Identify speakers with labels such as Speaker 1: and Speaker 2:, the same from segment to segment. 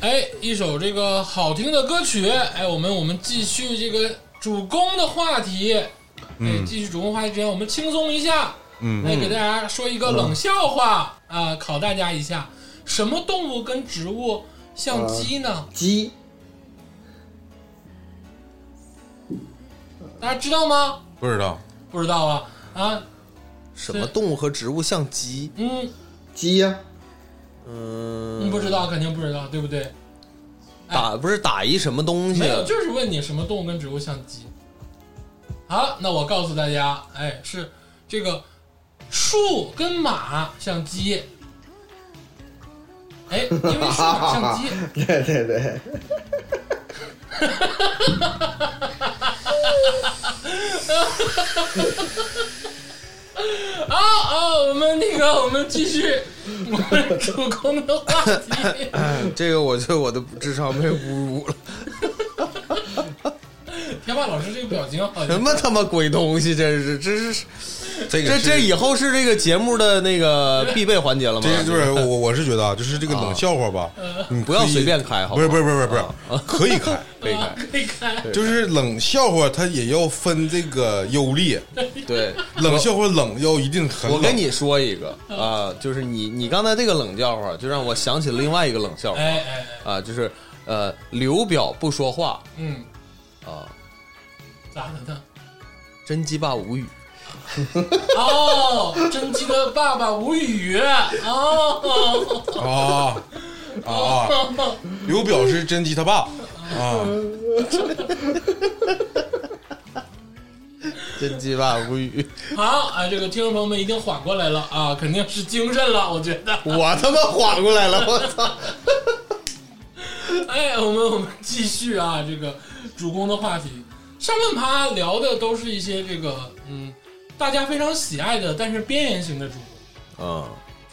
Speaker 1: 哎一首这个好听的歌曲，哎，我们我们继续这个主攻的话题，哎，继续主攻话题之前，我们轻松一下，
Speaker 2: 嗯
Speaker 1: 哎，给大家说一个冷笑话啊、考大家一下，什么动物跟植物像鸡呢？
Speaker 3: 鸡
Speaker 1: 大家知道吗？
Speaker 2: 不知道，
Speaker 1: 不知道啊啊，
Speaker 4: 什么动物和植物像鸡？
Speaker 1: 嗯，
Speaker 3: 鸡呀、
Speaker 1: 你
Speaker 4: 嗯，
Speaker 1: 不知道肯定不知道，对不对？
Speaker 4: 打啊不是打一什么东西啊
Speaker 1: 没？有，哎就是问你什么动物跟植物像鸡。好，那我告诉大家，哎，是这个树跟马像鸡。哎，因为 树马像鸡，
Speaker 3: 对对对，
Speaker 1: 啊啊！我们那个，我们继续我们主攻的话题。
Speaker 4: 这个我觉得我的智商被侮辱了，
Speaker 1: 天霸老师这个表情好
Speaker 4: 什
Speaker 1: 像
Speaker 4: 么他妈鬼东西？这是这是
Speaker 2: 这个
Speaker 4: 这
Speaker 2: 是
Speaker 4: 这以后是这个节目的那个必备环节了吗？
Speaker 2: 这就是我我是觉得啊，就是这个冷笑话吧，你
Speaker 4: 不要
Speaker 2: 可以
Speaker 4: 随便啊开好
Speaker 2: 不
Speaker 4: 不好
Speaker 2: 是不是不是不是， 可以开，
Speaker 4: 可以开，
Speaker 1: 啊可以看，
Speaker 2: 就是冷笑话它也要分这个优劣，
Speaker 4: 对。
Speaker 2: 冷笑话冷要一定很
Speaker 4: 我
Speaker 2: 冷。
Speaker 4: 跟你说一个啊，就是你你刚才这个冷笑话，就让我想起了另外一个冷笑话
Speaker 1: 哎哎哎，
Speaker 4: 啊，就是呃，刘表不说话
Speaker 1: 嗯，
Speaker 4: 啊，
Speaker 1: 咋的呢？
Speaker 4: 真鸡巴无语。
Speaker 1: 哦，甄姬的爸爸无语哦，
Speaker 2: 啊啊，刘表是甄姬 他爸啊，
Speaker 4: 真鸡巴无语！
Speaker 1: 好啊，这个听众朋友们一定缓过来了啊，肯定是精神了，我觉得。
Speaker 4: 我他妈缓过来了，我操！
Speaker 1: 哎，我们我们继续啊，这个主攻的话题，上半趴聊的都是一些这个嗯，大家非常喜爱的，但是边缘型的主攻。
Speaker 4: 嗯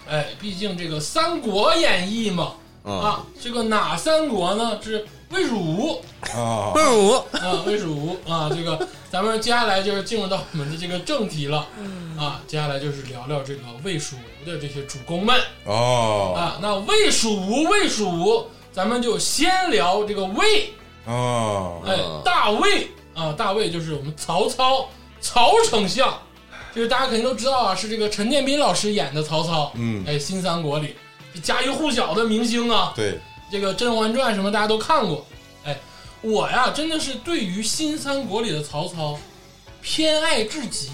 Speaker 1: 哎，毕竟这个《三国演义》嘛，
Speaker 4: 嗯，
Speaker 1: 啊，这个哪三国呢？是魏蜀吴
Speaker 2: 啊
Speaker 4: 不，是我，
Speaker 1: 啊，魏蜀吴啊，这个咱们接下来就是进入到我们的这个正题了啊，接下来就是聊聊这个魏蜀吴的这些主公们。
Speaker 2: 啊
Speaker 1: 啊，那魏蜀吴，魏蜀吴，咱们就先聊这个魏，
Speaker 2: 啊
Speaker 1: 哎，大魏啊，大魏就是我们曹操，曹丞相，就是大家肯定都知道啊，是这个陈建斌老师演的曹操，
Speaker 2: 嗯，
Speaker 1: 哎，新三国里家喻户晓的明星啊，
Speaker 2: 对，
Speaker 1: 这个《甄嬛传》什么大家都看过，哎，我呀真的是对于新三国里的曹操偏爱至极，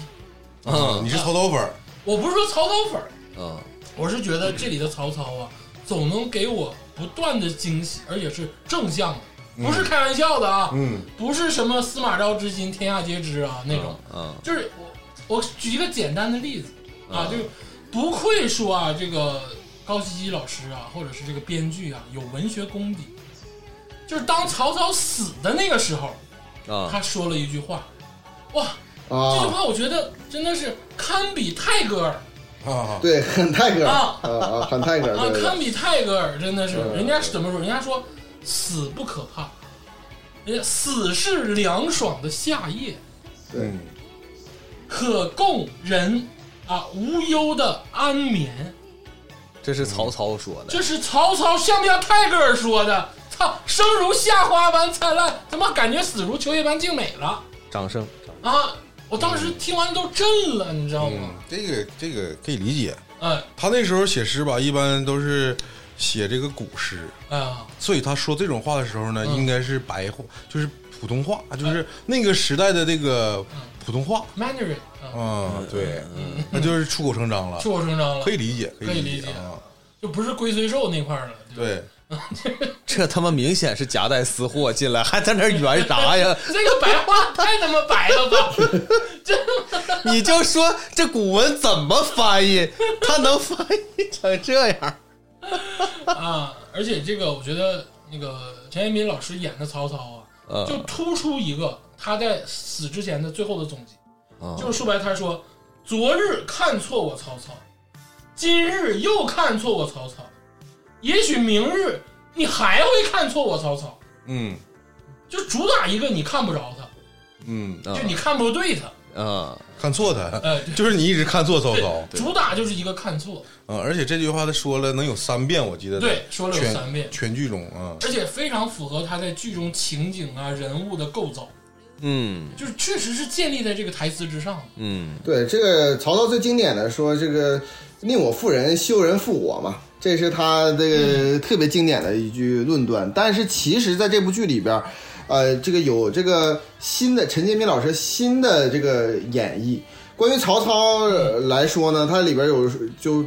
Speaker 4: 嗯
Speaker 2: 你是曹操粉儿
Speaker 1: 我不是说曹操粉儿，
Speaker 4: 嗯
Speaker 1: 我是觉得这里的曹操啊，总能给我不断的惊喜，而且是正向的，不是开玩笑的啊，
Speaker 2: 嗯
Speaker 1: 不是什么司马昭之心天下皆知啊那种，
Speaker 4: 嗯
Speaker 1: 就是我我举一个简单的例子啊，
Speaker 4: 嗯
Speaker 1: 就是不愧说啊这个高希基老师啊，或者是这个编剧啊有文学功底，就是当曹操死的那个时候，
Speaker 4: 嗯
Speaker 1: 他说了一句话，哇，这句
Speaker 3: 啊，
Speaker 1: 话我觉得真的是堪比泰戈尔。
Speaker 2: 啊，
Speaker 3: 对，很泰戈尔
Speaker 1: 啊
Speaker 3: 啊啊，很泰戈尔，
Speaker 1: 啊，
Speaker 3: 对对
Speaker 1: 堪比泰戈尔真的是，
Speaker 3: 嗯
Speaker 1: 人家是怎么说？人家说死不可怕，人家死是凉爽的夏夜，
Speaker 2: 嗯
Speaker 1: 可供人啊无忧的安眠。
Speaker 4: 这是曹操说的。
Speaker 1: 这是曹操像不像泰戈尔说的？操，生如夏花般灿烂，怎么感觉死如秋叶般静美了
Speaker 4: 掌声，
Speaker 1: 啊？我当
Speaker 3: 嗯
Speaker 1: 时听完都震了，你知道吗
Speaker 2: 嗯？，这个这个可以理解。
Speaker 3: 嗯
Speaker 1: 哎
Speaker 2: 他那时候写诗吧，一般都是写这个古诗，
Speaker 1: 哎呀，
Speaker 2: 所以他说这种话的时候呢，
Speaker 1: 嗯
Speaker 2: 应该是白话，就是普通话，就是那个时代的这个普通话。
Speaker 1: ，Mandarin
Speaker 3: 哦
Speaker 1: 啊，
Speaker 2: 啊，对，
Speaker 1: 嗯
Speaker 2: 那就是出口成章了，
Speaker 1: 是我声张了
Speaker 2: 可，以理解，
Speaker 1: 可以
Speaker 2: 以
Speaker 1: 理
Speaker 2: 理
Speaker 1: 解嗯
Speaker 2: 啊。
Speaker 1: 就不是龟虽寿那块儿了，对吧
Speaker 2: 对，
Speaker 4: 这他妈明显是夹带私货进来，还在那儿圆啥呀？
Speaker 1: 这个白话太他妈白了吧！
Speaker 4: 你就说这古文怎么翻译，他能翻译成这样？
Speaker 1: 啊，而且这个我觉得那个陈建斌老师演的曹操啊，
Speaker 4: 嗯
Speaker 1: 就突出一个他在死之前的最后的总结，
Speaker 4: 嗯
Speaker 1: 就是说白他说：“昨日看错我曹操，今日又看错我曹操，也许明日你还会看错我曹操。
Speaker 2: 嗯”
Speaker 1: 就主打一个你看不着他，
Speaker 2: 嗯
Speaker 1: 就你看不对他，
Speaker 4: 啊，
Speaker 2: 看错他，
Speaker 1: 呃，
Speaker 2: 就是你一直看错糟
Speaker 1: 对
Speaker 2: 糟，
Speaker 1: 主打就是一个看错，
Speaker 2: 嗯，而且这句话他说了能有三遍，我记得
Speaker 1: 对，说了有
Speaker 2: 全
Speaker 1: 三遍，
Speaker 2: 全剧中啊，
Speaker 1: 而且非常符合他在剧中情景啊、人物的构造，
Speaker 4: 嗯
Speaker 1: 就是确实是建立在这个台词之上的。
Speaker 4: 嗯，
Speaker 3: 对，这个曹操最经典的说这个宁我负人，休人负我嘛，这是他这个特别经典的一句论断。但是其实在这部剧里边儿，呃，这个有这个新的陈建斌老师新的这个演绎。关于曹操呃来说呢，它里边有就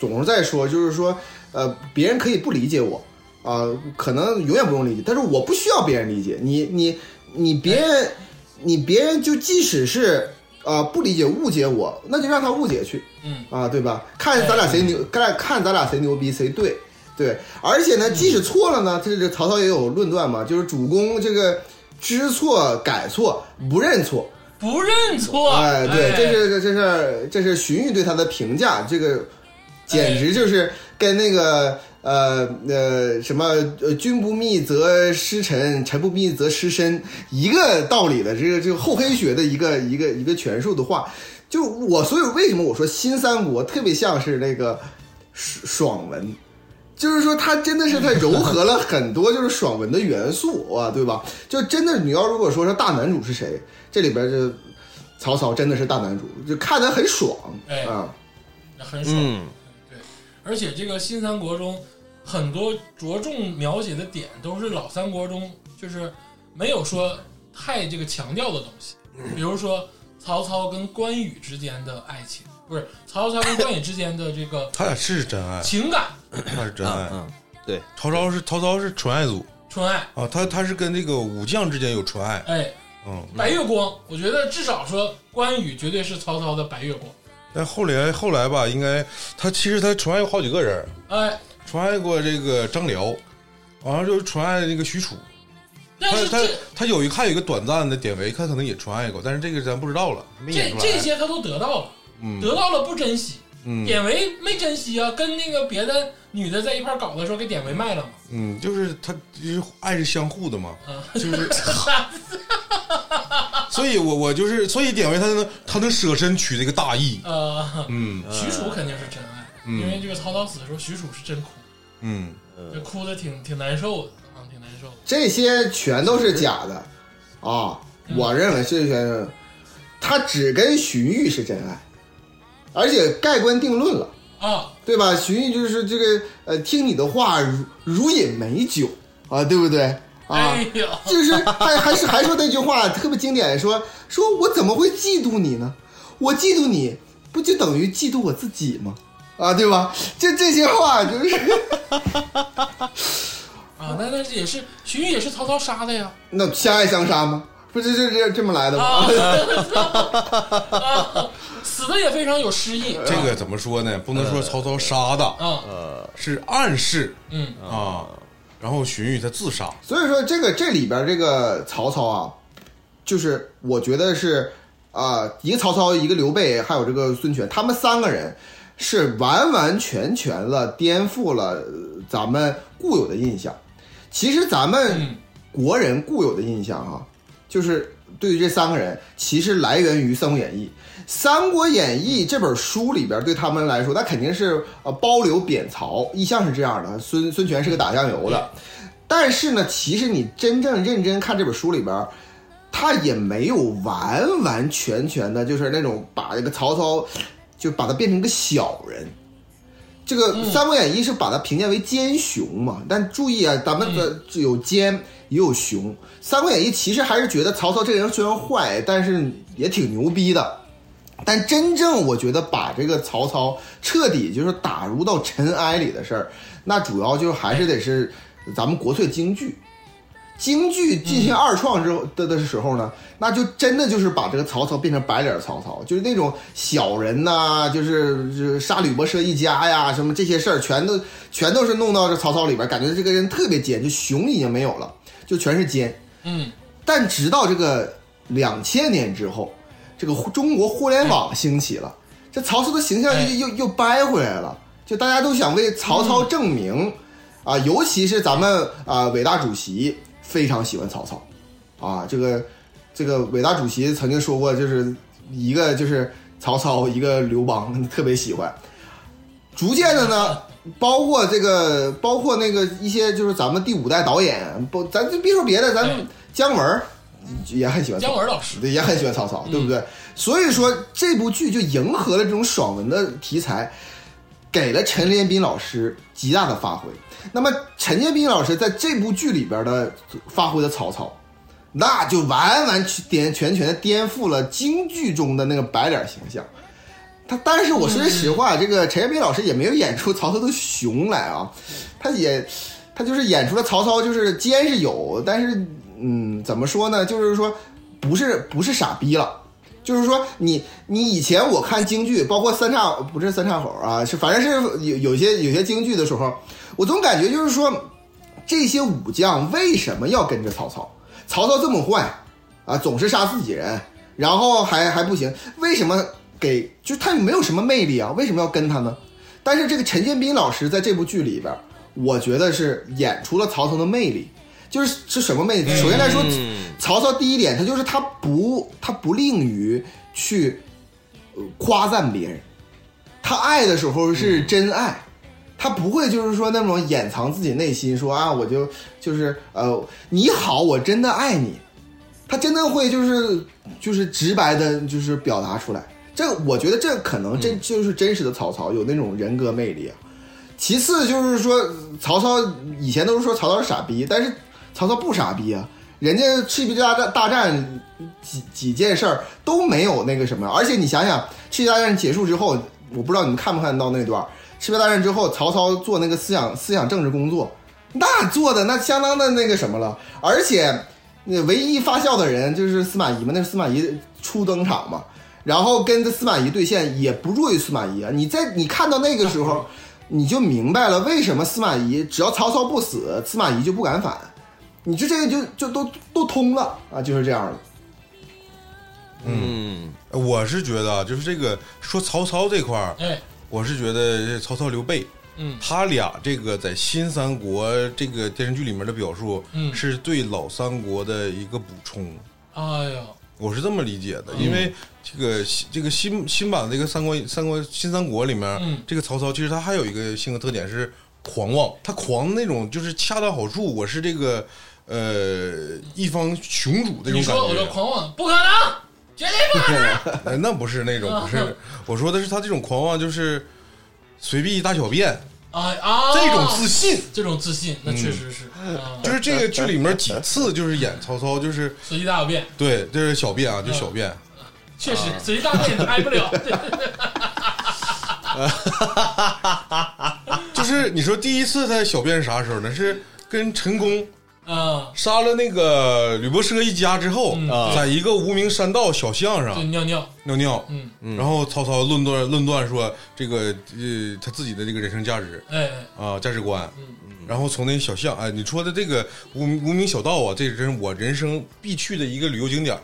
Speaker 3: 总是在说，就是说，呃，别人可以不理解我，啊、可能永远不用理解，但是我不需要别人理解你，你，你别人，你别人就即使是啊、不理解误解我，那就让他误解去，
Speaker 1: 嗯
Speaker 3: 啊，对吧？看咱俩谁牛，看看咱俩谁牛逼，谁对。对，而且呢，即使错了呢，这这曹操也有论断嘛，就是主公这个知错改错，不认错，
Speaker 1: 不认错，
Speaker 3: 哎，对，
Speaker 1: 哎
Speaker 3: 这是这是这是荀彧对他的评价，这个简直就是跟那个呃呃什么呃君不密则失臣，臣不密则失身一个道理的，这个这个厚黑学的一个一个一个权术的话，就我所以为什么我说新三国特别像是那个爽爽文。就是说，它真的是它糅合了很多就是爽文的元素啊，对吧？就真的，你要如果说说大男主是谁，这里边就曹操真的是大男主，就看得很爽
Speaker 1: 哎
Speaker 3: 啊。
Speaker 1: 很爽。
Speaker 4: 嗯
Speaker 1: 而且这个新三国中很多着重描写的点都是老三国中就是没有说太这个强调的东西，比如说曹操跟关羽之间的爱情，不是曹操跟关羽之间的这个
Speaker 2: 他俩是真 爱，
Speaker 1: 情感
Speaker 2: 他俩是真
Speaker 4: 嗯
Speaker 2: 爱。
Speaker 4: 嗯，对，
Speaker 2: 曹操是曹操是纯爱组
Speaker 1: 纯爱，
Speaker 2: 啊，他他是跟那个武将之间有纯爱，
Speaker 1: 哎，
Speaker 2: 嗯，
Speaker 1: 白月光，我觉得至少说关羽绝对是曹操的白月光，
Speaker 2: 但后来后来吧，应该他其实他纯爱过好几个人，
Speaker 1: 哎，
Speaker 2: 纯爱过这个张辽，完了就纯爱那个许褚，
Speaker 1: 但
Speaker 2: 他
Speaker 1: 是
Speaker 2: 他
Speaker 1: 这
Speaker 2: 他有一看有一个短暂的典韦，他可能也纯爱过，但是这个咱不知道了，没
Speaker 1: 这
Speaker 2: 演出
Speaker 1: 这
Speaker 2: 来。
Speaker 1: 些他都得到了，
Speaker 2: 嗯
Speaker 1: 得到了不珍惜，
Speaker 2: 嗯
Speaker 1: 典韦没珍惜啊，跟那个别的女的在一块儿搞的时候给典韦卖了嘛。
Speaker 2: 嗯，就是他就是爱是相互的嘛，
Speaker 1: 啊
Speaker 2: 就是，所以我我就是所以典韦他能他能舍身取这个大义，
Speaker 1: 呃，
Speaker 2: 嗯
Speaker 1: 许褚肯定是真爱，
Speaker 2: 嗯
Speaker 1: 因为这个曹操死的时候，许褚是真哭，
Speaker 2: 嗯，
Speaker 1: 就哭的挺挺难受的啊，挺难受的。
Speaker 3: 这些全都是假的啊！我认为是全是，他只跟荀彧是真爱，而且盖棺定论了，
Speaker 1: 啊，
Speaker 3: 对吧？荀彧就是这个呃，听你的话如如饮美酒啊，对不对啊？
Speaker 1: 哎呀，
Speaker 3: 就是还还是还说那句话特别经典，说说我怎么会嫉妒你呢？我嫉妒你不就等于嫉妒我自己吗？啊，对吧？这这些话就是
Speaker 1: 啊，那那也是荀彧也是曹操杀的呀，
Speaker 3: 那相爱相杀吗？不是这这这么来的吗？
Speaker 1: 啊，啊 死的也非常有诗意，
Speaker 2: 这个怎么说呢？不能说曹操杀的，
Speaker 1: 啊，
Speaker 2: 是暗示
Speaker 1: 嗯，
Speaker 2: 啊。然后荀彧他自杀，
Speaker 3: 所以说这个这里边这个曹操啊，就是我觉得是啊、一个曹操，一个刘备，还有这个孙权，他们三个人是完完全全了颠覆了呃咱们固有的印象。其实咱们
Speaker 1: 嗯
Speaker 3: 国人固有的印象啊，就是对于这三个人，其实来源于《三国演义》。《三国演义》这本书里边，对他们来说，那肯定是呃褒刘贬曹，一向是这样的。孙孙权是个打酱油的，但是呢，其实你真正认真看这本书里边，他也没有完完全全的，就是那种把这个曹操就把他变成个小人。这个《三国演义》是把它评价为奸雄嘛，但注意啊，咱们的有奸也有雄，《三国演义》其实还是觉得曹操这个人虽然坏，但是也挺牛逼的。但真正我觉得把这个曹操彻底就是打入到尘埃里的事儿，那主要就还是得是咱们国粹京剧。京剧进行二创之后的的时候呢，那就真的就是把这个曹操变成白脸曹操，就是那种小人呐、就是就是杀吕伯奢一家呀，什么这些事儿全都全都是弄到这曹操里边，感觉这个人特别奸，就雄已经没有了，就全是奸。
Speaker 1: 嗯，
Speaker 3: 但直到这个两千年之后，这个互中国互联网兴起了，这曹操的形象
Speaker 1: 哎
Speaker 3: 又又又掰回来了，就大家都想为曹操证明，啊，尤其是咱们啊伟大主席非常喜欢曹操，啊，这个这个伟大主席曾经说过，就是一个就是曹操，一个刘邦，特别喜欢。逐渐的呢，包括这个，包括那个一些就是咱们第五代导演，不，咱就别说别的，咱
Speaker 1: 对
Speaker 3: 姜文儿也很喜欢曹
Speaker 1: 姜文老师，
Speaker 3: 对，也很喜欢曹操，对不对？所以说这部剧就迎合了这种爽文的题材，给了陈建斌老师极大的发挥。那么陈建斌老师在这部剧里边的发挥的曹操，那就完完全全全的颠覆了京剧中的那个白脸形象。他，但是我说句实话，这个陈建斌老师也没有演出曹操的熊来啊，他也，他就是演出了曹操就是奸是有，但是嗯，怎么说呢？就是说不是不是傻逼了。就是说你，你以前我看京剧，包括三岔不是三岔口啊，是反正是有有些有些京剧的时候，我总感觉就是说，这些武将为什么要跟着曹操？曹操这么坏啊，总是杀自己人，然后还还不行，为什么给就他没有什么魅力啊？为什么要跟他呢？但是这个陈建斌老师在这部剧里边，我觉得是演出了曹操的魅力，就是是什么魅力？首先来说，曹操第一点，他就是他不他不吝于去、呃夸赞别人，他爱的时候是真爱。他不会就是说那种掩藏自己内心，说啊，我就就是呃，你好，我真的爱你。他真的会就是就是直白的，就是表达出来。这我觉得这可能这就是真实的曹操，有那种人格魅力啊。其次就是说，曹操以前都是说曹操是傻逼，但是曹操不傻逼啊，人家赤壁大战大战几几件事儿都没有那个什么，而且你想想，赤壁大战结束之后，我不知道你们看没看到那段儿赤壁大战之后，曹操做那个思想思想政治工作，那做的那相当的那个什么了，而且那唯一发笑的人就是司马懿嘛，那是司马懿初登场嘛，然后跟司马懿对线也不弱于司马懿啊。你在你看到那个时候，你就明白了为什么司马懿只要曹操不死，司马懿就不敢反，你就这个就就都都通了啊，就是这样的。
Speaker 4: 嗯，
Speaker 2: 我是觉得啊，就是这个说曹操这块儿，
Speaker 1: 哎，
Speaker 2: 我是觉得这曹操刘备，
Speaker 1: 嗯
Speaker 2: 他俩这个在新三国这个电视剧里面的表述，
Speaker 1: 嗯
Speaker 2: 是对老三国的一个补充。
Speaker 1: 哎呦，
Speaker 2: 我是这么理解的，
Speaker 1: 嗯
Speaker 2: 因为这个新这个新新版的这个三国三国新三国里面，
Speaker 1: 嗯
Speaker 2: 这个曹操其实他还有一个性格特点是狂妄，他狂那种就是恰到好处，我是这个呃一方雄主那
Speaker 1: 你
Speaker 2: 种
Speaker 1: 说我这
Speaker 2: 感觉。
Speaker 1: 狂妄，不可能，绝对不可能。
Speaker 2: 哎，那不是 那种，不是，我说的是他这种狂妄就是随地大小便
Speaker 1: 哎啊，
Speaker 2: 这种自信。
Speaker 1: 这种自信，那确实是，啊
Speaker 2: 就是这个剧里面几次就是演曹操，就是
Speaker 1: 随地大小便，
Speaker 2: 对，就是小便啊，就小便，
Speaker 1: 确实随地大便挨不了。对
Speaker 2: 就是你说第一次他小便是啥时候呢？是跟陈宫
Speaker 1: 啊，
Speaker 2: 杀了那个吕伯奢一家之后
Speaker 1: 嗯，
Speaker 4: 啊
Speaker 2: 在一个无名山道小巷
Speaker 1: 就
Speaker 2: 上
Speaker 1: 尿尿，
Speaker 2: 尿尿，
Speaker 1: 嗯，
Speaker 2: 然后曹操论断论断说这个呃他自己的这个人生价值
Speaker 1: 哎，哎
Speaker 2: 啊价值观，
Speaker 1: 嗯
Speaker 2: 然后从那小巷哎你说的这个无名无名小道啊，这真是我人生必去的一个旅游景点儿，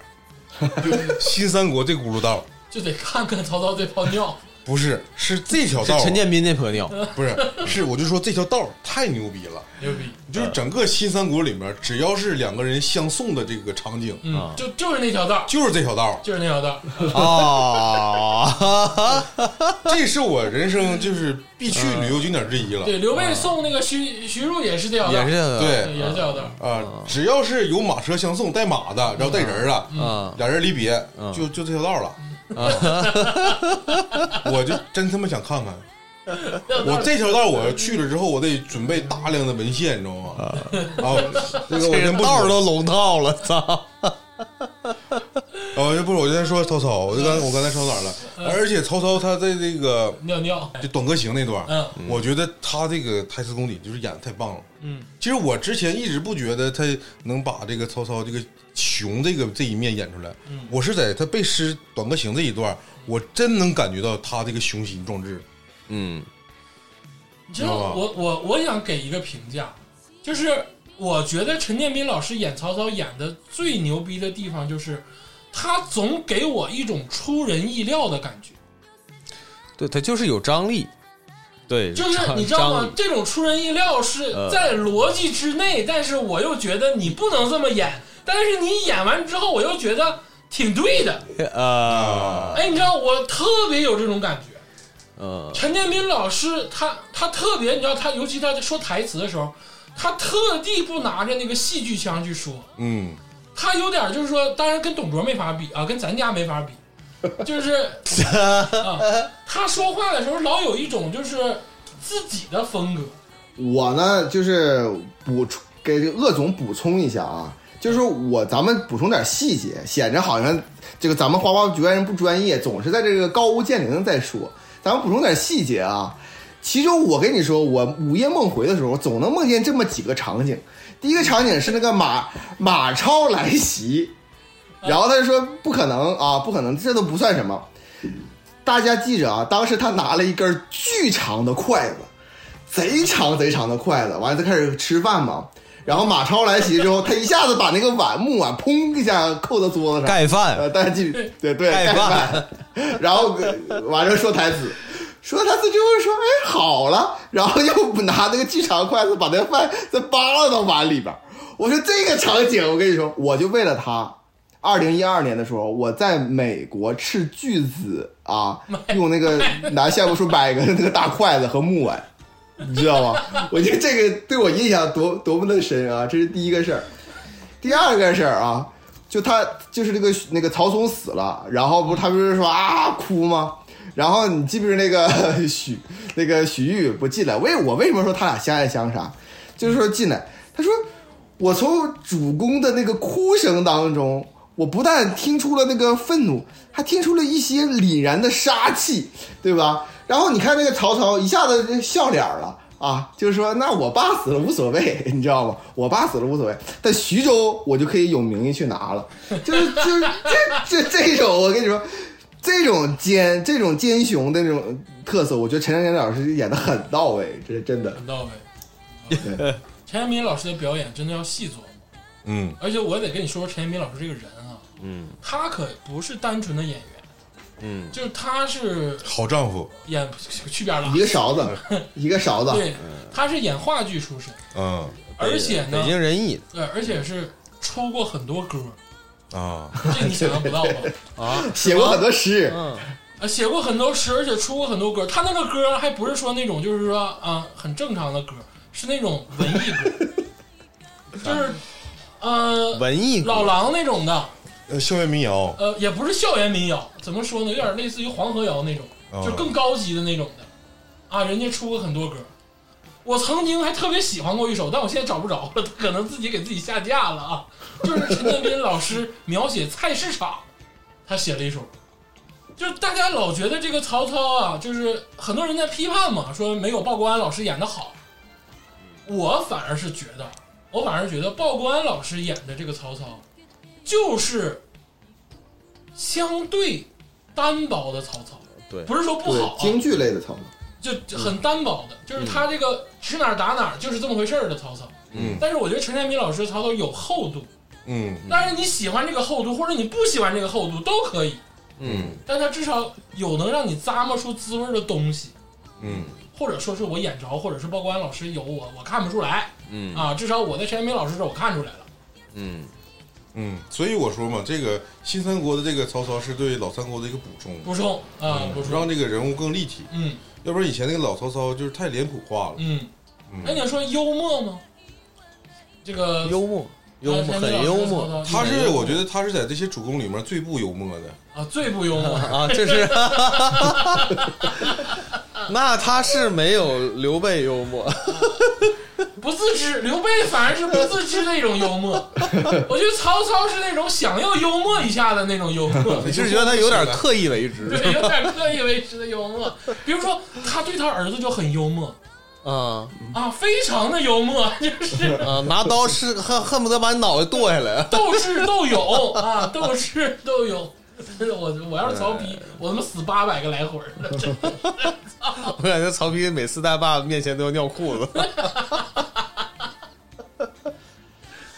Speaker 2: 就新三国这轱辘道。
Speaker 1: 就得看看曹操这泡尿。
Speaker 2: 不是，是这条
Speaker 4: 是
Speaker 2: 道儿，啊
Speaker 4: 陈建斌那泼尿，
Speaker 2: 不是，是我就说这条道儿太牛逼了，
Speaker 1: 牛逼，
Speaker 2: 就是整个新三国里面，只要是两个人相送的这个场景，
Speaker 1: 嗯，就就是那条道，
Speaker 2: 就是这条道儿，
Speaker 1: 就是那条道，
Speaker 4: 啊，
Speaker 2: 这是我人生就是必去旅游景点之一了。
Speaker 1: 嗯对，刘备送那个徐徐庶也是这条道，
Speaker 4: 也是啊
Speaker 2: 对
Speaker 1: 对也是这条道，
Speaker 2: 啊，只要是有马车相送，带马的，然后带人儿的，
Speaker 1: 嗯
Speaker 4: 啊
Speaker 2: 俩人离别，
Speaker 4: 嗯
Speaker 2: 就就这条道儿了。
Speaker 1: 嗯
Speaker 2: 啊我就真他妈想看看，我这条道儿我要去了之后，我得准备大量的文献，你知道吗？
Speaker 1: 嗯
Speaker 2: 啊，这个我
Speaker 4: 这
Speaker 2: 真
Speaker 4: 个
Speaker 2: 不
Speaker 4: 道
Speaker 2: 说
Speaker 4: 儿都龙套了，操！
Speaker 2: 哦，不是，我刚才说曹操，我就刚我刚才说哪儿了？
Speaker 1: 嗯
Speaker 2: 而且曹操他在这个
Speaker 1: 尿尿，
Speaker 2: 就短歌行那段，
Speaker 1: 嗯
Speaker 2: 我觉得他这个台词功底就是演的太棒了。
Speaker 1: 嗯，
Speaker 2: 其实我之前一直不觉得他能把这个曹操这个熊这个这一面演出来，
Speaker 1: 嗯
Speaker 2: 我是在他背诗《短歌行》这一段，我真能感觉到他这个雄心壮志。
Speaker 4: 嗯
Speaker 1: 你知道
Speaker 4: 啊
Speaker 2: 知道吧
Speaker 1: 我我我想给一个评价，就是我觉得陈建斌老师演曹操演的最牛逼的地方就是，他总给我一种出人意料的感觉，，
Speaker 4: 对他就是有张力，对，
Speaker 1: 就是
Speaker 4: 张
Speaker 1: 你知道
Speaker 4: 张呃
Speaker 1: 吗
Speaker 4: 力？
Speaker 1: 这种出人意料是在逻辑之内，但是我又觉得你不能这么演，但是你演完之后，我又觉得挺对的。
Speaker 4: 啊，
Speaker 1: 哎，你知道我特别有这种感觉。
Speaker 4: 嗯，
Speaker 1: 陈建斌老师他他特别，你知道他，尤其他在说台词的时候，他特地不拿着那个戏剧腔去说，
Speaker 2: 嗯，
Speaker 1: 他有点就是说，当然跟董卓没法比啊，跟咱家没法比，就是啊，他说话的时候老有一种就是自己的风格，
Speaker 3: 我呢，就是补充给鄂总补充一下啊，就是我咱们补充点细节，显着好像这个咱们花花局外人不专业，总是在这个高屋建瓴的在说。咱们补充点细节啊。其中我跟你说，我午夜梦回的时候，总能梦见这么几个场景。第一个场景是那个马马超来袭，然后他就说不可能啊，不可能，这都不算什么。大家记着啊，当时他拿了一根巨长的筷子，贼长贼长的筷子，完了他开始吃饭嘛。然后马超来袭之后，他一下子把那个碗木碗砰一下扣到桌子上，
Speaker 4: 盖饭
Speaker 3: 呃，大家记对对
Speaker 4: 盖
Speaker 3: 盖
Speaker 4: 饭
Speaker 3: 饭， 然后呃完了说台词，说台词之后说哎好了，然后又拿那个巨长筷子把那饭再扒拉到碗里边儿。我说这个场景，我跟你说，我就为了他，二零一二年的时候，我在美国斥巨资啊，用那个拿下巴树掰个那个大筷子和木碗。你知道吗？我觉得这个对我印象多多么的深啊！这是第一个事儿，第二个事儿啊，就他就是那个那个曹嵩死了，然后不是他不是说啊哭吗？然后你记不记得那个呃许那个许玉不进来？为我为什么说他俩相爱相杀？就是说进来，他说我从主公的那个哭声当中，我不但听出了那个愤怒，还听出了一些凛然的杀气，对吧？然后你看那个曹操一下子就笑脸了啊，就是说那我爸死了无所谓， 你知道吗？我爸死了无所谓，但徐州我就可以有名义去拿了，就是就是 这这这种，我跟你说。这种奸、这种奸雄的那种特色，我觉得陈长江老师演的很到位，这是真的。
Speaker 1: 很到位。 陈建斌老师的表演真的要细琢磨，
Speaker 2: 嗯，
Speaker 1: 而且我也得跟你说，陈建斌老师这个人啊，嗯，他可不是单纯的演员，嗯，就是他是
Speaker 2: 好丈夫，
Speaker 1: 演去边儿了
Speaker 3: 一，个嗯勺 子，一个勺子，
Speaker 1: 对，他是演话剧出身，
Speaker 2: 嗯
Speaker 1: 而且呢
Speaker 4: 北，京人艺
Speaker 1: 对，而且是出过很多歌，
Speaker 2: 啊，
Speaker 1: 这 你想象不到吧？
Speaker 4: 啊，
Speaker 3: 写过很多诗，
Speaker 4: 嗯，
Speaker 1: 呃，写过很多诗，而且出过很多歌。他那个歌还不是说那种就是说啊很正常的歌，是那种文艺歌，就是呃
Speaker 4: 文艺
Speaker 1: 老狼那种的，
Speaker 2: 呃校园民谣，
Speaker 1: 呃也不是校园民谣，怎么说呢？有点类似于黄河谣那种，
Speaker 2: 啊
Speaker 1: 就更高级的那种的啊。人家出过很多歌，我曾经还特别喜欢过一首，但我现在找不着了，可能自己给自己下架了啊。 就是陈建斌老师描写菜市场，他写了一首歌，就是大家老觉得这个曹操啊，就是很多人在批判嘛，说没有鲍国安老师演的好。我反而是觉得，我反而觉得鲍国安老师演的这个曹操，就是相对单薄的曹操。
Speaker 4: 对
Speaker 1: 不是说不
Speaker 3: 对
Speaker 1: 好、啊，
Speaker 3: 京剧类的操作。
Speaker 1: 就就很单薄的，就是他这个指哪儿打哪儿就是这么回事儿的曹操。
Speaker 2: 嗯
Speaker 1: 但是我觉得陈建斌老师曹操有厚度，
Speaker 2: 嗯
Speaker 1: 当然你喜欢这个厚度，或者你不喜欢这个厚度都可以，
Speaker 2: 嗯
Speaker 1: 但他至少有能让你咂摸出滋味儿的东西，
Speaker 2: 嗯
Speaker 1: 或者说是我眼着，或者是鲍国安老师有我我看不出来
Speaker 4: 嗯
Speaker 1: 啊，至少我在陈建斌老师这儿我看出来了。
Speaker 4: 嗯，
Speaker 2: 嗯，所以我说嘛，这个新三国的这个曹操是对老三国的一个补充，
Speaker 1: 补充啊，补充，
Speaker 2: 让这个人物更立体，
Speaker 1: 嗯
Speaker 2: 要不然以前那个老曹操就是太脸谱化了，
Speaker 1: 嗯，哎，你说幽默吗？这个呃
Speaker 4: 幽默幽默
Speaker 1: 陈建斌老
Speaker 4: 很
Speaker 1: 师
Speaker 4: 幽
Speaker 1: 的曹
Speaker 4: 默
Speaker 1: 操
Speaker 2: 他是我觉得他是在这些主公里面最不幽默的，
Speaker 1: 啊最不幽默了，
Speaker 4: 啊，这是， 那他是没有刘备幽默，
Speaker 1: 不自知，刘备反而是不自知的一种幽默。我觉得曹操是那种想要幽默一下的那种幽默，
Speaker 4: 你是觉得他有点刻意为之
Speaker 1: 对，有点刻意为之的幽默。比如说，他对他儿子就很幽默
Speaker 4: 啊
Speaker 1: 啊，非常的幽默， 就是
Speaker 4: 啊，拿刀是恨恨不得把你脑袋剁下来，
Speaker 1: 斗智斗勇啊，斗智斗勇。我我要是曹
Speaker 3: 哎
Speaker 1: 丕，我他妈死八百个来回儿了， 真的
Speaker 4: 我感觉曹丕每次在爸爸面前都要尿裤子，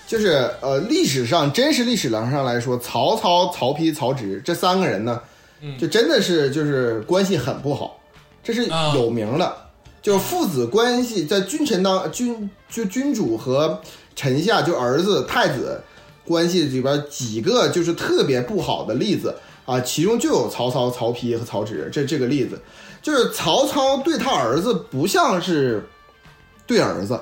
Speaker 3: 就是呃，历史上真实历史上来说，曹操、曹丕、曹植这三个人呢，就真的是就是关系很不好，这是
Speaker 1: 啊
Speaker 3: 有名的。就是父子关系在君臣当君就君主和臣下就儿子太子关系里边几个就是特别不好的例子啊，其中就有曹操、曹丕和曹植这这个例子，就是曹操对他儿子不像是对儿子，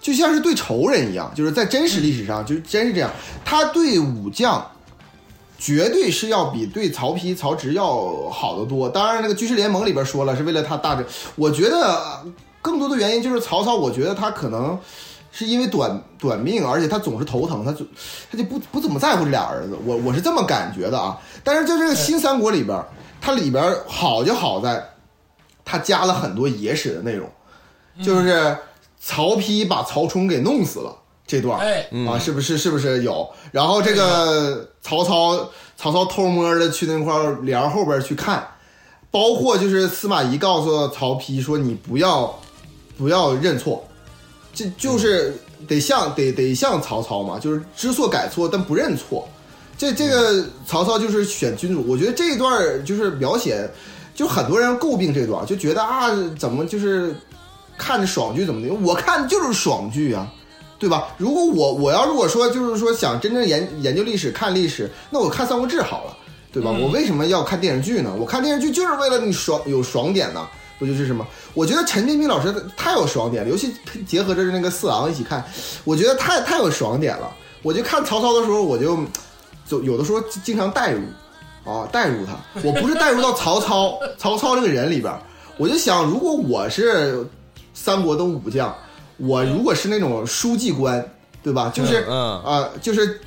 Speaker 3: 就像是对仇人一样，就是在真实历史上就真是这样，他对武将。绝对是要比对曹丕、曹植要好得多。当然，那个军事联盟里边说了，是为了他大致，我觉得更多的原因就是曹操，我觉得他可能是因为短 短命，而且他总是头疼，他就他就不不怎么在乎这俩儿子。我我是这么感觉的啊。但是在这个新三国里边，它里边好就好在，它加了很多野史的内容，就是曹丕把曹冲给弄死了这段儿。
Speaker 1: 哎，
Speaker 3: 啊，是不是？是不是有？然后这个曹操，曹操偷摸的去那块儿帘后边去看，包括就是司马懿告诉曹丕说：“你不要，不要认错，这就是得像得得像曹操嘛，就是知错改错，但不认错。”这这个曹操就是选君主，我觉得这一段儿就是描写，就很多人诟病这段儿，就觉得啊，怎么就是看着爽剧怎么的？我看就是爽剧啊。对吧？如果我我要如果说就是说想真正研研究历史、看历史，那我看《三国志》好了，对吧？
Speaker 1: 嗯
Speaker 3: 我为什么要看电视剧呢？我看电视剧就是为了你爽有爽点呢，不就是什么？我觉得陈建斌老师太有爽点了，尤其结合着那个四郎一起看，我觉得太太有爽点了。我就看曹操的时候，我就就有的时候经常代入啊，代入他，我不是代入到曹操曹操这个人里边儿，我就想，如果我是三国的武将，我如果是那种书记官，对吧？就是啊、
Speaker 4: 嗯，
Speaker 3: 就是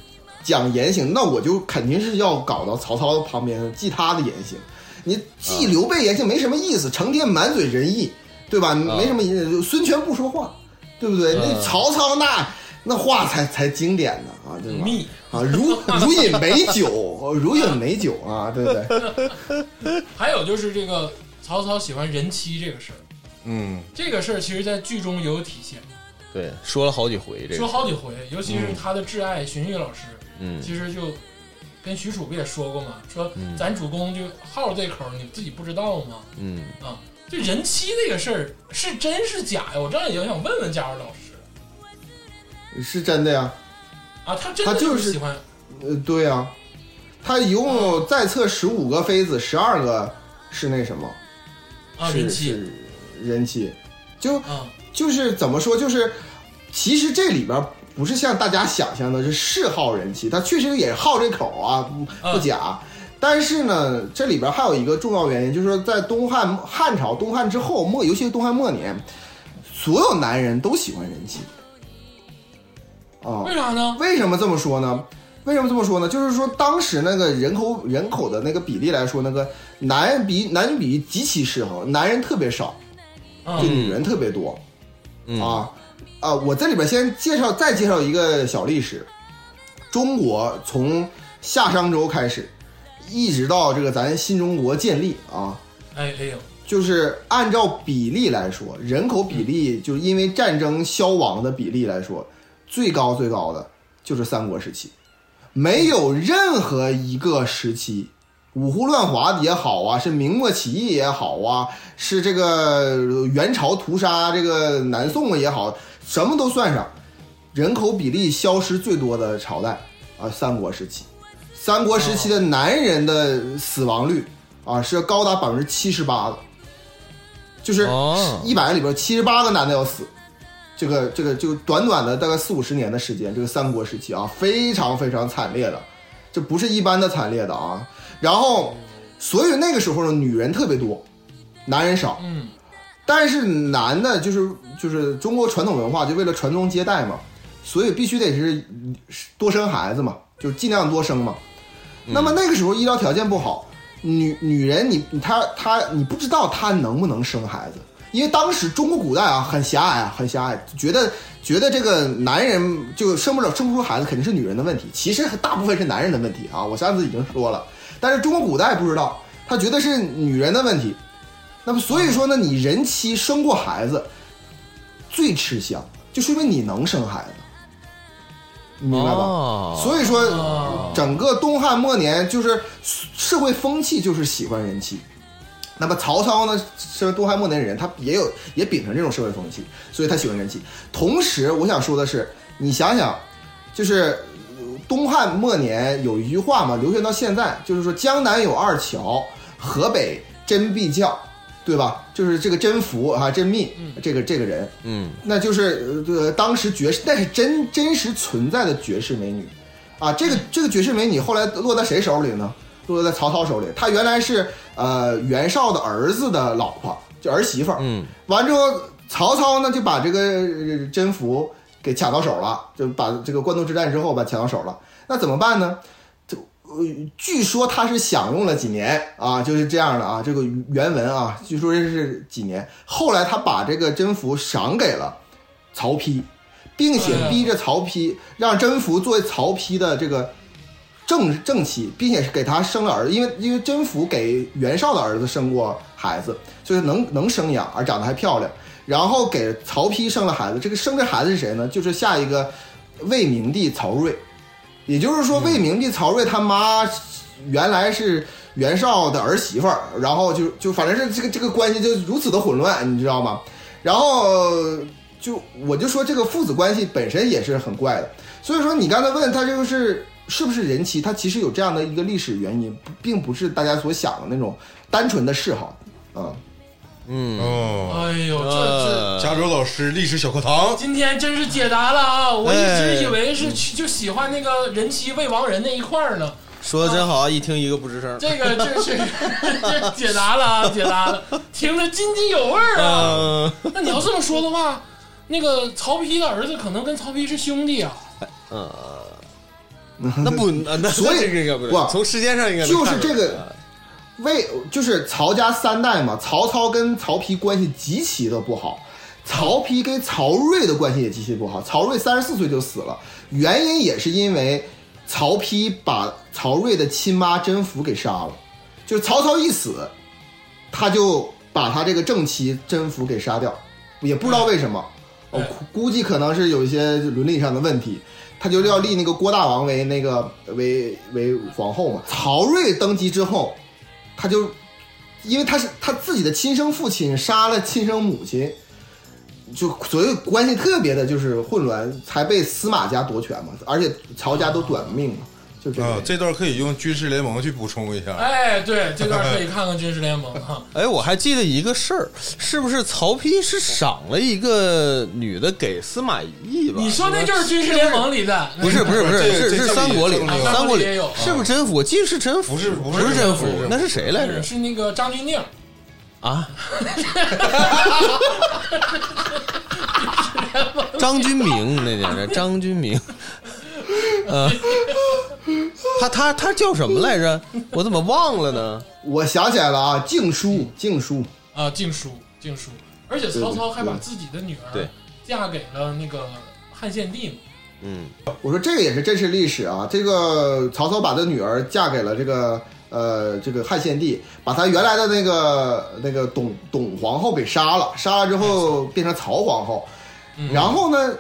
Speaker 3: 讲言行，那我就肯定是要搞到曹操旁边记他的言行。你
Speaker 1: 啊
Speaker 3: 记刘备言行没什么意思，成天满嘴仁义，对吧？没
Speaker 1: 啊
Speaker 3: 什么意思。孙权不说话，对不对？那
Speaker 4: 嗯
Speaker 3: 曹操那那话才才经典呢啊，对吧？
Speaker 1: 密，
Speaker 3: 啊，如如饮美酒，哦如饮美酒啊，对不对？
Speaker 1: 还有就是这个曹操喜欢人妻这个事儿，
Speaker 2: 嗯，
Speaker 1: 这个事儿其实在剧中也有体现，
Speaker 4: 对，说了好几回这
Speaker 1: 说
Speaker 4: 个，
Speaker 1: 好几回，尤其
Speaker 3: 嗯
Speaker 1: 是他的挚爱荀彧老师，
Speaker 4: 嗯，
Speaker 1: 其实就跟许褚不也说过嘛，说
Speaker 3: 嗯
Speaker 1: 咱主公就好这口儿，你自己不知道吗？
Speaker 4: 嗯，
Speaker 1: 啊，这人妻这个事儿是真是假呀？我这样也想问问佳茹老师
Speaker 3: 是真的呀，
Speaker 1: 啊，他真
Speaker 3: 他
Speaker 1: 的
Speaker 3: 就是
Speaker 1: 喜欢
Speaker 3: 呃，对呀、他一共有在册十五个妃子，十二个是那什么，
Speaker 1: 啊
Speaker 3: 是
Speaker 1: 人妻
Speaker 3: 是人妻，就
Speaker 1: 啊，
Speaker 3: 就是怎么说，就是其实这里边儿不是像大家想象的是嗜好人妻，他确实也好这口啊，不不
Speaker 1: 嗯
Speaker 3: 假。但是呢，这里边还有一个重要原因，就是说在东汉汉朝东汉之后末，尤其是东汉末年，所有男人都喜欢人妻。啊、
Speaker 1: 为啥呢？
Speaker 3: 为什么这么说呢？为什么这么说呢？就是说当时那个人口人口的那个比例来说，那个男人比男女比例极其失衡，男人特别少，
Speaker 1: 啊
Speaker 3: 就女人特别多。
Speaker 4: 嗯
Speaker 3: 啊啊！我这里边先介绍，再介绍一个小历史。中国从夏商周开始，一直到这个咱新中国建立啊，
Speaker 1: 哎哎呦，
Speaker 3: 就是按照比例来说，人口比例就是因为战争消亡的比例来说，最高最高的就是三国时期，没有任何一个时期，五胡乱华也好啊，是明末起义也好啊，是这个元朝屠杀这个南宋啊也好，什么都算上，人口比例消失最多的朝代啊，三国时期。三国时期的男人的死亡率啊是高达百分之七十八的，就是
Speaker 4: 哦
Speaker 3: 一百个里边七十八个男的要死。这个这个就短短的大概四五十年的时间，这个三国时期啊，非常非常惨烈的，这不是一般的惨烈的啊。然后，所以那个时候呢，女人特别多，男人少。
Speaker 1: 嗯
Speaker 3: 但是男的，就是就是中国传统文化，就为了传宗接代嘛，所以必须得是多生孩子嘛，就是尽量多生嘛。那么那个时候医疗条件不好，女女人你你她她你不知道她能不能生孩子，因为当时中国古代啊很狭隘啊很狭隘，觉得觉得这个男人就生不了生不出孩子肯定是女人的问题，其实大部分是男人的问题啊，我上次已经说了，但是中国古代不知道，他觉得是女人的问题，那么所以说呢，你人妻生过孩子最吃香，就说明你能生孩子，你明白吧？
Speaker 4: 哦
Speaker 3: 所以说
Speaker 1: 哦，
Speaker 3: 整个东汉末年就是社会风气就是喜欢人妻。那么曹操呢，身为东汉末年的人，他也有也秉承这种社会风气，所以他喜欢人妻。同时，我想说的是，你想想，就是呃东汉末年有一句话嘛，流传到现在，就是说江南有二乔，河北真必教，对吧？就是这个真福啊，真密，这个这个人，
Speaker 2: 嗯，
Speaker 3: 那就是呃，当时绝世，那是真真实存在的绝世美女，啊，这个这个绝世美女后来落在谁手里呢？落在曹操手里。她原来是呃袁绍的儿子的老婆，就儿媳妇儿。
Speaker 2: 嗯，
Speaker 3: 完之后，曹操呢就把这个呃甄宓给抢到手了，就把这个关东之战之后把抢到手了。那怎么办呢？呃据说他是享用了几年啊，就是这样的啊，这个原文啊，据说这是几年。后来他把这个甄宓赏给了曹丕，并且逼着曹丕让甄宓作为曹丕的这个正正妻，并且是给他生了儿子，因为因为甄宓给袁绍的儿子生过孩子，所以能能生养，啊而长得还漂亮。然后给曹丕生了孩子，这个生这孩子是谁呢？就是下一个魏明帝曹睿。也就是说，魏明帝曹睿他妈原来是袁绍的儿媳妇儿，然后就就反正是这个这个关系就如此的混乱，你知道吗？然后呃就我就说这个父子关系本身也是很怪的，所以说你刚才问他这个是是不是人妻，他其实有这样的一个历史原因，不并不是大家所想的那种单纯的嗜好，嗯，
Speaker 2: 哦，
Speaker 1: 哎呦，这这
Speaker 4: 呃
Speaker 2: 嗯加州老师历史小课堂，
Speaker 1: 今天真是解答了
Speaker 4: 哎
Speaker 1: 啊！我一直以为是去就喜欢那个人妻未亡人那一块儿呢。
Speaker 4: 说的真好，一听一个不吱声。
Speaker 1: 这个这 是这解答了啊，解答了，听着津津有味儿啊。
Speaker 4: 嗯，
Speaker 1: 那你要这么说的话，那个曹丕的儿子可能跟曹丕是兄弟啊。
Speaker 4: 那不，那那
Speaker 3: 所以
Speaker 4: 这个应该不
Speaker 3: 哇
Speaker 4: 是，从时间上应该能
Speaker 3: 就是
Speaker 4: 看出
Speaker 3: 这
Speaker 4: 来
Speaker 3: 个魏就是曹家三代嘛，曹操跟曹丕关系极其的不好，曹丕跟曹睿的关系也极其不好。曹睿三十四岁就死了，原因也是因为曹丕把曹睿的亲妈甄宓给杀了，就是曹操一死，他就把他这个正妻甄宓给杀掉，也不知道为什么，我、
Speaker 1: 嗯
Speaker 3: 估估计可能是有一些伦理上的问题，他就要立那个郭大王为那个为为皇后嘛。曹睿登基之后，他就因为他是他自己的亲生父亲杀了亲生母亲，就所以关系特别的就是混乱，才被司马家夺权嘛，而且曹家都短命嘛，就这个原
Speaker 2: 啊
Speaker 3: 因。，
Speaker 2: 这段可以用军事联盟去补充一
Speaker 4: 嗯
Speaker 2: 下。
Speaker 1: 嗯哎，对，这段可以看看军事联盟啊哈。
Speaker 4: 哎，我还记得一个事儿，是不是曹丕是赏了一个女的给司马懿吧？
Speaker 1: 你说那就是军事联盟里的，
Speaker 4: 不是不是不
Speaker 2: 这
Speaker 4: 是
Speaker 2: 个
Speaker 4: 是
Speaker 2: 这
Speaker 4: 是
Speaker 2: 这
Speaker 4: 三国里
Speaker 2: 这
Speaker 1: 个
Speaker 4: 三国里
Speaker 1: 这个也有
Speaker 4: 是不是甄宓？我记得是甄宓，
Speaker 2: 不是不
Speaker 4: 不
Speaker 2: 是
Speaker 4: 是甄宓
Speaker 2: 不是，
Speaker 4: 那是谁来着
Speaker 1: 是？是那个张钧甯，
Speaker 4: 啊？ 张君明那叫张君明，呃，他他他叫什么来着？我怎么忘了呢？
Speaker 3: 我想起来了啊，敬书，敬书，
Speaker 1: 啊，敬书敬书，而且曹操还把自己的女
Speaker 4: 对
Speaker 1: 儿嫁给了那个汉献帝嘛。
Speaker 4: 嗯，
Speaker 3: 我说这个也是真实历史啊。这个曹操把他女儿嫁给了这个呃这个汉献帝，把他原来的那个那个董董皇后给杀了，杀了之后变成曹皇后。然后呢，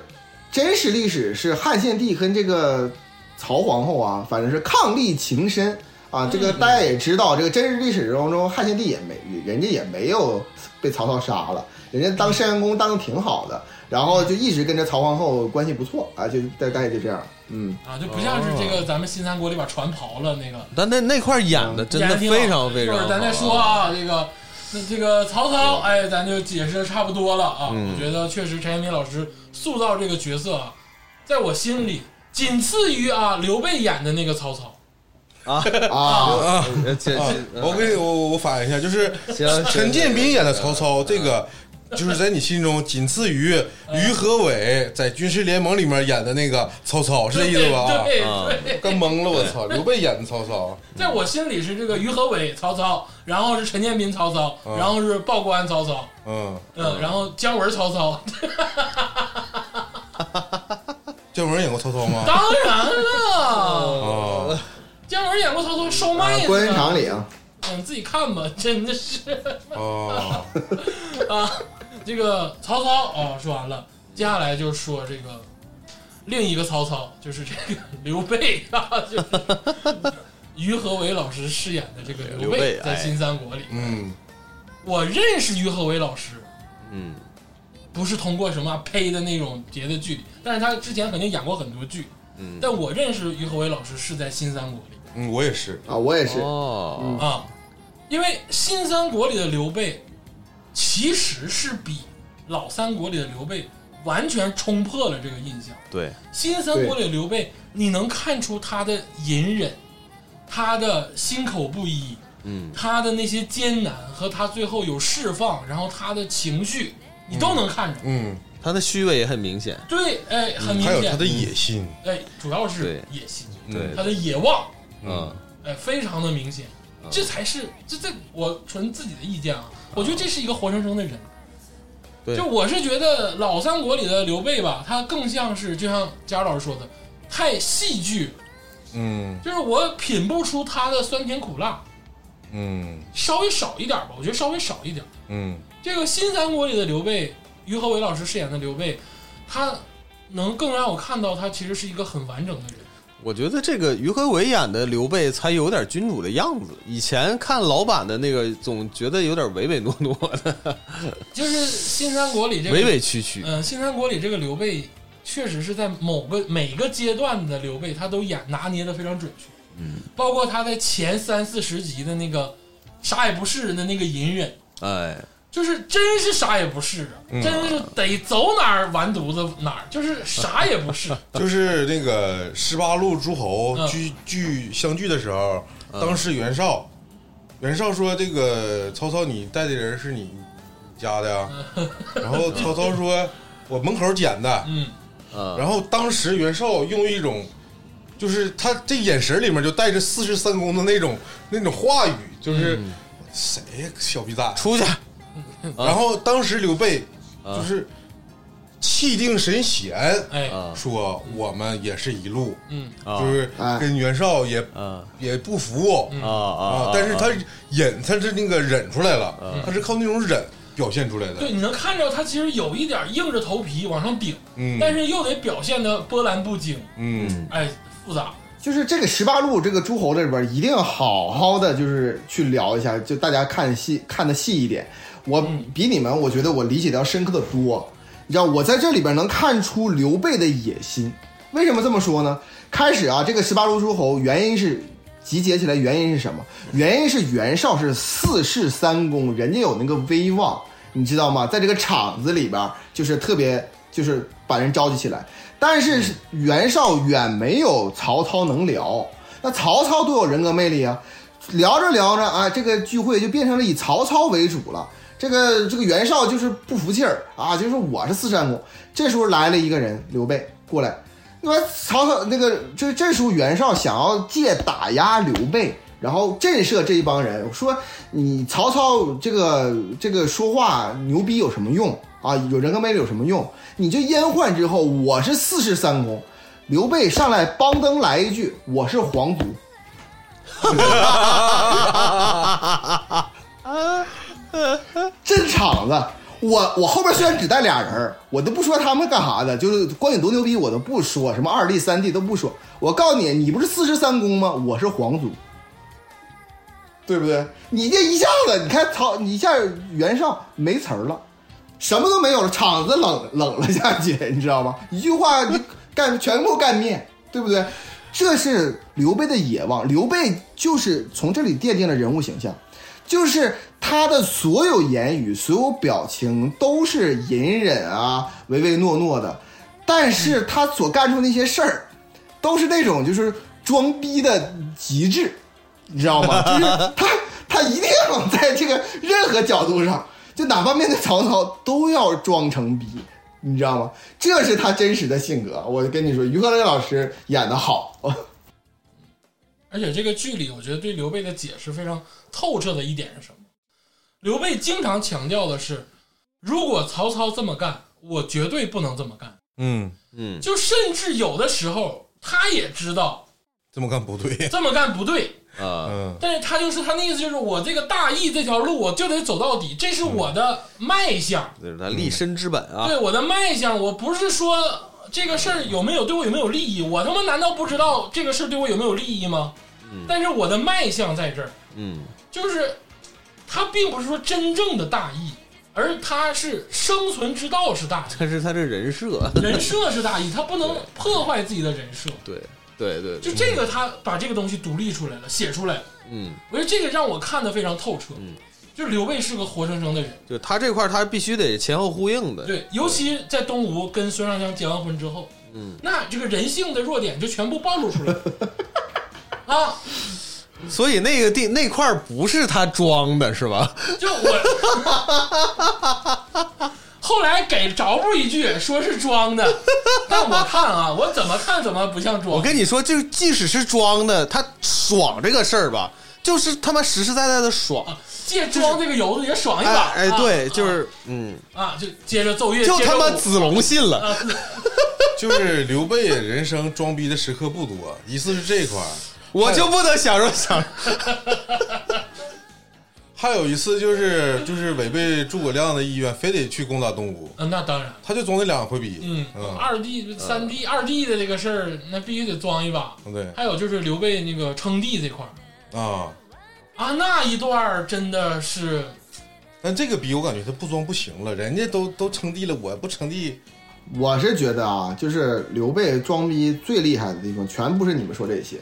Speaker 3: 真实历史是汉献帝跟这个曹皇后啊，反正是伉俪情深啊。这个大家也知道，这个真实历史当中，汉献帝也没人家也没有被曹操杀了，人家当山阳公当的挺好的，然后就一直跟着曹皇后关系不错啊，就大大概就这样。嗯，
Speaker 1: 啊，就不像是这
Speaker 4: 哦
Speaker 1: 个咱们新三国里把船刨了那个。
Speaker 4: 但那那块儿演的真
Speaker 1: 演
Speaker 4: 的
Speaker 1: 得挺好
Speaker 4: 非常非
Speaker 1: 一
Speaker 4: 常
Speaker 1: 会
Speaker 4: 好。
Speaker 1: 儿咱再说啊，这个那这个曹操，哎，咱就解释的差不多了啊。
Speaker 4: 嗯
Speaker 1: 我觉得确实陈建斌老师塑造这个角色啊，在我心里仅次于啊刘备演的那个曹操。
Speaker 4: 啊，
Speaker 3: 啊，
Speaker 2: 啊，
Speaker 4: 呃这
Speaker 2: 啊
Speaker 4: 这
Speaker 2: 我
Speaker 1: 嗯
Speaker 2: 给你我我我反映一下，就是
Speaker 4: 行
Speaker 2: 陈建斌演的曹
Speaker 1: 嗯
Speaker 2: 操，这个就是在你心中仅次于于和伟在《军事联盟》里面演的那个曹操，是这意思吧？啊，
Speaker 1: 对
Speaker 4: 啊
Speaker 1: 对对，
Speaker 2: 干懵了，我操！刘备演的曹操，
Speaker 1: 在我心里是这个于和伟曹操，然后是陈建斌曹操，
Speaker 2: 嗯
Speaker 1: 然后是报国安曹操，
Speaker 2: 嗯，
Speaker 1: 嗯，然后姜文曹操，
Speaker 2: 姜文演过曹操吗？
Speaker 1: 当然
Speaker 4: 嗯
Speaker 1: 了，
Speaker 2: 啊，
Speaker 1: 姜文演过曹操收
Speaker 3: 啊
Speaker 1: 麦子，
Speaker 3: 关云长岭，
Speaker 1: 嗯，自己看吧，真的是。
Speaker 2: 哦，
Speaker 1: 啊，这个曹操哦，说完了，接下来就是说这个另一个曹操，就是这个刘备 啊，就是于和伟老师饰演的这个
Speaker 4: 刘
Speaker 1: 刘
Speaker 4: 备
Speaker 1: 备，
Speaker 4: 哎
Speaker 1: 在新三国里，
Speaker 2: 嗯，
Speaker 1: 我认识于和伟老师，
Speaker 4: 嗯，
Speaker 1: 不是通过什么呸的那种别的剧，但是他之前肯定演过很多剧，嗯，但我认识于和伟老师是在新三国里
Speaker 2: 嗯，我也是，
Speaker 3: 啊，我也是，
Speaker 2: 嗯
Speaker 4: 哦，
Speaker 1: 啊，因为新三国里的刘备其实是比老三国里的刘备完全冲破了这个印象。
Speaker 4: 对，
Speaker 1: 新三国里的刘备，你能看出他的隐忍，他的心口不一，
Speaker 4: 嗯，
Speaker 1: 他的那些艰难和他最后有释放，然后他的情绪，你都能看着。
Speaker 2: 嗯，
Speaker 4: 他的虚伪也很明显，
Speaker 1: 对，哎，很明
Speaker 2: 还有他
Speaker 1: 显
Speaker 2: 的，野心，
Speaker 1: 哎，主要是
Speaker 4: 对
Speaker 1: 野心，
Speaker 4: 对
Speaker 1: 他的野望，
Speaker 4: 嗯，
Speaker 1: 哎，非常的明显。这才是这这我纯自己的意见啊，我觉得这是一个活生生的人。
Speaker 4: 对
Speaker 1: 就我是觉得老三国里的刘备吧，他更像是就像佳儿老师说的，太戏剧了
Speaker 2: 嗯
Speaker 1: 就是我品不出它的酸甜苦辣，
Speaker 2: 嗯
Speaker 1: 稍微少一点吧，我觉得稍微少一点。
Speaker 2: 嗯
Speaker 1: 这个新三国里的刘备，于和伟老师饰演的刘备，他能更让我看到他其实是一个很完整的人。
Speaker 4: 我觉得这个于和伟演的刘备才有点君主的样子。以前看老版的那个，总觉得有点唯唯诺诺 的，
Speaker 1: 就是新三国里这个，
Speaker 4: 委委屈屈。
Speaker 1: 嗯、新三国里这个刘备，确实是在某个每个阶段的刘备，他都演拿捏的非常准确。嗯，包括他在前三四十集的那个啥也不是的那个隐忍，
Speaker 2: 嗯
Speaker 4: 哎，
Speaker 1: 就是真是啥也不是啊，真是得走哪儿完犊子哪儿，就是啥也不是。
Speaker 2: 就是那个十八路诸侯
Speaker 1: 嗯
Speaker 2: 聚聚相聚的时候，当时袁绍，袁绍说：“这个曹操，你带的人是你家的呀？”然后曹操说：“我门口捡的。
Speaker 1: 嗯，”
Speaker 4: 嗯，
Speaker 2: 然后当时袁绍用一种，就是他这眼神里面就带着四十三公的那种那种话语，就是
Speaker 1: 嗯
Speaker 2: 谁呀，小逼崽子。
Speaker 4: 出 去，
Speaker 2: 然后当时刘备
Speaker 4: 啊
Speaker 2: 就是气定神闲，
Speaker 1: 哎，
Speaker 4: 啊
Speaker 2: 说我们也是一路，
Speaker 1: 嗯，
Speaker 4: 啊
Speaker 2: 就是
Speaker 3: 哎
Speaker 2: 跟袁绍也、
Speaker 4: 啊
Speaker 2: 也不服、
Speaker 4: 啊啊
Speaker 2: 啊，！但是他忍，他是那个忍出来了，他是靠那种忍表现出来的。
Speaker 1: 对，你能看着他其实有一点硬着头皮往上顶，
Speaker 2: 嗯
Speaker 1: 但是又得表现的波澜不惊，
Speaker 2: 嗯，
Speaker 1: 哎，复杂。
Speaker 3: 就是这个十八路这个诸侯这里边，一定要好好的就是去聊一下，就大家看细看的细一点。我比你们，我觉得我理解的要深刻的多。你知道，我在这里边能看出刘备的野心。为什么这么说呢？开始啊，这个十八路诸侯原因是集结起来，原因是什么？原因是袁绍是四世三公，人家有那个威望，你知道吗？在这个场子里边儿，就是特别就是把人召集起来。但是袁绍远没有曹操能聊，那曹操多有人格魅力啊！聊着聊着啊，这个聚会就变成了以曹操为主了。这个这个袁绍就是不服气儿啊，就是我是四山公。这时候来了一个人，刘备过来，那么曹操那个这这时候袁绍想要借打压刘备，然后震慑这一帮人，说你曹操这个这个说话牛逼有什么用啊？有人格魅力有什么用？你这阉宦之后，我是四世三公，刘备上来邦登来一句，我是皇族。这场子，我我后边虽然只带俩人儿，我都不说他们干啥的，就是关羽多牛逼我都不说，什么二弟三弟都不说。我告诉你，你不是四十三公吗？我是皇族，对不对？你这一下子，你看曹，你一下袁绍没词儿了，什么都没有了，场子冷冷了下去，你知道吗？ 一句话就干全部干灭，对不对？这是刘备的野望，刘备就是从这里奠定了人物形象。就是他的所有言语、所有表情都是隐忍啊、唯唯诺诺的，但是他所干出那些事儿，都是那种就是装逼的极致，你知道吗？就是他他一定要在这个任何角度上，就哪怕面对曹操都要装成逼，你知道吗？这是他真实的性格。我跟你说，于和伟老师演的好，
Speaker 1: 而且这个剧里，我觉得对刘备的解释非常透彻的一点是什么？刘备经常强调的是，如果曹操这么干，我绝对不能这么干。
Speaker 2: 嗯，
Speaker 4: 嗯，
Speaker 1: 就甚至有的时候，他也知道
Speaker 2: 这么干不对。
Speaker 1: 这么干不对，
Speaker 4: 啊，
Speaker 2: 嗯
Speaker 1: 但是他就是他那意思就是我这个大义这条路我就得走到底，这是我的脉象，
Speaker 4: 这是他立身之本
Speaker 2: 嗯
Speaker 4: 啊。
Speaker 1: 对我的脉象，我不是说这个事儿有没有对我有没有利益，我他妈难道不知道这个事儿对我有没有利益吗？但是我的脉象在这儿，
Speaker 4: 嗯，
Speaker 1: 就是他并不是说真正的大义，而他是生存之道是 大义，
Speaker 4: 但是他这人设，
Speaker 1: 人设是大义，他不能破坏自己的人设。
Speaker 4: 对对对，
Speaker 1: 就这个，他把这个东西独立出来了，写出来了。
Speaker 4: 嗯，
Speaker 1: 我觉得这个让我看的非常透彻。就是刘备是个活生生的人，
Speaker 4: 就他这块儿他必须得前后呼应的。
Speaker 1: 对，尤其在东吴跟孙尚香结完婚之后，
Speaker 4: 嗯，
Speaker 1: 那这个人性的弱点就全部暴露出来了。 啊，
Speaker 4: 所以那个地那块儿不是他装的，是吧？
Speaker 1: 就我， 后来给着补一句，说是装 的，但我看啊，我怎么看怎么不像装。
Speaker 4: 我跟你说，就即使是装的，他爽这个事儿吧，就是他妈实实在在的爽。
Speaker 1: 啊借装这个由子也爽一
Speaker 4: 哎
Speaker 1: 把。
Speaker 4: 哎，
Speaker 1: 啊
Speaker 4: 对，
Speaker 1: 啊
Speaker 4: 就是嗯，
Speaker 1: 啊，就接着奏乐，
Speaker 4: 就
Speaker 1: 接着
Speaker 4: 他妈
Speaker 1: 舞
Speaker 4: 子龙信了。
Speaker 1: 啊，
Speaker 2: 就是刘备人生装逼的时刻不多，一次是这块儿，
Speaker 4: 我就不能享受享受。
Speaker 2: 还有一次就是就是违背诸葛亮的意愿，非得去攻打东吴，
Speaker 1: 啊那当然，
Speaker 2: 他就总得两回比。
Speaker 1: 嗯，
Speaker 2: 嗯，
Speaker 1: 二弟、三弟、二弟的这个事儿，那必须得装一把。
Speaker 2: 嗯对
Speaker 1: 还有就是刘备那个称帝这块儿
Speaker 2: 啊，
Speaker 1: 啊，那一段儿真的是
Speaker 2: 但这个逼我感觉他不装不行了，人家都都称帝了，我不称 帝，
Speaker 3: 我是觉得啊，就是刘备装逼最厉害的地方，全不是你们说这些，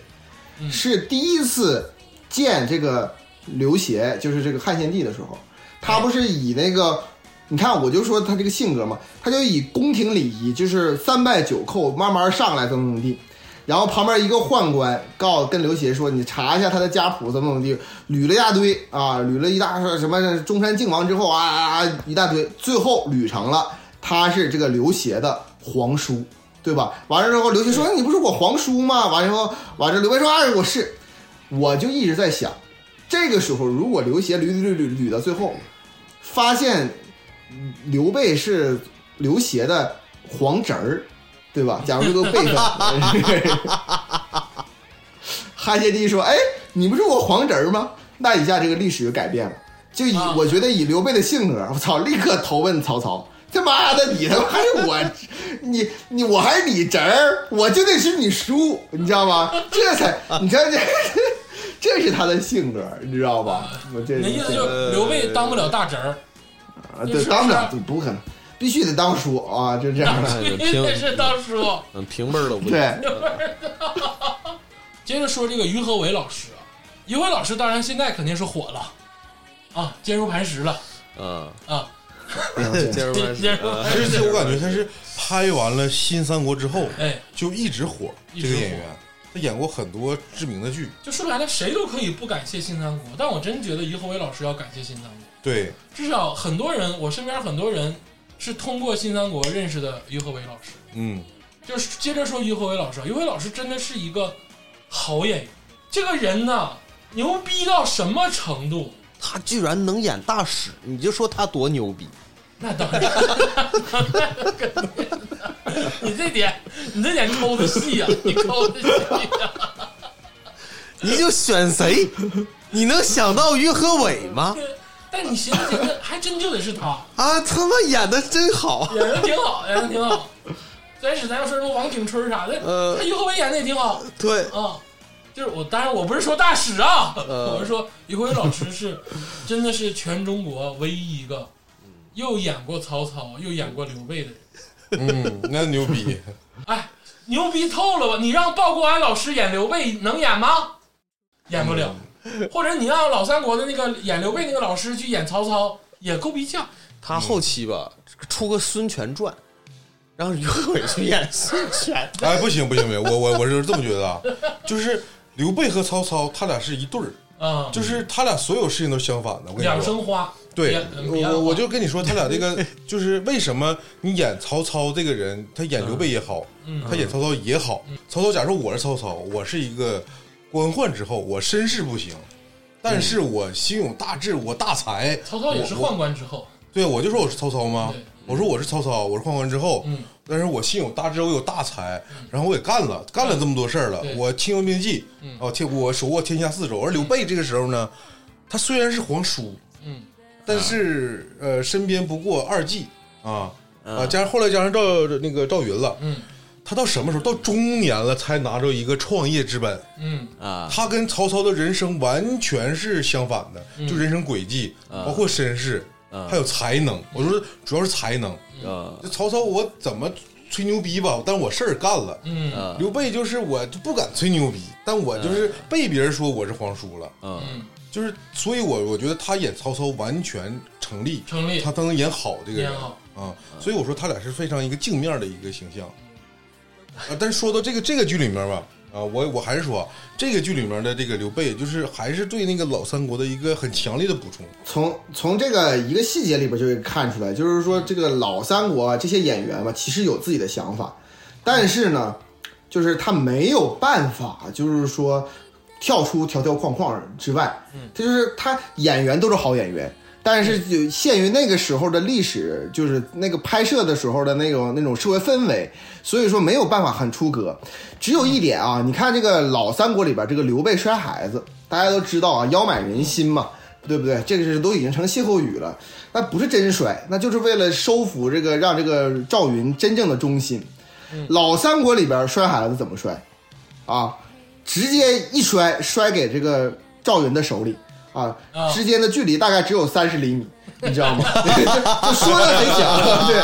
Speaker 1: 嗯
Speaker 3: 是第一次见这个刘协，就是这个汉献帝的时候，他不是以那个，你看我就说他这个性格嘛，他就以宫廷礼仪，就是三拜九叩，慢慢上来怎么怎么地。然后旁边一个宦官告跟刘协说：“你查一下他的家谱怎么怎么地，捋了一大堆啊，捋了一大什么中山靖王之后啊啊啊一大堆，最后捋成了他是这个刘协的皇叔，对吧？完了之后，刘协说：‘你不是我皇叔吗？’完了之后，完了刘备说：‘哎，我是。’我就一直在想，这个时候如果刘协捋捋捋捋捋到最后，发现嗯刘备是刘协的皇侄儿，对吧？假如这个辈分，汉献帝说：“哎，你不是我皇侄儿吗？”那一下这个历史就改变了。就以、
Speaker 1: 啊
Speaker 3: 我觉得以刘备的性格，我操，立刻投奔曹操。他妈的，你他妈还是我，你你我还是你侄儿，我就得是你叔，你知道吗？这才你知道这这是他的性格，你知道吧？我这
Speaker 1: 你的意思就是
Speaker 4: 呃
Speaker 1: 刘备当不了大侄儿，
Speaker 3: 啊，
Speaker 1: 是不
Speaker 3: 对，
Speaker 1: 是
Speaker 3: 当不了，不可能，必须得当叔啊，就这样的。
Speaker 4: 哎
Speaker 1: 必须得是当叔。
Speaker 4: 嗯，平辈儿都不
Speaker 3: 对，
Speaker 1: 接着说这个于和伟老师啊，于和伟老师当然现在肯定是火了啊，坚如磐石了
Speaker 4: 嗯，
Speaker 1: 啊，
Speaker 4: 接着
Speaker 1: 坚坚如
Speaker 4: 说。啊
Speaker 1: 磐
Speaker 2: 而且
Speaker 1: 石，
Speaker 2: 我感觉他是拍完了《新三国》之后
Speaker 1: 哎，
Speaker 2: 就一直火，
Speaker 1: 一
Speaker 2: 这
Speaker 1: 直
Speaker 2: 个
Speaker 1: 火
Speaker 2: 演员，他演过很多知名的剧，
Speaker 1: 就说白了，谁都可以不感谢新三国，但我真觉得于和伟老师要感谢新三国，
Speaker 2: 对，
Speaker 1: 至少很多人，我身边很多人是通过新三国认识的于和伟老师。
Speaker 2: 嗯，
Speaker 1: 就是接着说于和伟老师，于和伟老师真的是一个好演员，这个人呐，牛逼到什么程度？
Speaker 4: 他居然能演大使，你就说他多牛逼！
Speaker 1: 那当然， 你这点，你这点抠的细呀、你抠的啊细呀、
Speaker 4: 你就选谁？你能想到于和伟吗？
Speaker 1: 但你寻思寻思，还真就得是他，
Speaker 4: 啊，他妈演的真好！啊
Speaker 1: 演的挺好，演的挺好。最开始咱要说什么王景春啥的，
Speaker 4: 呃
Speaker 1: 他于和伟演的也挺好
Speaker 4: 对，
Speaker 1: 啊。就是我，当然我不是说大使啊，
Speaker 4: 呃
Speaker 1: 我是说于和伟老师是真的是全中国唯一一个又演过曹操又演过刘备的人。
Speaker 2: 嗯，那牛 逼，
Speaker 1: 哎，牛逼透了吧？你让鲍国安老师演刘备能演吗？演不了。
Speaker 2: 嗯
Speaker 1: 或者你让老三国的那个演刘备那个老师去演曹操，也够逼呛。
Speaker 4: 他后期吧，出个《孙权传》，让于和伟去演孙权。
Speaker 2: 哎，不行不行不行，我我我是这么觉得啊，就是刘备和曹操他俩是一对儿，
Speaker 1: 啊、
Speaker 2: 就是他俩所有事情都是相反的，我跟
Speaker 1: 两
Speaker 2: 你说。
Speaker 1: 生花。
Speaker 2: 对
Speaker 1: 别，别
Speaker 2: 我我就跟你说，他俩这个就是为什么你演曹操这个人，他演刘备也好，
Speaker 1: 嗯
Speaker 2: 他演曹操也好。曹操，假如我是曹操，我是一个官宦之后，我身世不行，但是我心有大志，我大才。
Speaker 1: 曹操也是
Speaker 2: 我
Speaker 1: 宦，官之后，
Speaker 2: 我对，我就说我是曹操吗
Speaker 1: 对？
Speaker 2: 我说我是曹操，我是宦官之后，
Speaker 1: 嗯
Speaker 2: 但是我心有大志，我有大才，然后我也干了，干了这么多事儿了
Speaker 1: 嗯对，
Speaker 2: 我清游并济
Speaker 1: 嗯，
Speaker 2: 哦，天，我手握天下四周。而刘备这个时候呢，他虽然是皇叔，
Speaker 1: 嗯，
Speaker 2: 但是呃，身边不过二季啊啊，
Speaker 4: 嗯
Speaker 2: 加上后来加上赵那个赵云了，
Speaker 1: 嗯
Speaker 2: 他到什么时候到中年了才拿着一个创业之本？
Speaker 1: 嗯
Speaker 4: 啊，
Speaker 2: 他跟曹操的人生完全是相反的，
Speaker 1: 嗯
Speaker 2: 就人生轨迹，
Speaker 4: 啊
Speaker 2: 包括身世，
Speaker 4: 嗯
Speaker 2: 还有才能。我说主要是才能。
Speaker 4: 啊
Speaker 2: 这曹操我怎么吹牛逼吧，但我事儿干了。
Speaker 1: 嗯
Speaker 4: 啊
Speaker 2: 刘备就是我就不敢吹牛逼，但我就是被别人说我是皇叔了，
Speaker 4: 啊
Speaker 1: 嗯，
Speaker 2: 就是所以我，我觉得他演曹操完全成立，
Speaker 1: 成立
Speaker 2: 他他能演好这个人
Speaker 1: 演好
Speaker 2: 啊，所以我说他俩是非常一个镜面的一个形象。啊，但是说到这个这个剧里面吧，啊，我我还是说这个剧里面的这个刘备，就是还是对那个老三国的一个很强烈的补充。
Speaker 3: 从从这个一个细节里边就会看出来，就是说这个老三国啊，这些演员吧，其实有自己的想法，但是呢，就是他没有办法，就是说跳出条条框框之外，他就是他演员都是好演员。但是就限于那个时候的历史，就是那个拍摄的时候的那种那种社会氛围，所以说没有办法很出格。只有一点啊，你看这个老三国里边这个刘备摔孩子，大家都知道啊，腰买人心嘛，对不对？这个是都已经成歇后语了，那不是真摔，那就是为了收服这个让这个赵云真正的忠心。老三国里边摔孩子怎么摔啊？直接一摔摔给这个赵云的手里啊
Speaker 1: 啊，
Speaker 3: 之间的距离大概只有三十厘米，你知道吗？ 就说的很响， 对。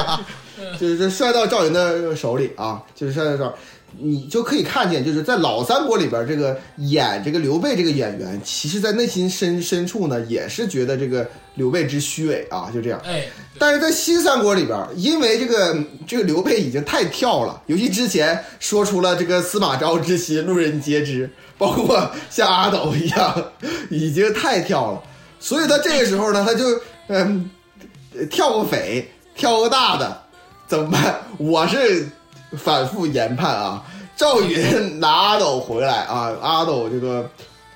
Speaker 3: 就是摔到赵云的手里啊，就是摔到赵，你就可以看见，就是在老三国里边，这个演这个刘备这个演员，其实在内心深深处呢，也是觉得这个刘备之虚伪啊，就这样。
Speaker 1: 哎，
Speaker 3: 但是在新三国里边，因为这个这个刘备已经太跳了，尤其之前说出了这个司马昭之心，路人皆知，包括像阿斗一样，已经太跳了。所以他这个时候呢，他就嗯，跳个匪，跳个大的，怎么办？我是反复研判啊，赵云 拿阿斗回来啊，阿斗这个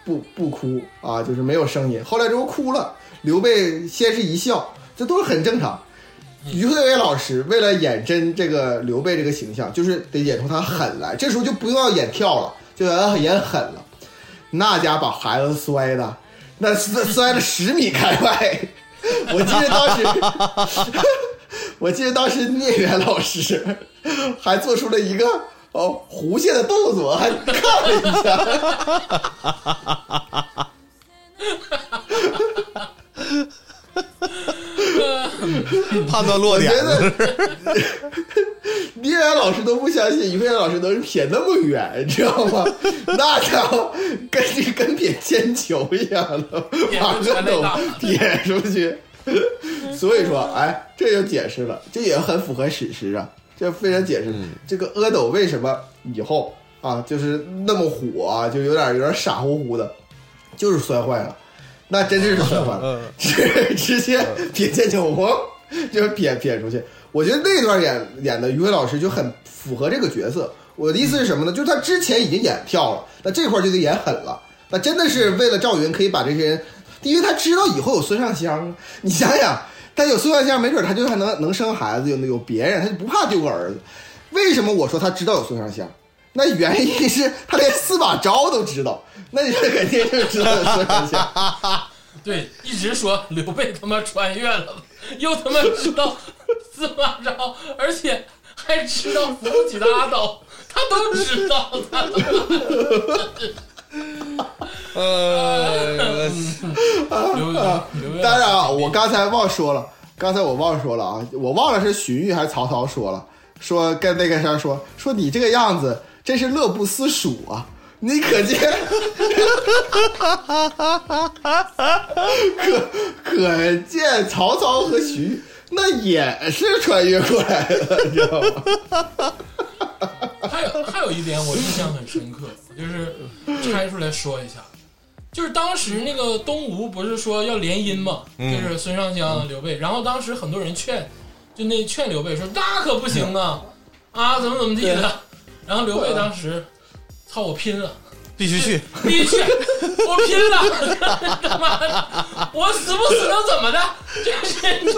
Speaker 3: 不不哭啊，就是没有声音。后来之后哭了，刘备先是一笑，这都是很正常。于和伟老师为了演真这个刘备这个形象，就是得演出他狠来，这时候就不用要演跳了，就要演狠了。那家把孩子摔的，那摔摔了十米开外。我记得当时， 我记得当时聂远老师还做出了一个哦弧线的动作，还看了一下。
Speaker 4: 判断落点
Speaker 3: 觉得 聂远老师都不相信于飞老师能撇那么远，你知道吗？那家伙跟跟撇铅球一样的，把
Speaker 1: 出
Speaker 3: 个
Speaker 1: 全垒
Speaker 3: 斗
Speaker 1: 打
Speaker 3: 撇出去。所以说，哎，这就解释了，这也很符合史实啊，这非常解释、这个阿斗为什么以后啊就是那么虎啊，就有点有点傻乎乎的，就是摔坏了，那真是摔坏了， 直直接撇溅酒红，就是撇撇出去。我觉得那段演演的于伟老师就很符合这个角色。我的意思是什么呢？就是他之前已经演跳了，那这块儿就得演狠了。那真的是为了赵云可以把这些人，因为他知道以后有孙尚香，你想想，他有孙尚香，没准他就还能能生孩子，有有别人，他就不怕丢个儿子。为什么我说他知道有孙尚香？那原因是他连司马昭都知道，那你肯定就知道有孙尚香。
Speaker 1: 对，一直说刘备他妈穿越了，又他妈知道司马昭，而且还知道扶不起的阿斗，他都知道他
Speaker 4: 呃，
Speaker 1: 刘刘刘
Speaker 3: 当然啊，我刚才忘说了，刚才我忘说了啊，我忘了是荀彧还是曹操说了，说跟那个啥说说你这个样子真是乐不思蜀啊。你可见， 可可见曹操和荀彧那也是穿越过来的，你知道吗？
Speaker 1: 还有还有一点我印象很深刻，就是拆出来说一下，就是当时那个东吴不是说要联姻嘛，就是孙尚香、刘备，然后当时很多人劝，就那劝刘备说那可不行啊，啊怎么怎么地的，然后刘备当时，操我拼了。
Speaker 4: 必须去，
Speaker 1: 必须，我拼了！他妈的，我死不死能怎么的？就是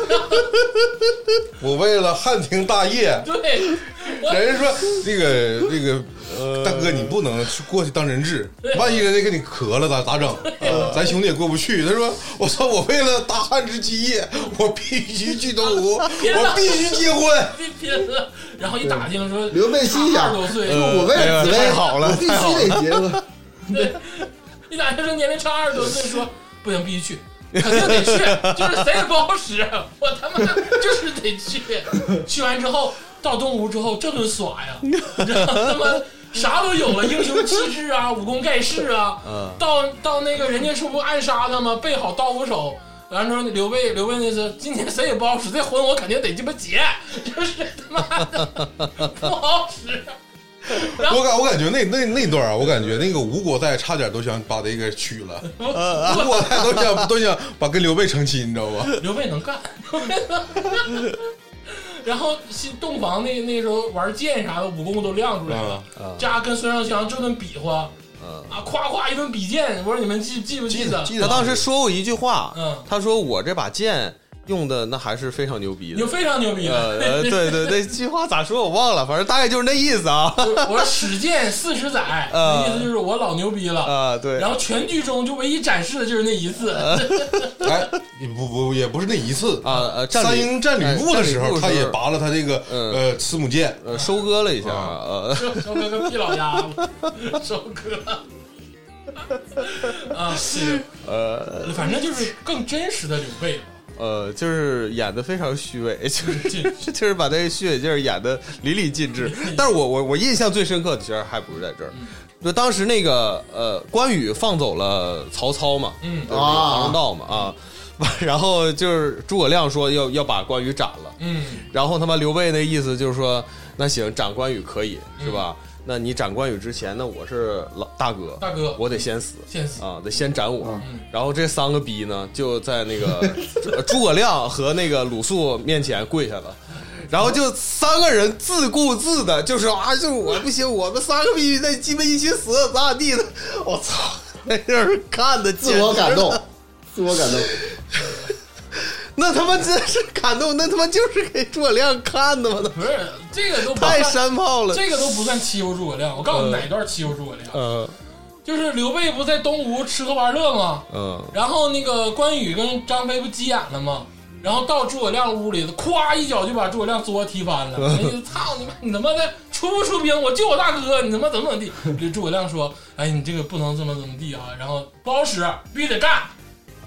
Speaker 2: 我为了汉庭大业，
Speaker 1: 对，我
Speaker 2: 人家说这个这个呃大哥，你不能去过去当人质，万一人家给你咳了咋咋整？咱兄弟也过不去。他说：“我操，我为了大汉之基业，我必须去东吴，我必须结婚。
Speaker 1: 被拼了。然后一打听说，
Speaker 3: 刘备心
Speaker 1: 二
Speaker 3: 想呃
Speaker 1: 十多岁，
Speaker 3: 我为了紫薇，
Speaker 4: 哎呀太好了
Speaker 3: 我必须得结婚。
Speaker 1: 对，一打听说年龄差二十多岁，说不行，必须去。肯定得去，就是谁也不好使，我他妈就是得去。去完之后到东吴之后，这顿耍呀，你知道他妈啥都有了，英雄气质啊，武功盖世啊。
Speaker 4: 嗯
Speaker 1: 到到那个人家是不暗杀他吗？备好刀斧手。完之后，刘备刘备那是今天谁也不好使，这魂我肯定得鸡巴劫，就是他妈的 不好使。啊
Speaker 2: 我感我感觉那那那段啊，我感觉那个吴国代差点都想把这个娶了，吴国代都想都想把跟刘备成亲，你知道吧？
Speaker 1: 刘备能干， 然后新洞房那那时候玩剑啥的，武功都亮出来了。
Speaker 4: 啊
Speaker 1: 家跟孙尚香这顿比划
Speaker 4: 嗯，
Speaker 1: 啊，夸夸一顿比剑，我说你们记记不记得？
Speaker 2: 记
Speaker 4: 他
Speaker 2: 得
Speaker 4: 当时说过一句话
Speaker 1: 嗯，
Speaker 4: 他说我这把剑用的那还是非常牛逼
Speaker 1: 你
Speaker 4: 的
Speaker 1: 们。非常牛逼
Speaker 4: 呃，
Speaker 1: 了。
Speaker 4: 呃对对，那句话咋说我忘了，反正大概就是那意思啊。
Speaker 1: 我我使剑四十载，
Speaker 4: 呃
Speaker 1: 那意思就是我老牛逼了。
Speaker 4: 啊，对，
Speaker 1: 然后全剧中就唯一展示的就是那一次，
Speaker 2: 哎，也不不也不是那一次
Speaker 4: 啊，呃，战
Speaker 2: 三
Speaker 4: 吕
Speaker 2: 英战吕布的时候，
Speaker 4: 哎战吕布的时候
Speaker 2: 他也拔了他这个
Speaker 4: 嗯
Speaker 2: 呃慈母剑，
Speaker 4: 呃收割了一下，
Speaker 2: 啊
Speaker 4: 呃，
Speaker 1: 收割个屁老鸭子，收割。 啊，是，
Speaker 4: 呃
Speaker 1: 反正就是更真实的刘备了。
Speaker 4: 呃，就是演的非常虚伪，就是
Speaker 1: 这
Speaker 4: 就是把那个虚伪劲儿演的淋漓尽致。但是我我我印象最深刻的其实还不是在这儿，就当时那个呃关羽放走了曹操嘛，
Speaker 1: 嗯
Speaker 4: 就是
Speaker 3: 啊
Speaker 4: 黄蓉道嘛啊， 然后就是诸葛亮说要要把关羽斩了，
Speaker 1: 嗯。
Speaker 4: 然后他妈刘备那意思就是说那行斩关羽可以是吧？那你斩关羽之前，那我是老大哥，
Speaker 1: 嗯大哥
Speaker 4: 我得先死。
Speaker 1: 现死，
Speaker 4: 啊，得先斩我
Speaker 1: 嗯。
Speaker 4: 然后这三个逼呢，就在那个诸诸葛亮和那个鲁肃面前跪下了。然后就三个人自顾自的，就是啊，就是我不行，我们三个必须得鸡巴一起死，咋咋地的。我操，那让人看的
Speaker 3: 自我感动，自我感动。
Speaker 4: 那他妈真是感动，那他妈就是给诸葛亮看的嘛，
Speaker 1: 不是这个都不
Speaker 4: 太
Speaker 1: 算
Speaker 4: 山炮了。
Speaker 1: 这个都不算欺负诸葛亮。我告诉你哪段欺负诸葛亮，
Speaker 4: 呃
Speaker 1: 就是刘备不在东吴吃喝玩乐吗？
Speaker 4: 嗯
Speaker 1: 然后那个关羽跟张飞不急眼了吗？然后到诸葛亮屋里，咵一脚就把诸葛亮桌踢翻了。 哎呀操你妈！你他妈的出不出兵？我救我大哥！你他妈怎么怎么地？这诸葛亮说：“哎，你这个不能这么怎么地啊！然后不好使，必须得干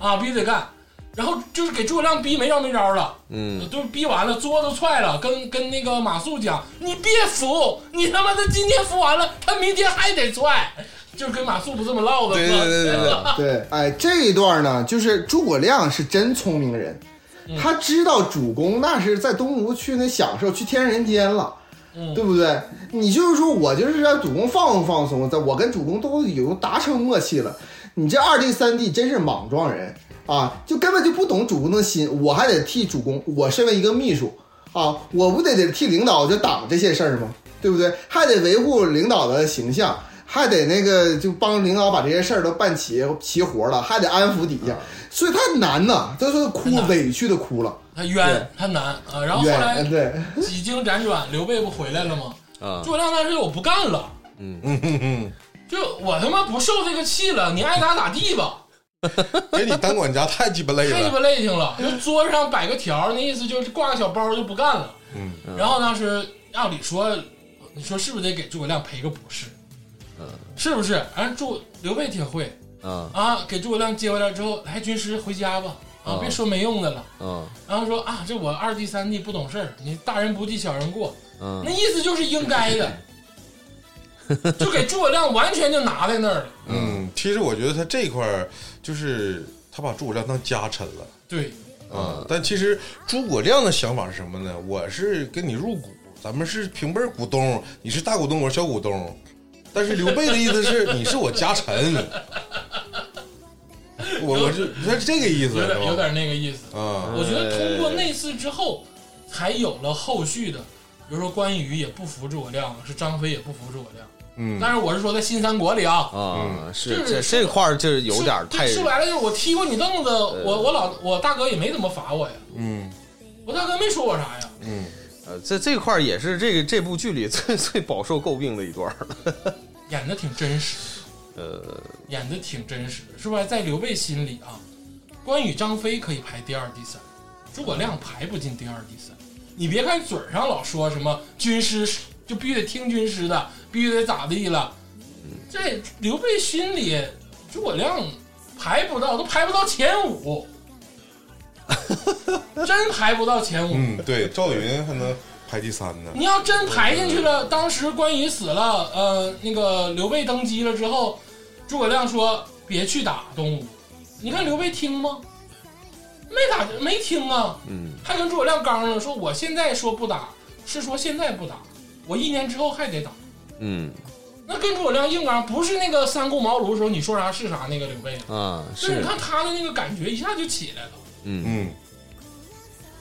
Speaker 1: 啊，必须得干。”然后就是给诸葛亮逼没招没招了。
Speaker 4: 嗯，
Speaker 1: 都逼完了，桌都踹了，跟跟那个马谡讲，你别服，你他妈的今天服完了，他明天还得踹，就是跟马谡不这么唠的
Speaker 2: 对
Speaker 1: 吗
Speaker 2: 对对对对
Speaker 3: 对，哎，这一段呢，就是诸葛亮是真聪明人，他知道主公那是在东吴去那享受，去天上人间了。
Speaker 1: 嗯
Speaker 3: 对不对？你就是说我就是让主公放松放松，在我跟主公都有达成默契了。你这二弟三弟真是莽撞人啊，就根本就不懂主公的心。我还得替主公，我身为一个秘书啊，我不得得替领导就挡这些事儿吗？对不对？还得维护领导的形象，还得那个就帮领导把这些事儿都办齐齐活了，还得安抚底下，所以他难呐，他说哭
Speaker 1: 啊难
Speaker 3: 委屈的哭了，
Speaker 1: 他冤他难啊。然后后来
Speaker 3: 冤对，
Speaker 1: 几经辗转，刘备不回来了吗？
Speaker 4: 啊
Speaker 1: 诸葛亮当时我不干了，
Speaker 2: 嗯，
Speaker 1: 就我他妈不受这个气了，你爱咋咋地吧，
Speaker 2: 给你当管家太鸡巴累
Speaker 1: 太鸡
Speaker 2: 了，
Speaker 1: 巴累挺了。就桌子上摆个条儿，那意思就是挂个小包就不干了。
Speaker 2: 嗯，
Speaker 1: 然后当时按理说，你说是不是得给诸葛亮赔个不是？是不是？哎，诸刘备挺会
Speaker 4: 啊
Speaker 1: 啊，给诸葛亮接回来之后，来军师回家吧，啊，
Speaker 4: 啊
Speaker 1: 别说没用的了。
Speaker 4: 嗯
Speaker 1: 然后说啊，这我二弟三弟不懂事儿，你大人不计小人过，那
Speaker 4: 嗯
Speaker 1: 意思就是应该 的，就给诸葛亮完全就拿在那儿了。
Speaker 2: 嗯，其实我觉得他这块儿就是他把诸葛亮当家臣了。
Speaker 1: 对，
Speaker 2: 啊、但其实诸葛亮的想法是什么呢？我是跟你入股，咱们是平辈儿股东，你是大股东，我是小股东。但是刘备的意思 是，你是我家臣，我我是他是这个意思，
Speaker 1: 有点有
Speaker 2: 是吧？
Speaker 1: 点那个意思。
Speaker 2: 啊，
Speaker 1: 我觉得通过那次之后，才有了后续的，比如说关羽也不服诸葛亮，是张飞也不服诸葛亮。
Speaker 2: 嗯，
Speaker 1: 但是我是说在新三国里啊，
Speaker 4: 啊，是
Speaker 1: 就是
Speaker 4: 这这块儿就是有点儿太呃
Speaker 1: 说说白了就是我踢过你凳子，我我老我大哥也没怎么罚我呀，
Speaker 2: 嗯
Speaker 1: 我大哥没说我啥呀。
Speaker 2: 嗯，
Speaker 4: 呃，在这块儿也是这个这部剧里 最最饱受诟病的一段儿了。
Speaker 1: 演的挺真实，
Speaker 4: 呃，
Speaker 1: 演的挺真实，是吧？在刘备心里啊，关羽、张飞可以排第二、第三，诸葛亮排不进第二、第三。你别看嘴上老说什么军师就必须得听军师的，必须得咋地了，在刘备心里，诸葛亮排不到，都排不到前五，真排不到前五。
Speaker 2: 嗯，对，赵云还能排第三呢。
Speaker 1: 你要真排进去了，当时关羽死了，呃，那个刘备登基了之后，诸葛亮说别去打东吴。你看刘备听吗？没打，没听啊。嗯，还跟诸葛亮刚了，说我现在说不打，是说现在不打，我一年之后还得打。
Speaker 4: 嗯
Speaker 1: 那跟诸葛亮硬刚，不是那个三顾茅庐的时候你说啥是啥那个刘备啊。
Speaker 4: 啊
Speaker 1: 所以你
Speaker 4: 是
Speaker 1: 看他的那个感觉一下就起来了。
Speaker 4: 嗯
Speaker 2: 嗯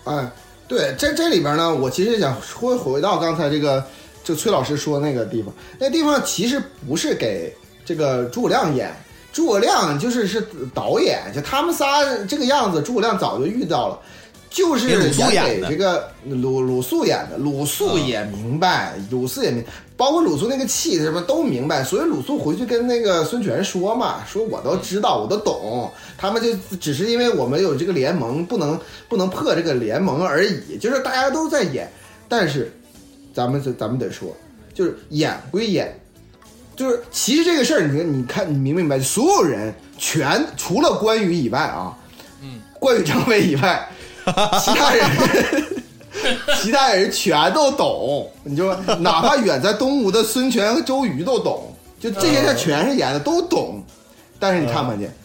Speaker 3: 哎，对，这这里边呢，我其实想说回到刚才这个，就崔老师说那个地方，那地方其实不是给这个诸葛亮演，诸葛亮就是是导演，就他们仨这个样子，诸葛亮早就遇到了。就是
Speaker 4: 给鲁肃
Speaker 3: 演
Speaker 4: 演
Speaker 3: 给
Speaker 4: 的啊
Speaker 3: 这个鲁鲁肃演的，鲁肃也明白，鲁肃也明，包括鲁肃那个气什么都明白，所以鲁肃回去跟那个孙权说嘛，说我
Speaker 4: 嗯
Speaker 3: 都知道，我都懂，他们就只是因为我们有这个联盟，不能不能破这个联盟而已，就是大家都在演，但是咱们咱们得说，就是演归演，就是其实这个事儿，你你看你明不明白？所有人全除了关羽以外啊，
Speaker 1: 嗯，
Speaker 3: 关羽、张飞以外， 其他人其他人全都懂，你 就哪怕远在东吴的孙权和周瑜都懂，就这些他全是演的都懂，但是你看
Speaker 1: 嗯
Speaker 3: 不看见？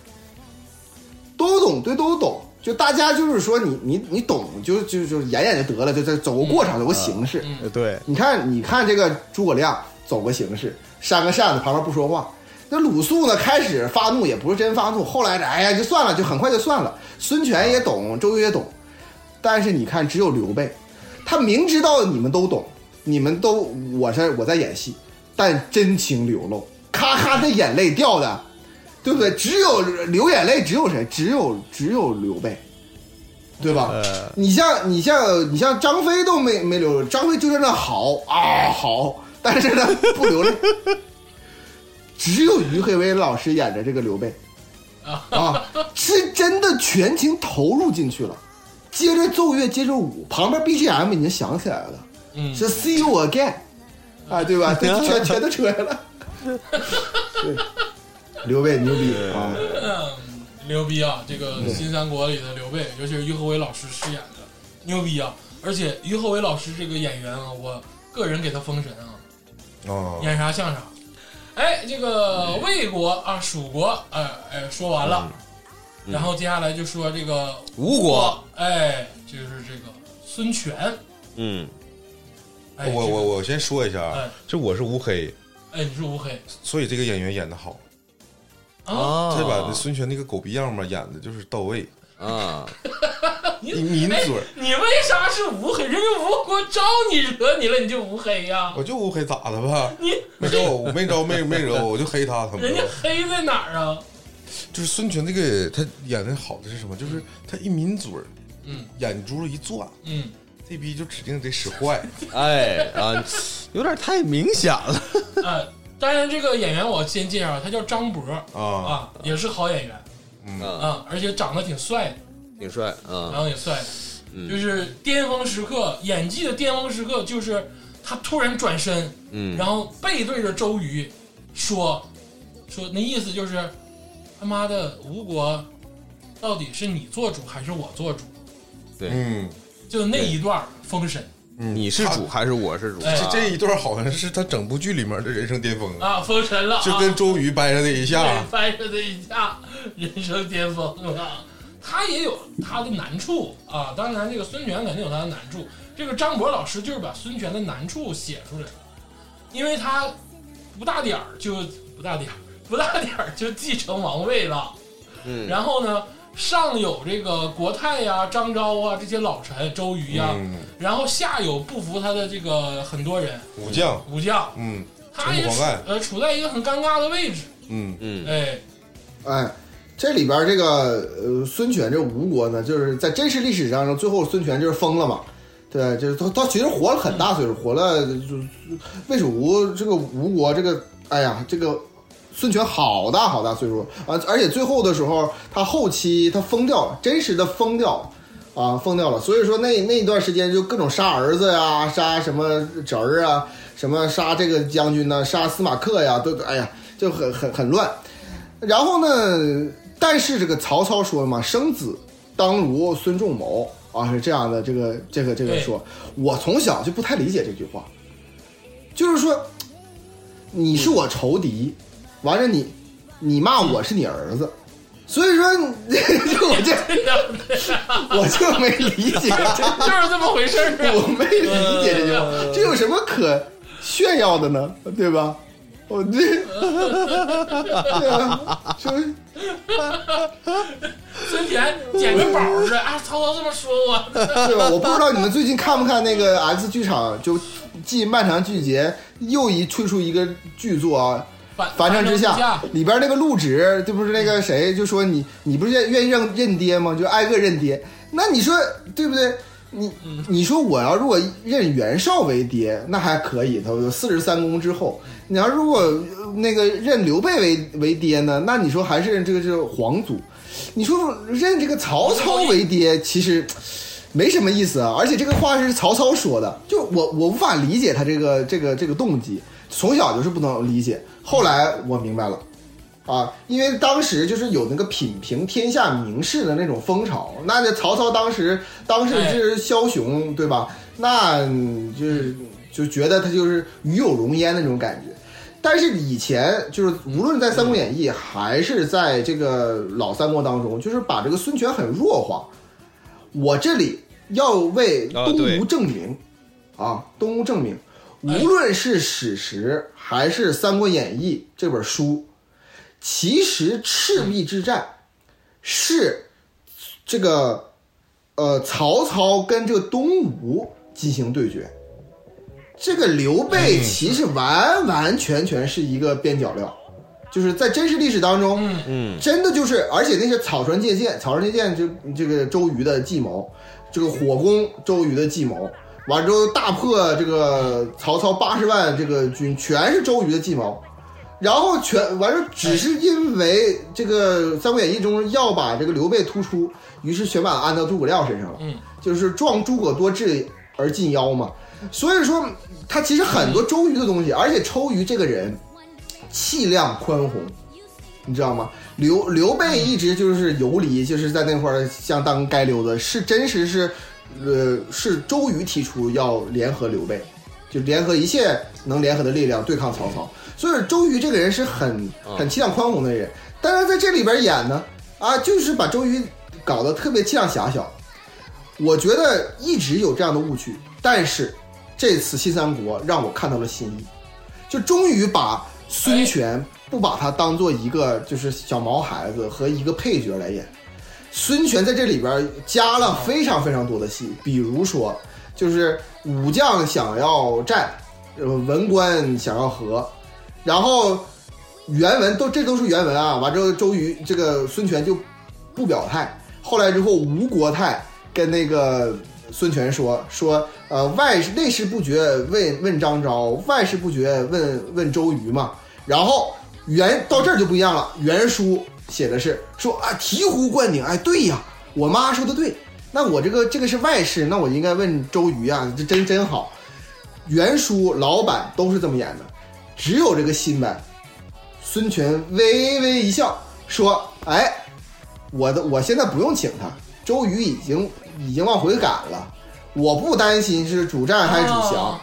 Speaker 3: 都懂，对，都懂。就大家就是说你你你懂，就就就演演就得了，就就走个过场，走个形式。
Speaker 1: 嗯
Speaker 4: 呃对
Speaker 3: 你看，你看这个诸葛亮走个形式，扇个扇子，旁边不说话。那鲁肃呢，开始发怒也不是真发怒，后来哎呀就算了，就很快就算了。孙权也懂，周瑜也懂，但是你看，只有刘备，他明知道你们都懂，你们都我在我在演戏，但真情流露，咔咔的眼泪掉的，对不对？只有流眼泪，只有谁？只有只有刘备，对吧？
Speaker 4: 呃
Speaker 3: 你像你像你像张飞都没没流泪，张飞就在那嚎啊嚎，但是呢不流泪。只有于和伟老师演的这个刘备，啊，是真的全情投入进去了，接着奏乐，接着舞，旁边 BGM 已经响起来了，
Speaker 1: 嗯，
Speaker 3: 是 See you again，啊，对吧？这全全都出来了。对，刘备牛逼啊！
Speaker 1: 嗯，牛逼啊！这个《新三国》里的刘备，尤其是于和伟老师饰演的，牛逼啊！而且于和伟老师这个演员啊，我个人给他封神啊，
Speaker 2: 啊，
Speaker 1: 演啥像啥。哎，这个
Speaker 2: 嗯
Speaker 1: 魏国啊，蜀国，哎哎，说完了，
Speaker 2: 嗯
Speaker 1: 然后接下来就说这个
Speaker 4: 吴国，
Speaker 1: 哎，就是这个孙权，
Speaker 4: 嗯
Speaker 1: 哎，
Speaker 2: 我我我先说一下
Speaker 1: 哎
Speaker 2: 啊，这我是乌黑，
Speaker 1: 这个，哎，你是乌 黑
Speaker 2: 所以这个演员演的好，
Speaker 1: 啊？
Speaker 2: 这把那孙权那个狗逼样嘛演的就是到位，
Speaker 4: 啊
Speaker 2: 一抿嘴儿，
Speaker 1: 哎你为啥是乌黑？人家吴国招你惹你了，你就乌黑呀？
Speaker 2: 我就乌黑咋的吧？
Speaker 1: 哦你
Speaker 2: 没招我，没招没没惹 我，我就黑他他们
Speaker 1: 人家。黑在哪儿啊？
Speaker 2: 就是孙权这个他演的好的是什么？就是他一抿嘴儿，
Speaker 1: 嗯
Speaker 2: 眼珠一转，
Speaker 1: 嗯，
Speaker 2: 这逼就指定得使 坏。
Speaker 4: 哎啊，有点太明显了。
Speaker 1: 呃，当然这个演员我先介绍，他叫张博
Speaker 2: 啊
Speaker 1: 啊，也是好演员
Speaker 4: 啊，
Speaker 1: 啊，而且长得挺帅的，
Speaker 4: 挺帅
Speaker 1: 然
Speaker 4: 啊，
Speaker 1: 后也帅的，
Speaker 2: 嗯
Speaker 1: 就是巅峰时刻演技的巅峰时刻，就是他突然转身，
Speaker 4: 嗯
Speaker 1: 然后背对着周瑜说说那意思就是他妈的吴国到底是你做主还是我做主？
Speaker 2: 嗯，
Speaker 1: 就那一段儿封神
Speaker 4: 你是主还是我是主？啊
Speaker 1: 哎
Speaker 2: 这这一段好像是他整部剧里面的人生巅峰，
Speaker 1: 啊，封神了啊，
Speaker 2: 就跟周瑜掰扯这一下
Speaker 1: 对，，翻身的一下，人生巅峰啊！他也有他的难处啊，当然这个孙权肯定有他的难处。这个张博老师就是把孙权的难处写出来了，因为他不大点儿就不大点儿不大点儿就继承王位了，
Speaker 4: 嗯
Speaker 1: 然后呢，上有这个国泰呀、张昭啊这些老臣，周瑜呀、
Speaker 2: 嗯，
Speaker 1: 然后下有不服他的这个很多人
Speaker 2: 武将，
Speaker 1: 武将，
Speaker 2: 嗯
Speaker 1: 他也
Speaker 2: 陈
Speaker 1: 处
Speaker 2: 广干
Speaker 1: 呃处在一个很尴尬的位置，
Speaker 2: 嗯
Speaker 4: 嗯
Speaker 1: 哎，
Speaker 3: 哎，这里边这个呃孙权这吴国呢，就是在真实历史上，最后孙权就是疯了嘛。对，就是他，他其实活了很大岁数，活了就魏蜀吴这个吴国这个，哎呀，这个孙权好大好大岁数啊！而且最后的时候，他后期他疯掉了，真实的疯掉了啊，疯掉了。所以说那那一段时间就各种杀儿子呀，杀什么侄儿啊，什么杀这个将军呐、杀司马克呀，都哎呀，就很很很乱。然后呢，但是这个曹操说了嘛，生子当如孙仲谋啊，是这样的，这个这个这个
Speaker 1: 对
Speaker 3: 说， 我从小就不太理解这句话，就是说，你是我仇敌，完了你你骂我是你儿子，所以说 我这我就没理解这
Speaker 1: 就是这么回事儿
Speaker 3: 我
Speaker 1: 啊。
Speaker 3: 没理解这句话，这有什么可炫耀的呢？对吧？我这， 对啊，说
Speaker 1: 孙田捡个宝儿似的啊，曹操这么说我，
Speaker 3: 对吧？我不知道你们最近看不看那个 X 剧场，就继《漫长季节》又一推出一个剧作啊，
Speaker 1: 反
Speaker 3: 《凡城之下
Speaker 1: 下》
Speaker 3: 里边那个陆植，这不是那个谁就说你你不是愿愿意认认爹吗？就挨个认爹，那你说对不对？你
Speaker 1: 嗯
Speaker 3: 你说我要如果认袁绍为爹，那还可以，他有四十三公之后。
Speaker 1: 嗯
Speaker 3: 你要如果呃那个认刘备为为爹呢，那你说还是认这个是皇族。你说认这个曹操为爹，其实没什么意思啊。而且这个话是曹操说的，就我我无法理解他这个这个这个动机，从小就是不能理解。后来我明白了。啊，因为当时就是有那个品评天下名士的那种风潮，那就曹操当时当时是枭雄，对吧？那嗯就是就觉得他就是与有荣焉那种感觉。但是以前就是无论在《三国演义》还是在这个老三国当中，就是把这个孙权很弱化。我这里要为
Speaker 4: 啊
Speaker 3: 东
Speaker 4: 对
Speaker 3: 吴证明，啊，东吴证明，无论是史实还是《三国演义》这本书，其实赤壁之战是这个呃曹操跟这个东吴进行对决，这个刘备其实完完全全是一个边角料。就是在真实历史当中，嗯，真的就是，而且那些草船借箭，草船借箭就这个周瑜的计谋，这个火攻周瑜的计谋，完之后大破这个曹操八十万这个军，全是周瑜的计谋。然后全完了，只是因为这个《三国演义》中要把这个刘备突出，于是全把他安到诸葛亮身上了。
Speaker 1: 嗯，
Speaker 3: 就是撞诸葛多智而近妖嘛。所以说，他其实很多周瑜的东西，而且周瑜这个人气量宽宏，你知道吗？刘刘备一直就是游离，就是在那块儿像当街溜子，是真实是，呃，是周瑜提出要联合刘备，就联合一切能联合的力量对抗曹操。所以周瑜这个人是很很气量宽宏的人，但是在这里边演呢，啊，就是把周瑜搞得特别气量狭小。我觉得一直有这样的误区，但是这次新三国让我看到了新意，就终于把孙权不把他当做一个就是小毛孩子和一个配角来演，孙权在这里边加了非常非常多的戏，比如说就是武将想要战，呃，文官想要和，然后原文都这都是原文啊。完之后，周瑜这个孙权就不表态。后来之后，吴国泰跟那个孙权说说，呃，外内事不决问问张昭，呃外事不决问问周瑜嘛。然后原到这儿就不一样了，原书写的是说啊醍醐灌顶，哎，对呀，我妈说的对。那我这个这个是外事，那我应该问周瑜啊，这真真好。原书老版都是这么演的，只有这个新版，孙权微微一笑说：“哎，我的我现在不用请他，周瑜已经已经往回赶了，我不担心是主战还是主降，
Speaker 1: 哦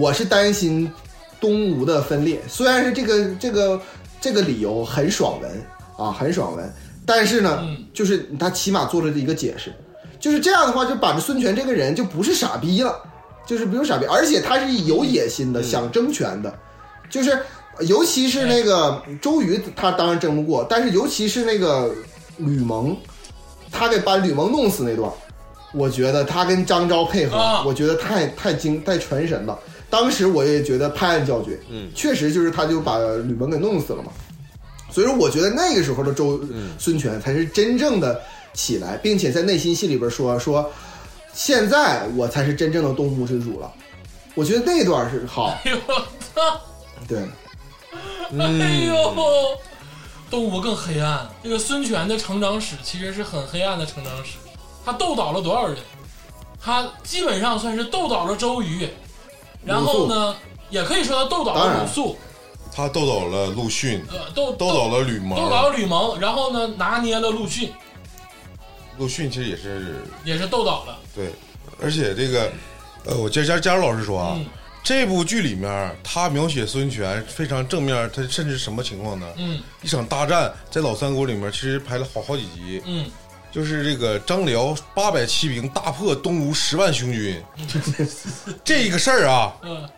Speaker 3: 我是担心东吴的分裂。虽然是这个这个这个理由很爽文啊，很爽文，但是呢，
Speaker 1: 嗯
Speaker 3: 就是他起码做了这一个解释，就是这样的话，就把这孙权这个人就不是傻逼了，就是不用傻逼，而且他是有野心
Speaker 1: 嗯
Speaker 3: 的，想争权的，就是尤其是那个周瑜，他当然争不过，但是尤其是那个吕蒙，他给把吕蒙弄死那段儿，我觉得他跟张昭配合，
Speaker 1: 啊
Speaker 3: 我觉得太太精太传神了。当时我也觉得拍案叫绝，
Speaker 4: 嗯，
Speaker 3: 确实就是他就把吕蒙给弄死了嘛。所以说，我觉得那个时候的周、孙权才是真正的起来，并且在内心戏里边说说，现在我才是真正的东吴之主了。我觉得那段是好，
Speaker 1: 哎呦我操！
Speaker 3: 对，
Speaker 1: 哎呦，东吴更黑暗。这个孙权的成长史其实是很黑暗的成长史，他斗倒了多少人？他基本上算是斗倒了周瑜，然后呢，也可以说他斗倒
Speaker 3: 当然
Speaker 1: 了鲁肃，
Speaker 2: 他斗倒了陆逊，
Speaker 1: 呃，斗
Speaker 2: 斗倒了吕蒙
Speaker 1: 斗，倒了吕蒙，然后呢，拿捏了陆逊，
Speaker 2: 陆逊其实也是
Speaker 1: 也是斗倒了，
Speaker 2: 对，而且这个，呃，我接着加加入老师说啊，
Speaker 1: 嗯
Speaker 2: 这部剧里面他描写孙权非常正面，他甚至什么情况呢？
Speaker 1: 嗯
Speaker 2: 一场大战在老三国里面其实拍了好好几集，
Speaker 1: 嗯，
Speaker 2: 就是这个张辽八百骑兵大破东吴十万雄军，这个事儿啊，
Speaker 1: 嗯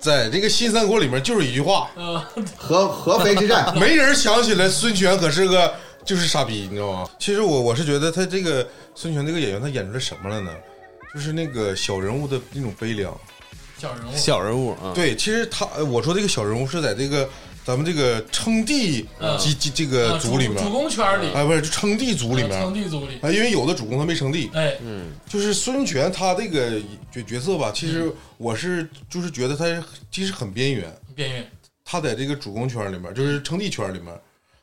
Speaker 2: 在这个新三国里面就是一句话，，
Speaker 1: 呃，
Speaker 3: 合合肥之战
Speaker 2: 没人想起来孙权可是个就是傻逼，你知道吗？其实我我是觉得他这个孙权这个演员，他演出来什么了呢？就是那个小人物的那种悲凉。
Speaker 1: 小人物，
Speaker 4: 小人物啊，
Speaker 2: 对，其实他呃我说这个小人物是在这个咱们这个称帝
Speaker 1: 嗯
Speaker 2: 及及这
Speaker 1: 呃
Speaker 2: 个族里面，
Speaker 1: 主公圈里，
Speaker 2: 哎，不是就称帝族里面嗯
Speaker 1: 呃称帝族里，
Speaker 2: 啊，因为有的主公他没称帝，
Speaker 1: 哎，
Speaker 2: 就是孙权他这个角角色吧，其
Speaker 1: 嗯
Speaker 2: 实我是就是觉得他其实很边缘，
Speaker 1: 边缘，
Speaker 2: 他在这个主公圈里面，就是称帝圈里面，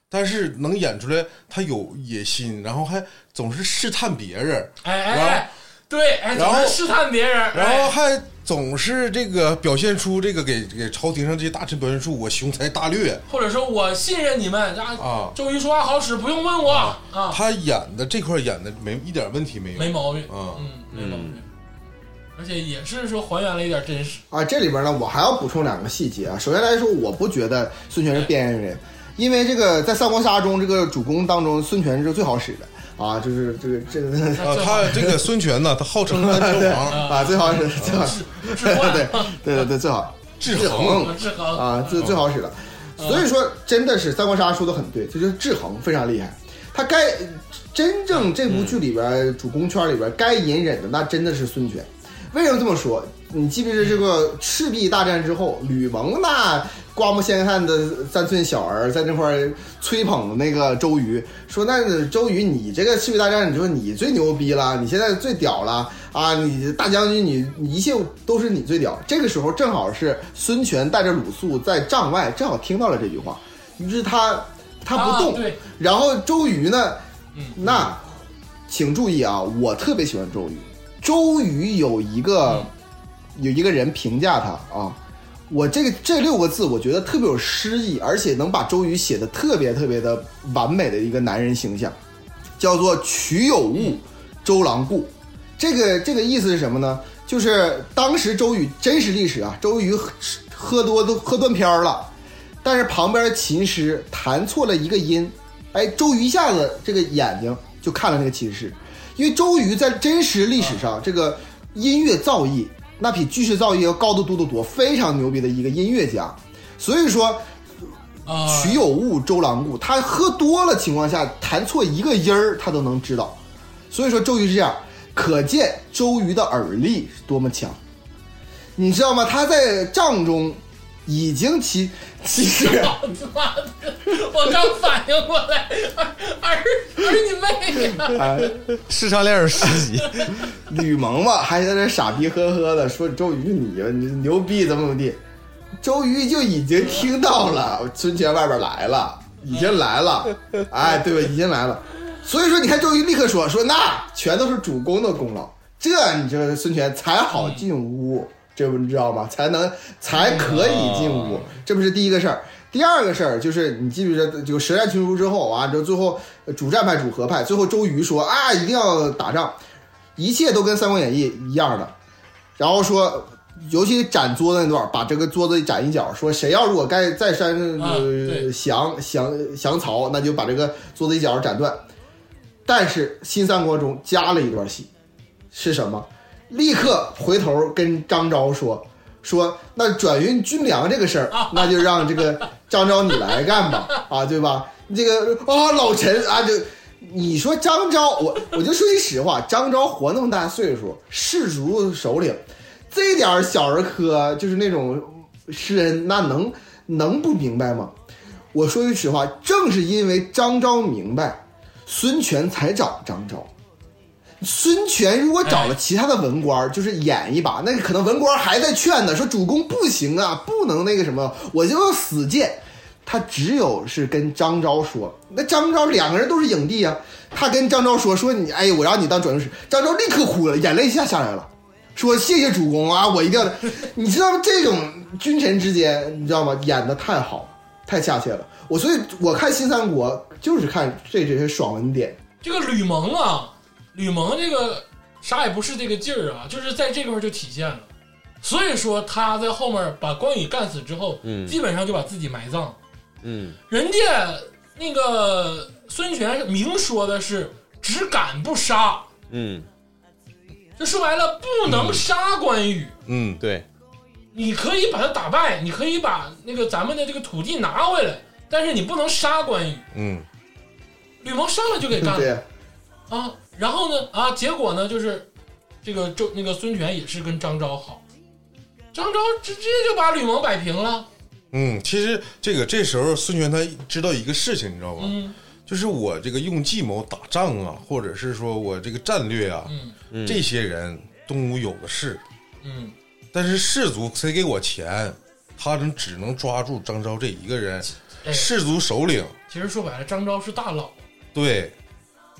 Speaker 2: 但是能演出来他有野心，然后还总是试探别人，
Speaker 1: 哎哎
Speaker 2: 然后
Speaker 1: 哎，对，哎，
Speaker 2: 然后
Speaker 1: 总是试探别人，
Speaker 2: 然后
Speaker 1: 哎
Speaker 2: 还总是这个表现出这个给给朝廷上这些大臣表现出我雄才大略
Speaker 1: 或者说我信任你们，啊，
Speaker 2: 啊。
Speaker 1: 周瑜说话好使，不用问我啊，
Speaker 2: 他演的这块演的没一点问题没有，
Speaker 1: 没毛病，
Speaker 2: 啊
Speaker 1: 嗯，没毛病，而且也是说还原了一点真实，
Speaker 3: 啊，这里边呢，我还要补充两个细节啊。首先来说，我不觉得孙权是边缘人，因为这个在三国杀中，这个主公当中，孙权是最好使的啊，就是这个这个
Speaker 2: 啊。他这个孙权呢，他号称安州 王
Speaker 3: 啊，最好使，最好使，
Speaker 1: 置
Speaker 3: 对
Speaker 1: 换
Speaker 3: 对对对，最好
Speaker 2: 制
Speaker 3: 制
Speaker 2: 衡嗯
Speaker 3: 衡，
Speaker 1: 啊制衡
Speaker 3: 啊，这最好使了。所以说，真的是三国杀说的很对，这就是制衡非常厉害。他该真正这部剧里边、主公圈里边该隐忍的，那真的是孙权。为什么这么说？你记不记得这个赤壁大战之后，吕蒙那刮目相看的三寸小儿在那块儿吹捧那个周瑜，说那周瑜你这个赤壁大战，你说你最牛逼了，你现在最屌了啊！你大将军你，你一切都是你最屌。这个时候正好是孙权带着鲁肃在帐外，正好听到了这句话，于是他他不动，
Speaker 1: 啊对，
Speaker 3: 然后周瑜呢，
Speaker 1: 嗯
Speaker 3: 那请注意啊，我特别喜欢周瑜。周瑜有一个、有一个人评价他啊，我这个这六个字我觉得特别有诗意，而且能把周瑜写的特别特别的完美的一个男人形象，叫做“曲有误，周郎顾”。这个这个意思是什么呢？就是当时周瑜真实历史啊，周瑜喝喝多都喝断片儿了，但是旁边琴师弹错了一个音，哎，周瑜一下子这个眼睛就看了那个琴师，因为周瑜在真实历史上这个音乐造诣那比剧式造诣要高得多得多，非常牛逼的一个音乐家，所以说
Speaker 1: 啊，
Speaker 3: 曲有误，周郎顾。他喝多了情况下弹错一个音儿，他都能知道。所以说周瑜是这样，可见周瑜的耳力是多么强。你知道吗？他在帐中已经其其实
Speaker 1: 他妈的！我刚反应过来， 儿儿儿你妹呀！
Speaker 3: 哎，
Speaker 4: 市场恋人十级，
Speaker 3: 吕蒙嘛还在那傻逼呵呵的说周瑜你你牛逼怎么怎么地，周瑜就已经听到了孙权外边来了，已经来了，哎，对吧？已经来了，所以说你看周瑜立刻说说那全都是主公的功劳，这你这孙权才好进屋，这不你知道吗？才能才可以进屋，这不是第一个事儿。第二个事儿就是，你记不记得这个舌战群儒之后啊，这最后呃主战派、主和派，最后周瑜说啊，一定要打仗，一切都跟《三国演义》一样的。然后说，尤其斩桌子那段儿，把这个桌子斩一角，说谁要如果该再山
Speaker 1: 啊对
Speaker 3: 呃降降降曹，那就把这个桌子一角斩断。但是新三国中加了一段戏，是什么？立刻回头跟张昭说说，那转运军粮这个事儿，那就让这个张昭你来干吧，啊，对吧？这个啊，老陈啊，就你说张昭，我我就说句实话，张昭活那么大岁数，士族首领，这点儿小儿科就是那种诗人，那能能不明白吗？我说句实话，正是因为张昭明白，孙权才找张昭。孙权如果找了其他的文官儿，就是演一把，那可能文官儿还在劝呢，说主公不行啊，不能那个什么，我就要死谏。他只有是跟张昭说，那张昭两个人都是影帝啊，他跟张昭说说你，哎，我让你当转运使，张昭立刻哭了，眼泪一下下来了。说谢谢主公啊，我一定要的。 你知道吗？这种君臣之间，你知道吗？演的太好，太恰切了。我所以，我看新三国就是看这这些爽文点。
Speaker 1: 这个吕蒙啊，吕蒙这个啥也不是这个劲儿啊，就是在这块儿就体现了。所以说他在后面把关羽干死之后，
Speaker 4: 嗯
Speaker 1: 基本上就把自己埋葬了。
Speaker 4: 嗯，
Speaker 1: 人家那个孙权明说的是只敢不杀，
Speaker 4: 嗯，
Speaker 1: 就说白了不能杀关羽。
Speaker 2: 嗯，
Speaker 4: 对，
Speaker 1: 你可以把他打败，你可以把那个咱们的这个土地拿回来，但是你不能杀关羽。
Speaker 2: 嗯，
Speaker 1: 吕蒙上来就给
Speaker 3: 对
Speaker 1: 干
Speaker 3: 不
Speaker 1: 了
Speaker 3: 对？
Speaker 1: 啊，然后呢啊，结果呢就是这个周那个孙权也是跟张昭好，张昭直接就把吕蒙摆平了。
Speaker 2: 嗯，其实这个这时候孙权他知道一个事情，你知道吧？
Speaker 1: 嗯
Speaker 2: 就是我这个用计谋打仗啊，或者是说我这个战略啊，
Speaker 1: 嗯
Speaker 4: 嗯
Speaker 2: 这些人东吴有的是，
Speaker 1: 嗯，
Speaker 2: 但是士族谁给我钱，他能只能抓住张昭这一个人，
Speaker 1: 哎，
Speaker 2: 士族首领，
Speaker 1: 其实说白了，张昭是大佬，
Speaker 2: 对。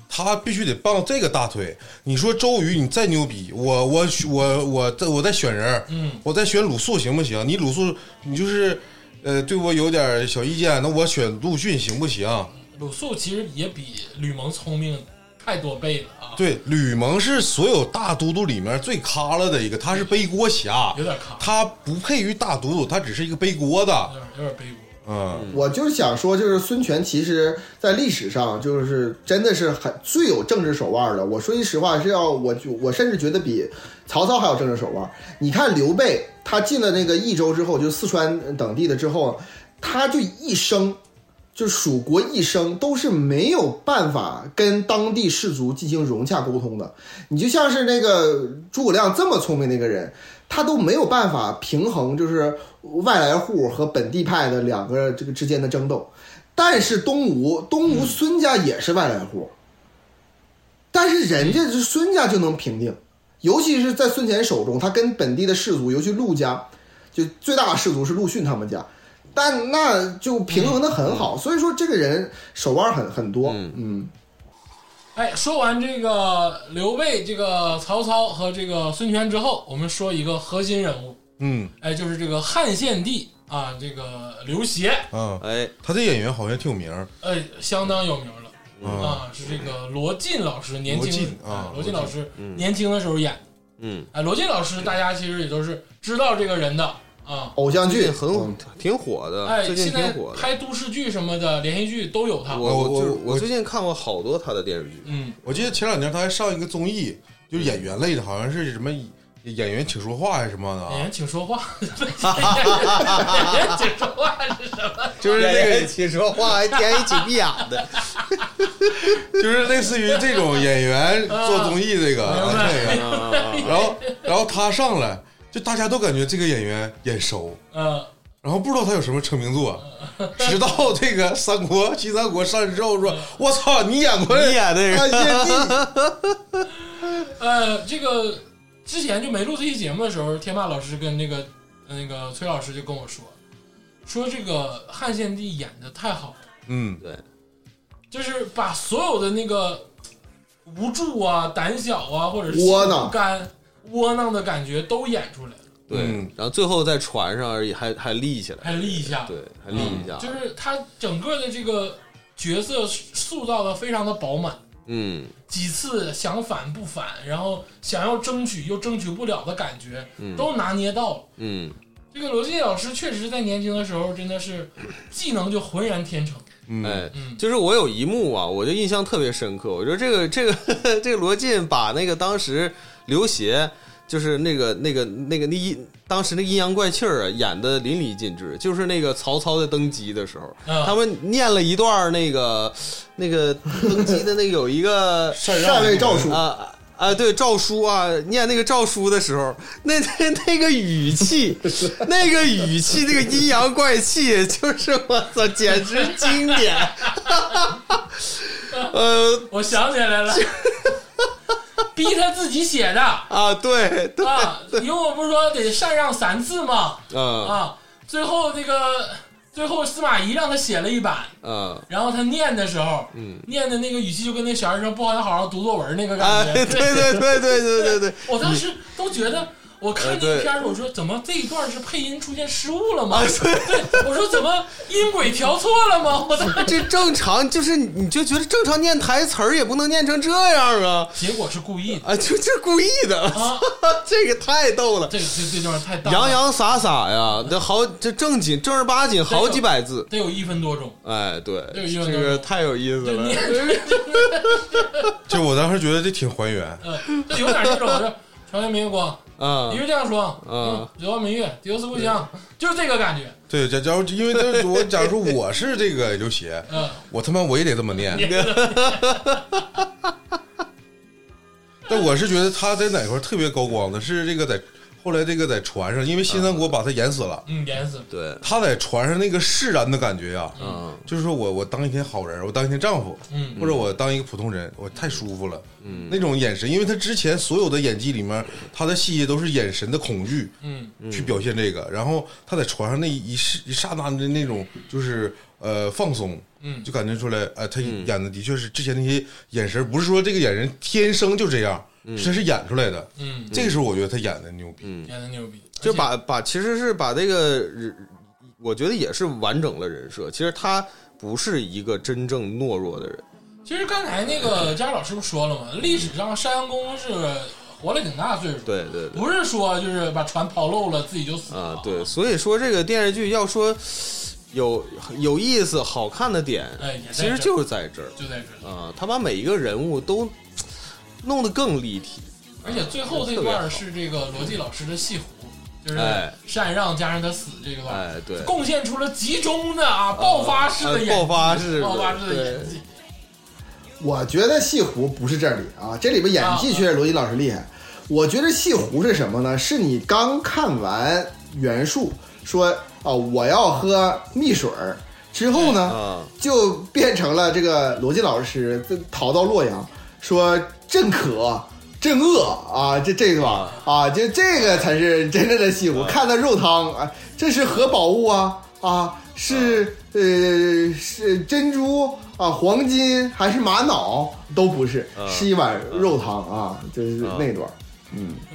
Speaker 2: 他必须得傍这个大腿。你说周瑜，你再牛逼，我我我我再我再选人，
Speaker 1: 嗯
Speaker 2: 我再选鲁肃行不行？你鲁肃，你就是，呃，对我有点小意见，那我选陆逊行不行？
Speaker 1: 嗯鲁肃其实也比吕蒙聪明太多倍了啊，
Speaker 2: 对，吕蒙是所有大都督里面最卡了的一个，他是背锅侠
Speaker 1: 有，点卡，
Speaker 2: 他不配于大都督，他只是一个背锅
Speaker 1: 有
Speaker 2: 的。
Speaker 1: 点有点背锅。
Speaker 2: 嗯
Speaker 3: 我就是想说，就是孙权其实在历史上就是真的是很最有政治手腕的。我说句实话，是要我就我甚至觉得比曹操还有政治手腕。你看刘备，他进了那个益州之后，就四川等地的之后，他就一生。就蜀国一生都是没有办法跟当地士族进行融洽沟通的。你就像是那个诸葛亮这么聪明的一个人，他都没有办法平衡，就是外来户和本地派的两个这个之间的争斗。但是东吴，东吴孙家也是外来户，但是人家是孙家就能平定，尤其是在孙权手中，他跟本地的氏族，尤其陆家，就最大的氏族是陆逊他们家，但那就平衡的很
Speaker 4: 嗯
Speaker 3: 好。所以说这个人手腕很很多，嗯，
Speaker 1: 哎，说完这个刘备、这个曹操和这个孙权之后，我们说一个核心人物，
Speaker 2: 嗯
Speaker 1: 哎，就是这个汉献帝啊，这个刘协，
Speaker 2: 啊，
Speaker 4: 哎，
Speaker 2: 他这演员好像挺有名儿。
Speaker 1: 哎，相当有名了。
Speaker 2: 嗯
Speaker 1: 啊，是这个罗晋老师年
Speaker 2: 罗
Speaker 1: 轻哎
Speaker 2: 晋啊
Speaker 1: 罗晋
Speaker 2: 罗
Speaker 1: 老师年轻的时候演的。
Speaker 4: 嗯，
Speaker 1: 哎，罗晋老师大家其实也都是知道这个人的啊。
Speaker 3: 偶像
Speaker 4: 最
Speaker 3: 剧嗯
Speaker 4: 近很嗯挺火的，
Speaker 1: 哎，
Speaker 4: 啊最近
Speaker 1: 现在
Speaker 4: 挺火的。
Speaker 1: 拍都市剧什么的，连续剧都有他。
Speaker 4: 哦我
Speaker 2: 我
Speaker 4: 我就是
Speaker 2: 我
Speaker 4: 我最近看过好多他的电视剧，
Speaker 1: 嗯，
Speaker 2: 我记得前两年他还上一个综艺，就是演员类的，好像是什么演员请说话还是什么的
Speaker 1: 演
Speaker 2: 啊。
Speaker 1: 员哎请说话， 演员请说话 是什么？
Speaker 4: 就是
Speaker 2: 演
Speaker 4: 那
Speaker 2: 员
Speaker 4: 个起哎说话还点一起闭眼的，
Speaker 2: 就是类似于这种演员做综艺这个，啊
Speaker 1: 明白
Speaker 2: 这个，然后然后他上来，就大家都感觉这个演员眼熟，
Speaker 1: 嗯。
Speaker 2: 然后不知道他有什么成名作，直到这个三国新三国上市之后说，我操，你演过
Speaker 4: 你演那
Speaker 2: 汉
Speaker 4: 个，
Speaker 2: 献帝？
Speaker 1: 呃，这个之前就没录这期节目的时候，天霸老师跟那个呃那个崔老师就跟我说，说这个汉献帝演的太好了，
Speaker 2: 嗯
Speaker 1: 就是把所有的那个无助啊、胆小啊，或者是
Speaker 3: 窝囊
Speaker 1: 不甘、窝囊的感觉都演出来了，
Speaker 4: 对
Speaker 2: 嗯，
Speaker 4: 然后最后在船上而已，还还立起来，嗯
Speaker 1: 还立一下，
Speaker 4: 对，还立一
Speaker 3: 啊
Speaker 4: 下，
Speaker 1: 就是他整个的这个角色塑造的非常的饱满。
Speaker 4: 嗯
Speaker 1: 几次想反不反，然后想要争取又争取不了的感觉，都拿捏到了。
Speaker 4: 嗯，
Speaker 1: 这个罗晋老师确实在年轻的时候真的是技能就浑然天成，
Speaker 2: 嗯
Speaker 4: 哎
Speaker 1: 嗯，
Speaker 4: 就是我有一幕啊，我就印象特别深刻。我觉得这个 这个这个罗晋把那个当时刘协就是那个那个那个那一当时那阴阳怪气儿啊，演的淋漓尽致。就是那个曹操在登基的时候，
Speaker 1: 嗯
Speaker 4: 他们念了一段那个那个登基的那个有一个
Speaker 3: 禅位诏书。
Speaker 4: 啊啊，对诏书啊，念那个诏书的时候，那那那个 语气，那个语气，那个阴阳怪气，就是我操，简直经典。 呃
Speaker 1: 我想起来 了，逼他自己写的
Speaker 4: 啊，对对，
Speaker 1: 啊，因为我不是说得禅让三次吗？
Speaker 4: 嗯
Speaker 1: 啊，最后这个最后司马懿让他写了一版，
Speaker 4: 嗯。
Speaker 1: 然后他念的时候，嗯，念的那个语气就跟那小学生不好好好读作文那个
Speaker 4: 啊，
Speaker 1: 感
Speaker 4: 对
Speaker 1: 觉，
Speaker 4: 对对对对对对，
Speaker 1: 我当时都觉得我看这
Speaker 4: 呃
Speaker 1: 个
Speaker 4: 对
Speaker 1: 片儿，我说怎么这一段是配音出现失误了吗？
Speaker 4: 啊，对，
Speaker 1: 对，我说怎么音轨调错了吗？我操！
Speaker 4: 这正常，就是你就觉得正常念台词儿也不能念成这样啊
Speaker 1: 结果是故意的
Speaker 4: 啊，就这故意的，
Speaker 1: 啊！
Speaker 4: 这个太逗了，
Speaker 1: 这个这这段太大了，
Speaker 4: 洋洋洒 洒呀，这好这正经正儿八经好几百字，
Speaker 1: 得有一分多钟。
Speaker 4: 哎，对，
Speaker 1: 这个英文
Speaker 4: 这
Speaker 1: 当
Speaker 4: 个
Speaker 1: 中
Speaker 4: 太有意思
Speaker 1: 就
Speaker 4: 了
Speaker 1: 你，
Speaker 2: 就我当时觉得这挺还原，
Speaker 1: 嗯，这有点那种 是朝阳明月光，
Speaker 4: 啊
Speaker 1: 一日降霜，
Speaker 4: 嗯
Speaker 1: 嗯，九阳明月，迪奥斯故乡，就是这个感觉。
Speaker 2: 对，假假如因为这我假如我是这个刘协，
Speaker 1: 嗯，
Speaker 2: 我他妈我也得这么念， 但我是觉得他在哪块儿特别高光的，是这个在后来这个在船上，因为新三国把他演死了，
Speaker 1: 嗯，严死。
Speaker 4: 对，
Speaker 2: 他在船上那个释然的感觉呀、
Speaker 4: 嗯
Speaker 2: 就是说我我当一天好人，我当一天丈夫，
Speaker 1: 嗯
Speaker 2: 或者我当一个普通人，我太舒服了，嗯，那种眼神，因为他之前所有的演技里面，他的细节都是眼神的恐惧，
Speaker 1: 嗯，
Speaker 2: 去表现这个，然后他在船上那一时一刹那的那种就是呃放松，
Speaker 1: 嗯
Speaker 2: 就感觉出来，呃，他演的的确是之前那些眼神，不是说这个演员天生就这样，这是演出来的，
Speaker 1: 嗯，
Speaker 2: 这个时候我觉得他演的牛逼，
Speaker 1: 演的牛逼，
Speaker 4: 就把把其实是把这个人，我觉得也是完整的人设，其实他不是一个真正懦弱的人，
Speaker 1: 其实刚才那个佳老师不说了吗？
Speaker 4: 嗯
Speaker 1: 历史上山阳公是活了挺大岁数，，
Speaker 4: 对对对。
Speaker 1: 不是说就是把船抛漏了自己就死了
Speaker 4: 啊，对，，所以说这个电视剧要说有有意思、好看的点，
Speaker 1: 哎也在
Speaker 4: 其实
Speaker 1: 这
Speaker 4: 就是在这儿
Speaker 1: 就在这里。
Speaker 4: 啊，他把每一个人物都弄得更立体，
Speaker 1: 而且最后这段是这个罗辑老师的戏胡，就是
Speaker 4: 哎
Speaker 1: 禅让加上他死这个段，
Speaker 4: 哎，对，
Speaker 1: 贡献出了集中的啊爆发式的演
Speaker 4: 呃
Speaker 1: 技，
Speaker 4: 爆发式的
Speaker 1: 爆发式的
Speaker 4: 对
Speaker 1: 演技。
Speaker 3: 我觉得戏胡不是这里啊，这里边演技确实罗辑老师厉害。我觉得戏胡是什么呢？是你刚看完原著，说啊我要喝蜜水儿之后呢，
Speaker 4: 啊，
Speaker 3: 就变成了这个罗辑老师自逃到洛阳，说朕渴。朕饿啊，这这个吧啊，这这个才是真正的戏胡。看他肉汤啊，这是何宝物啊啊，是呃是珍珠啊，黄金还是玛瑙都不是，
Speaker 4: 啊
Speaker 3: 是一碗肉汤啊，就是那段。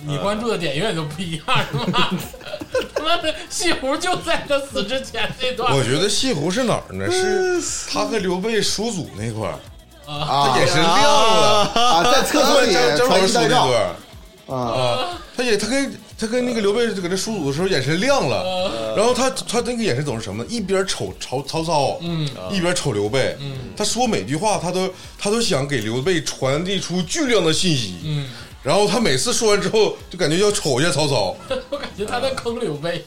Speaker 1: 你关注的点永远都不一样，是吧？ 他妈的，西湖就在他死之前这段
Speaker 2: 我觉得西湖是哪儿呢？
Speaker 1: 嗯
Speaker 2: 是他和刘备蜀祖那块儿，
Speaker 1: 啊，
Speaker 3: 啊
Speaker 2: 他眼神亮了，
Speaker 3: 啊，在厕所 里
Speaker 2: 张张老
Speaker 3: 传
Speaker 2: 师
Speaker 3: 一
Speaker 2: 说
Speaker 3: 带
Speaker 2: 那
Speaker 3: 照
Speaker 2: 段儿
Speaker 3: 啊，
Speaker 2: 啊，他也他跟他跟那个刘备搁那叔祖的时候眼神亮了，然后他他那个眼神总是什么呢？一边瞅曹曹操，嗯，一边瞅刘备，嗯，他说每句话他都他都想给刘备传递出巨量的信息，
Speaker 1: 嗯，
Speaker 2: 然后他每次说完之后就感觉要瞅一下曹操，
Speaker 1: 我感觉他在坑刘备。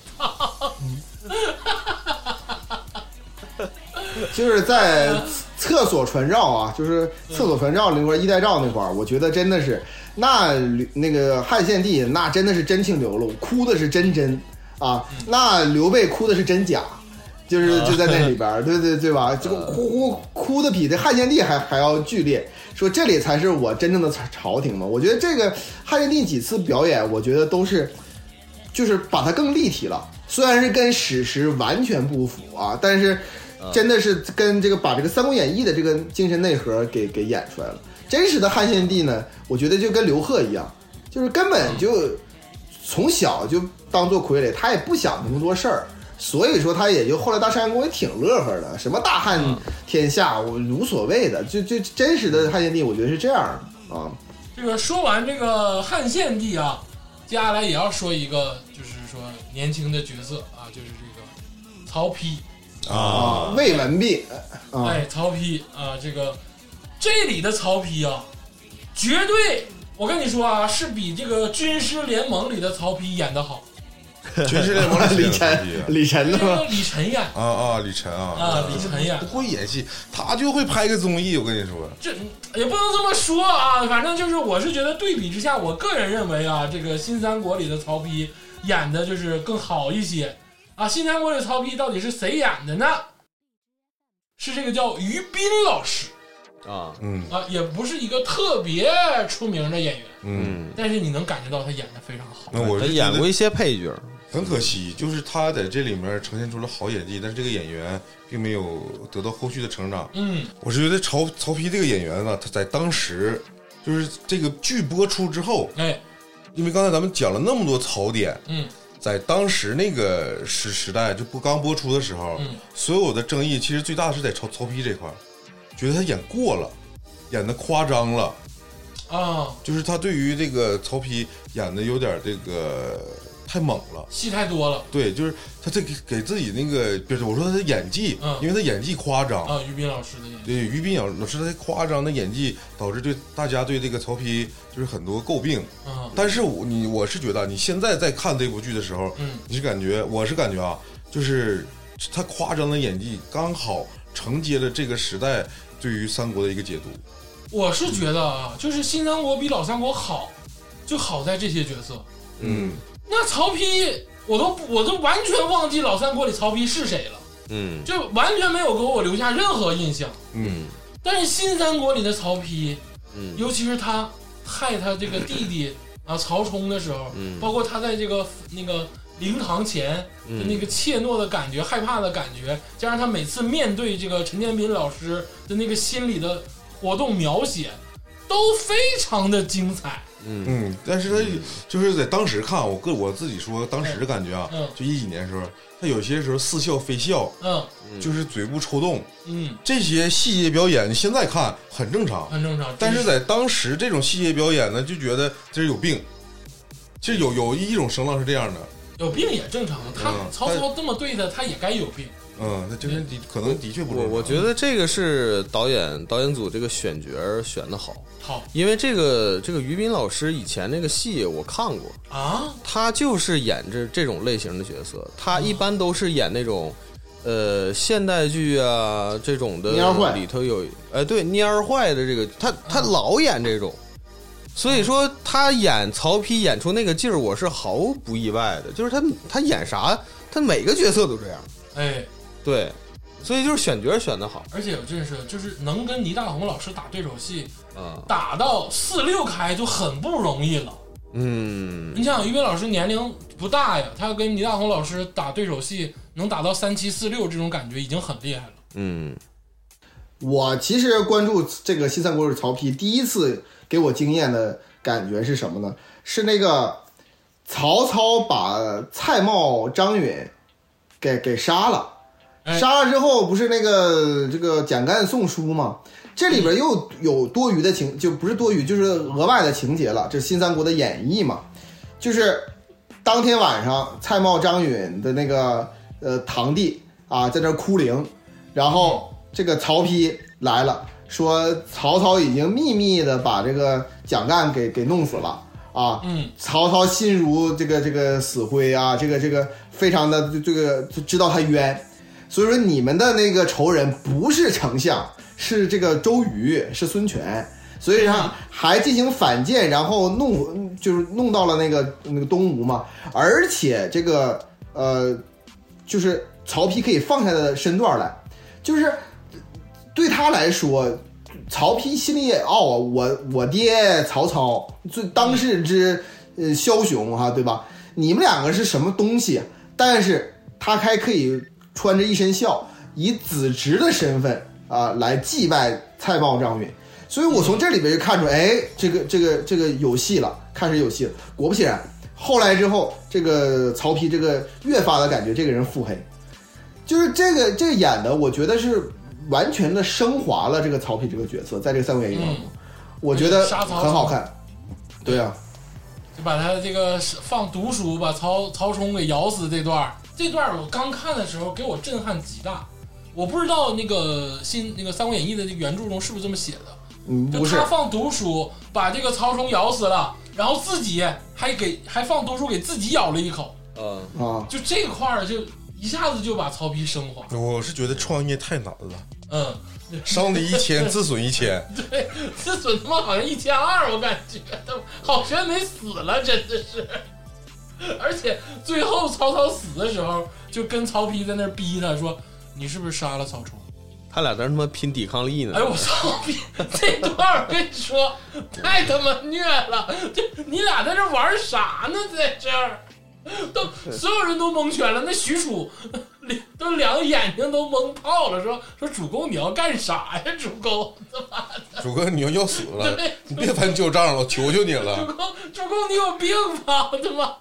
Speaker 3: 就是在厕所传照啊，就是厕所传照那块儿一带照那块儿，我觉得真的是那吕那个汉献帝那真的是真情流露，哭的是真真啊，那刘备哭的是真假。就是就在那里边儿，对对对吧？这个哭哭哭的比这汉献帝还还要剧烈。说这里才是我真正的朝朝廷嘛。我觉得这个汉献帝几次表演，我觉得都是就是把它更立体了。虽然是跟史实完全不符啊，但是
Speaker 2: 嗯
Speaker 3: 真的是跟这个把这个《三国演义》的这个精神内核给给演出来了。真实的汉献帝呢，我觉得就跟刘贺一样，就是根本就从小就当做傀儡，他也不想那么多事儿。所以说，他也就后来大山公也挺乐呵的，什么大汉
Speaker 2: 嗯
Speaker 3: 天下，我无所谓的，就就真实的汉献帝，我觉得是这样的啊。
Speaker 1: 这个说完这个汉献帝啊，接下来也要说一个，就是说年轻的角色啊，就是这个曹丕。
Speaker 3: 啊，魏文帝啊，
Speaker 1: 哎，曹丕啊，这个这里的曹丕啊，绝对，我跟你说啊，是比这个军师联盟里的曹丕演的 好。
Speaker 2: 军事联盟里
Speaker 3: 李
Speaker 2: 谁演
Speaker 3: 晨
Speaker 2: 的
Speaker 3: 李晨
Speaker 1: 这
Speaker 3: 的吗？
Speaker 1: 个李晨演
Speaker 2: 啊啊，李晨啊
Speaker 1: 啊，李晨演
Speaker 2: 不。会演戏，他就会拍个综艺，我跟你说，
Speaker 1: 这也不能这么说啊，反正就是我是觉得对比之下，我个人认为啊，这个《新三国》里的曹丕演的就是更好一些啊。《新三国》里的曹丕到底是谁演的呢？是这个叫于斌老师
Speaker 4: 啊，
Speaker 2: 嗯
Speaker 1: 啊，也不是一个特别出名的演员，
Speaker 2: 嗯。
Speaker 4: 嗯，
Speaker 1: 但是你能感觉到他演的非常好。
Speaker 2: 那我
Speaker 4: 他
Speaker 2: 是
Speaker 4: 演
Speaker 2: 觉得
Speaker 4: 过一些配角，
Speaker 2: 很可惜，就是他在这里面呈现出了好演技，但是这个演员并没有得到后续的成长。
Speaker 1: 嗯，
Speaker 2: 我是觉得曹啊曹丕这个演员呢，他在当时就是这个剧播出之后，
Speaker 1: 哎，
Speaker 2: 因为刚才咱们讲了那么多槽点，
Speaker 1: 嗯，
Speaker 2: 在当时那个时时代，就播刚播出的时候，
Speaker 1: 嗯
Speaker 2: 所有的争议其实最大的是在曹曹丕这块儿，觉得他演过了，演的夸张了，
Speaker 1: 啊，
Speaker 2: 就是他对于这个曹丕演的有点这个太猛了。
Speaker 1: 戏太多了
Speaker 2: 对，就是他这给给自己那个，不是我说他的演技，
Speaker 1: 嗯
Speaker 2: 因为他演技夸张，
Speaker 1: 啊，于斌老师的演技
Speaker 2: 对于斌老师他夸张的演技，导致对大家对这个曹丕就是很多诟病。
Speaker 1: 啊，
Speaker 2: 但是我你我是觉得，你现在在看这部剧的时候，
Speaker 1: 嗯
Speaker 2: 你是感觉，我是感觉啊，就是他夸张的演技刚好承接了这个时代对于三国的一个解读。
Speaker 1: 嗯我是觉得啊，就是新三国比老三国好，就好在这些角色。
Speaker 2: 嗯
Speaker 1: 那曹丕，我都不我都完全忘记老三国里曹丕是谁了，
Speaker 4: 嗯
Speaker 1: 就完全没有给我留下任何印象。
Speaker 2: 嗯
Speaker 1: 但是新三国里的曹丕，
Speaker 4: 嗯
Speaker 1: 尤其是他害他这个弟弟啊曹冲的时候，
Speaker 4: 嗯
Speaker 1: 包括他在这个那个灵堂前、
Speaker 4: 嗯
Speaker 1: 那个怯懦的感觉、害怕的感觉，加上他每次面对这个陈建斌老师的那个心理的活动描写，都非常的精彩。
Speaker 4: 嗯
Speaker 2: 嗯，但是他就是在当时看，我个我自己说当时的感觉啊，
Speaker 1: 嗯
Speaker 2: 就一几年的时候，他有些时候似笑非笑，
Speaker 1: 嗯
Speaker 2: 就是嘴部抽动，
Speaker 1: 嗯，
Speaker 2: 这些细节表演，现在看很正常，
Speaker 1: 很正常。
Speaker 2: 但是在当时这种细节表演呢，就觉得这是有病。其实有有一种声浪是这样的，
Speaker 1: 有病也正常，他
Speaker 2: 嗯
Speaker 1: 曹操这么对他，他也该有病。
Speaker 2: 嗯，那就是的可能的确不
Speaker 4: 我
Speaker 2: 正常
Speaker 4: 我觉得这个是导演导演组这个选角儿选的好，
Speaker 1: 好
Speaker 4: 因为这个这个于斌老师以前那个戏我看过，
Speaker 1: 啊，
Speaker 4: 他就是演这这种类型的角色，他一般都是演那种，呃，现代剧啊这种的
Speaker 3: 蔫儿坏
Speaker 4: 里头有，呃，对蔫儿坏的这个，他他老演这种，所以说他演曹丕演出那个劲儿，我是毫不意外的，就是他他演啥，他每个角色都这样，
Speaker 1: 哎，
Speaker 4: 对，所以就是选角选的好
Speaker 1: 而且我真是就是能跟倪大红老师打对手戏，
Speaker 2: 嗯
Speaker 4: 啊，
Speaker 1: 打到四六开就很不容易了。
Speaker 4: 嗯
Speaker 1: 你想，于斌老师年龄不大呀，他要跟倪大红老师打对手戏，能打到三七四六这种感觉已经很厉害了。
Speaker 4: 嗯
Speaker 3: 我其实关注这个新三国是曹丕，第一次给我惊艳的感觉是什么呢？是那个曹操把蔡瑁、张允给给杀了，
Speaker 1: 哎
Speaker 3: 杀了之后不是那个这个蒋干送书吗？这里边又
Speaker 1: 嗯
Speaker 3: 有多余的情，就不是多余，就是额外的情节了。这是新三国的演绎嘛，就是当天晚上蔡瑁、张允的那个呃堂弟啊，在那儿哭灵，然
Speaker 1: 嗯
Speaker 3: 后这个曹丕来了，说曹操已经秘密的把这个蒋干给给弄死了啊。
Speaker 1: 嗯，
Speaker 3: 曹操心如这个这个死灰啊，这个这个非常的这个就知道他冤，所以说你们的那个仇人不是丞相，是这个周瑜，是孙权，所以他还进行反间，然后弄就是弄到了那个那个东吴嘛，而且这个呃，就是曹丕可以放下的身段来，就是对他来说。曹丕心里也傲啊，我我爹曹操最当世之呃枭雄哈、对吧？你们两个是什么东西？但是他还可以穿着一身孝，以子侄的身份啊、来祭拜蔡瑁、张允。所以我从这里边就看出，哎，这个这个这个有戏了，开始有戏了。果不其然，后来之后，这个曹丕这个越发的感觉这个人腹黑，就是这个这个演的，我觉得是完全的升华了这个曹丕这个角色，在这个《三国演义》当中，我觉得
Speaker 1: 嗯杀曹操
Speaker 3: 很好看。对啊，
Speaker 1: 就把他这个放毒鼠把曹曹冲给咬死这段儿，这段儿我刚看的时候给我震撼极大。我不知道那个新那个《三国演义》的这个原著中是不是这么写的，
Speaker 3: 嗯，
Speaker 1: 就
Speaker 3: 不是
Speaker 1: 他，放毒鼠把这个曹冲咬死了，然后自己还给还放毒鼠给自己咬了一口，
Speaker 4: 啊
Speaker 3: 啊，
Speaker 1: 就这块儿就一下子就把曹丕升华。
Speaker 2: 我是觉得创业太难了，
Speaker 1: 嗯，
Speaker 2: 伤敌一千自损一千。
Speaker 1: 对，这损他妈好像一千二，我感觉都好悬没死了，真的是。 而且最后曹操死的时候，就跟曹丕在那儿逼他说：“你是不是杀了曹冲？”
Speaker 4: 他俩在那他妈拼抵抗力呢
Speaker 1: 哎，，我操！ 这段儿我跟你说，太他妈虐了！ 这你俩在这玩啥呢？在这儿，都所有人都蒙圈了。那许褚， 都两个眼睛都蒙泡了，说说主公你要干啥呀？主公，
Speaker 2: 主哥你要要死了
Speaker 1: 对，
Speaker 2: 你别翻旧账了，我求求你
Speaker 1: 主
Speaker 2: 了。
Speaker 1: 公，主公你有病吧？我 的妈！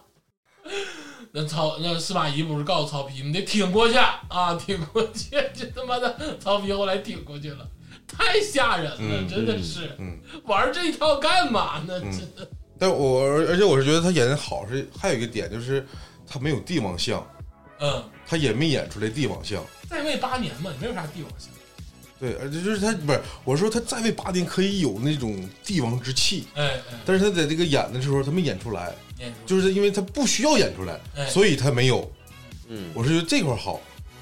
Speaker 1: 那曹那司马懿不是告诉曹丕，你得挺过去啊，挺过去！这他妈的， 曹丕后来挺过去了，太吓人了，
Speaker 2: 嗯
Speaker 1: 真的是、
Speaker 2: 嗯
Speaker 1: 玩这一套干嘛呢？
Speaker 4: 嗯
Speaker 1: 真的，
Speaker 2: 但我而而且我是觉得他演的好是还有一个点就是他没有帝王像，
Speaker 1: 嗯，
Speaker 2: 他演没演出来帝王像。
Speaker 1: 在位八年嘛，也没有啥帝王像，
Speaker 2: 对，而且就是他不是我说他在位八年可以有那种帝王之气，
Speaker 1: 哎哎，
Speaker 2: 但是他在这个演的时候他没演出来，
Speaker 1: 念书
Speaker 2: 就是因为他不需要演出来，
Speaker 1: 哎
Speaker 2: 所以他没有。
Speaker 4: 嗯，
Speaker 2: 我是觉得这块儿好，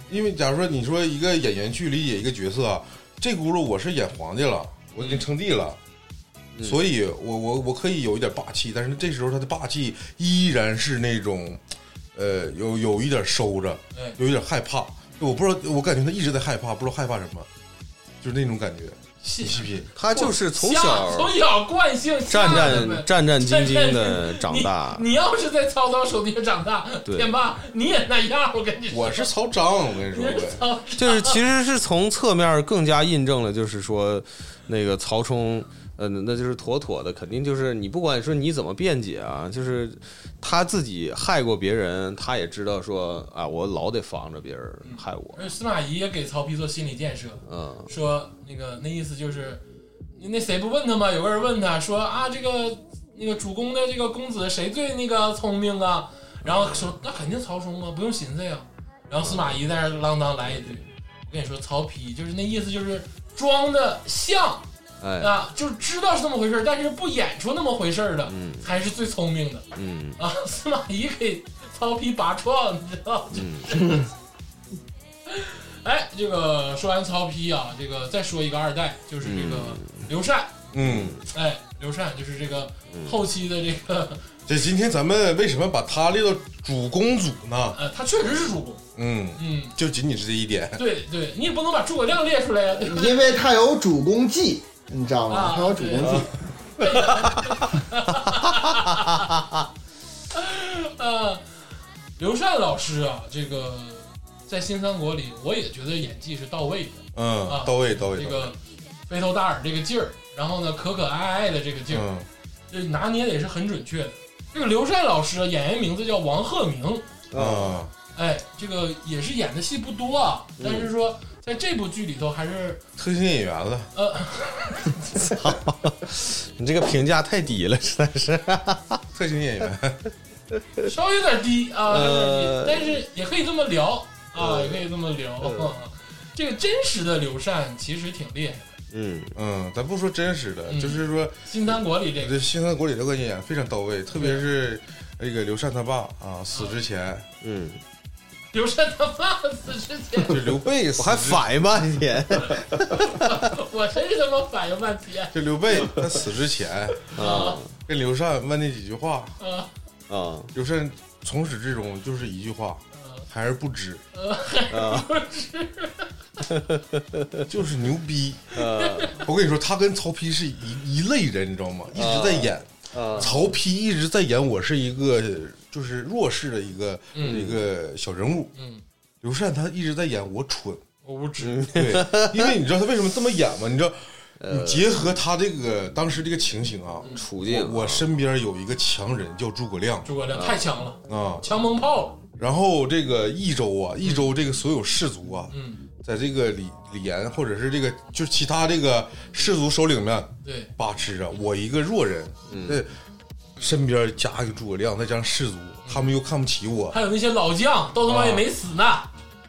Speaker 2: 因为假如说你说一个演员去理解一个角色啊，这轱辘我是演皇帝了，我已经称帝了，
Speaker 4: 嗯
Speaker 2: 所以我我我可以有一点霸气，但是这时候他的霸气依然是那种，呃，有有一点收着，
Speaker 1: 哎
Speaker 2: 有一点害怕，我不知道，我感觉他一直在害怕，不知道害怕什么，就是那种感觉。
Speaker 1: 信
Speaker 2: 你信不信？
Speaker 4: 他就是从
Speaker 1: 吓
Speaker 4: 小
Speaker 1: 从小惯性吓
Speaker 4: 战
Speaker 1: 的
Speaker 4: 战
Speaker 1: 呗
Speaker 4: 战战兢兢的长大。
Speaker 1: 你。你要是在曹操手底下长大，
Speaker 4: 对
Speaker 1: 天霸你也那样，我跟你说。
Speaker 2: 我是曹彰，我跟你说
Speaker 1: 你，是
Speaker 2: 对
Speaker 1: 曹
Speaker 4: 就是其实是从侧面更加印证了，就是说那个曹冲。呃，那就是妥妥的，肯定就是你不管说你怎么辩解啊，就是他自己害过别人，他也知道说啊，我老得防着别人害我，
Speaker 1: 而司马懿也给曹丕做心理建设，
Speaker 4: 嗯，
Speaker 1: 说那个那意思就是，那谁不问他吗？有个人问他说啊，这个那个主公的这个公子谁最那个聪明啊？然后说那肯定曹冲啊，不用寻思呀。然后司马懿在那儿啷当来一句，我跟你说，曹丕就是那意思就是装的像
Speaker 4: 哎，
Speaker 1: 啊，就是知道是那么回事儿，但是不演出那么回事儿的，
Speaker 4: 嗯
Speaker 1: 才是最聪明的
Speaker 4: 嗯
Speaker 1: 啊。司马懿给曹丕拔创，你知道吗？
Speaker 4: 嗯，
Speaker 1: 哎，这个说完曹丕啊，这个再说一个二代，就是这个刘禅。
Speaker 2: 嗯，
Speaker 1: 哎，刘禅就是这个后期的这个，
Speaker 2: 这今天咱们为什么把他列到主公组呢？
Speaker 1: 呃，他确实是主公。
Speaker 2: 嗯，
Speaker 1: 嗯，
Speaker 2: 就仅仅是这一点。
Speaker 1: 对对，你也不能把诸葛亮列出来呀、对吧？
Speaker 3: 因为他有主公计，你知道吗
Speaker 1: 啊？
Speaker 3: 他有主公计，
Speaker 1: 呃， 刘禅老师啊，这个在新三国里，我也觉得演技是到位的。
Speaker 2: 嗯
Speaker 1: 啊，
Speaker 2: 到位到位
Speaker 1: 这
Speaker 2: 到位。
Speaker 1: 个肥头大耳这个劲儿，然后呢可可爱爱的这个劲儿，
Speaker 2: 嗯，
Speaker 1: 这拿捏的也是很准确的。这个刘禅老师啊，演员名字叫王鹤鸣，
Speaker 2: 啊，
Speaker 1: 哎，这个也是演的戏不多啊，但是说在这部剧里头还是
Speaker 2: 特型演员了，
Speaker 4: 你这个评价太低了，实在是，
Speaker 2: 特型演 员。
Speaker 1: 稍微有点低啊，有点低
Speaker 4: 呃，
Speaker 1: 但是也可以这么聊啊，
Speaker 4: 呃
Speaker 1: 也可以这么聊
Speaker 4: 呃。
Speaker 1: 这个真实的刘禅其实挺厉害的，
Speaker 4: 嗯，
Speaker 2: 嗯，咱不说真实的，
Speaker 1: 嗯
Speaker 2: 就是说
Speaker 1: 新三国里这个
Speaker 2: 这新三国里这个演员非常到位，特别是那个刘禅他爸啊，死之前，
Speaker 4: 嗯，
Speaker 1: 刘禅他爸死之前，
Speaker 2: 就 刘备死
Speaker 4: 我
Speaker 2: 之，
Speaker 4: 还反应半 天，
Speaker 1: 我真是他妈反应半天
Speaker 2: 就刘备他死之前
Speaker 1: 啊
Speaker 2: 跟刘禅问那几句话，
Speaker 1: 啊
Speaker 4: 啊
Speaker 2: 刘禅从始至终就是一句话，还是不知，
Speaker 4: 啊
Speaker 2: 就是牛逼。
Speaker 4: 啊
Speaker 2: 我跟你说，他跟曹丕是一一类人，你知道吗？一直在
Speaker 1: 嗯
Speaker 2: 演。
Speaker 4: 啊！
Speaker 2: 曹丕一直在演我是一个就是弱势的一个、
Speaker 1: 嗯
Speaker 2: 一个小人物，
Speaker 1: 嗯，
Speaker 2: 刘禅他一直在演我蠢，
Speaker 1: 我无知，
Speaker 2: 对，因为你知道他为什么这么演吗？你 知道，
Speaker 1: 呃
Speaker 2: 你结合他这个当时这个情形啊，
Speaker 4: 处境
Speaker 2: 我
Speaker 1: 嗯
Speaker 4: 啊，
Speaker 2: 我身边有一个强人叫诸葛亮
Speaker 1: 诸葛亮太强了，
Speaker 2: 啊，
Speaker 1: 强蒙炮了，
Speaker 2: 然后这个益州啊，益州这个所有士族啊，
Speaker 1: 嗯，
Speaker 2: 在这个李李严或者是这个就是其他这个士族首领们
Speaker 1: 对，
Speaker 2: 把持着，我一个弱人，对，身边加一个诸葛亮，再加上士族，他们又看不起我
Speaker 1: 还有那些老将都他妈也没死呢，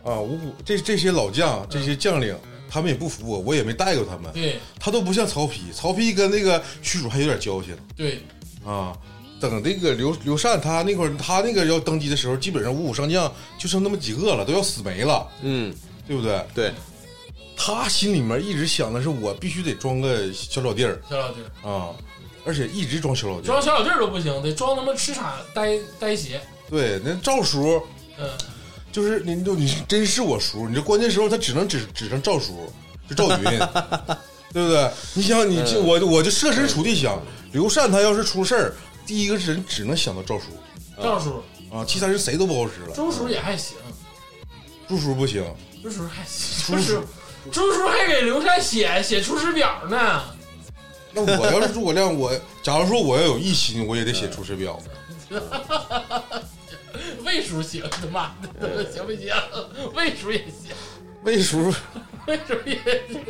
Speaker 2: 啊！五虎这这些老将，这些将领，他们也不服我，我也没带过他们，
Speaker 1: 对
Speaker 2: 他都不像曹丕，曹丕跟那个许褚还有点交情
Speaker 1: 对，
Speaker 2: 啊。等这个刘刘禅他那块儿，他那个要登基的时候，基本上五虎上将就剩那么几个了，都要死没了，
Speaker 4: 嗯，
Speaker 2: 对不对？
Speaker 4: 对，
Speaker 2: 他心里面一直想的是，我必须得装个小老弟儿
Speaker 1: 小老弟儿，
Speaker 2: 啊，而且一直装小老弟儿
Speaker 1: 装。小老弟儿都不行，得装他妈痴傻呆呆鞋，
Speaker 2: 对，那赵叔
Speaker 1: 嗯，
Speaker 4: 啊
Speaker 2: 就是你，就你真是我叔，你这关键时候他只能指指上赵叔，就赵 云，对不对？你想，你就我我就设身处地想，刘禅他要是出事儿，第一个人只能想到赵叔
Speaker 1: 赵叔，
Speaker 2: 啊，其他人谁都不好使了。
Speaker 1: 周叔也还行，
Speaker 2: 朱叔不行，
Speaker 1: 朱叔还朱叔朱叔还给刘禅写写出师表呢，
Speaker 2: 那我要是诸葛亮，我假如说我要有一心，我也得写出师 表。
Speaker 1: 魏叔行，他妈的行不行？魏叔也行，
Speaker 2: 魏叔，
Speaker 1: 魏叔也行。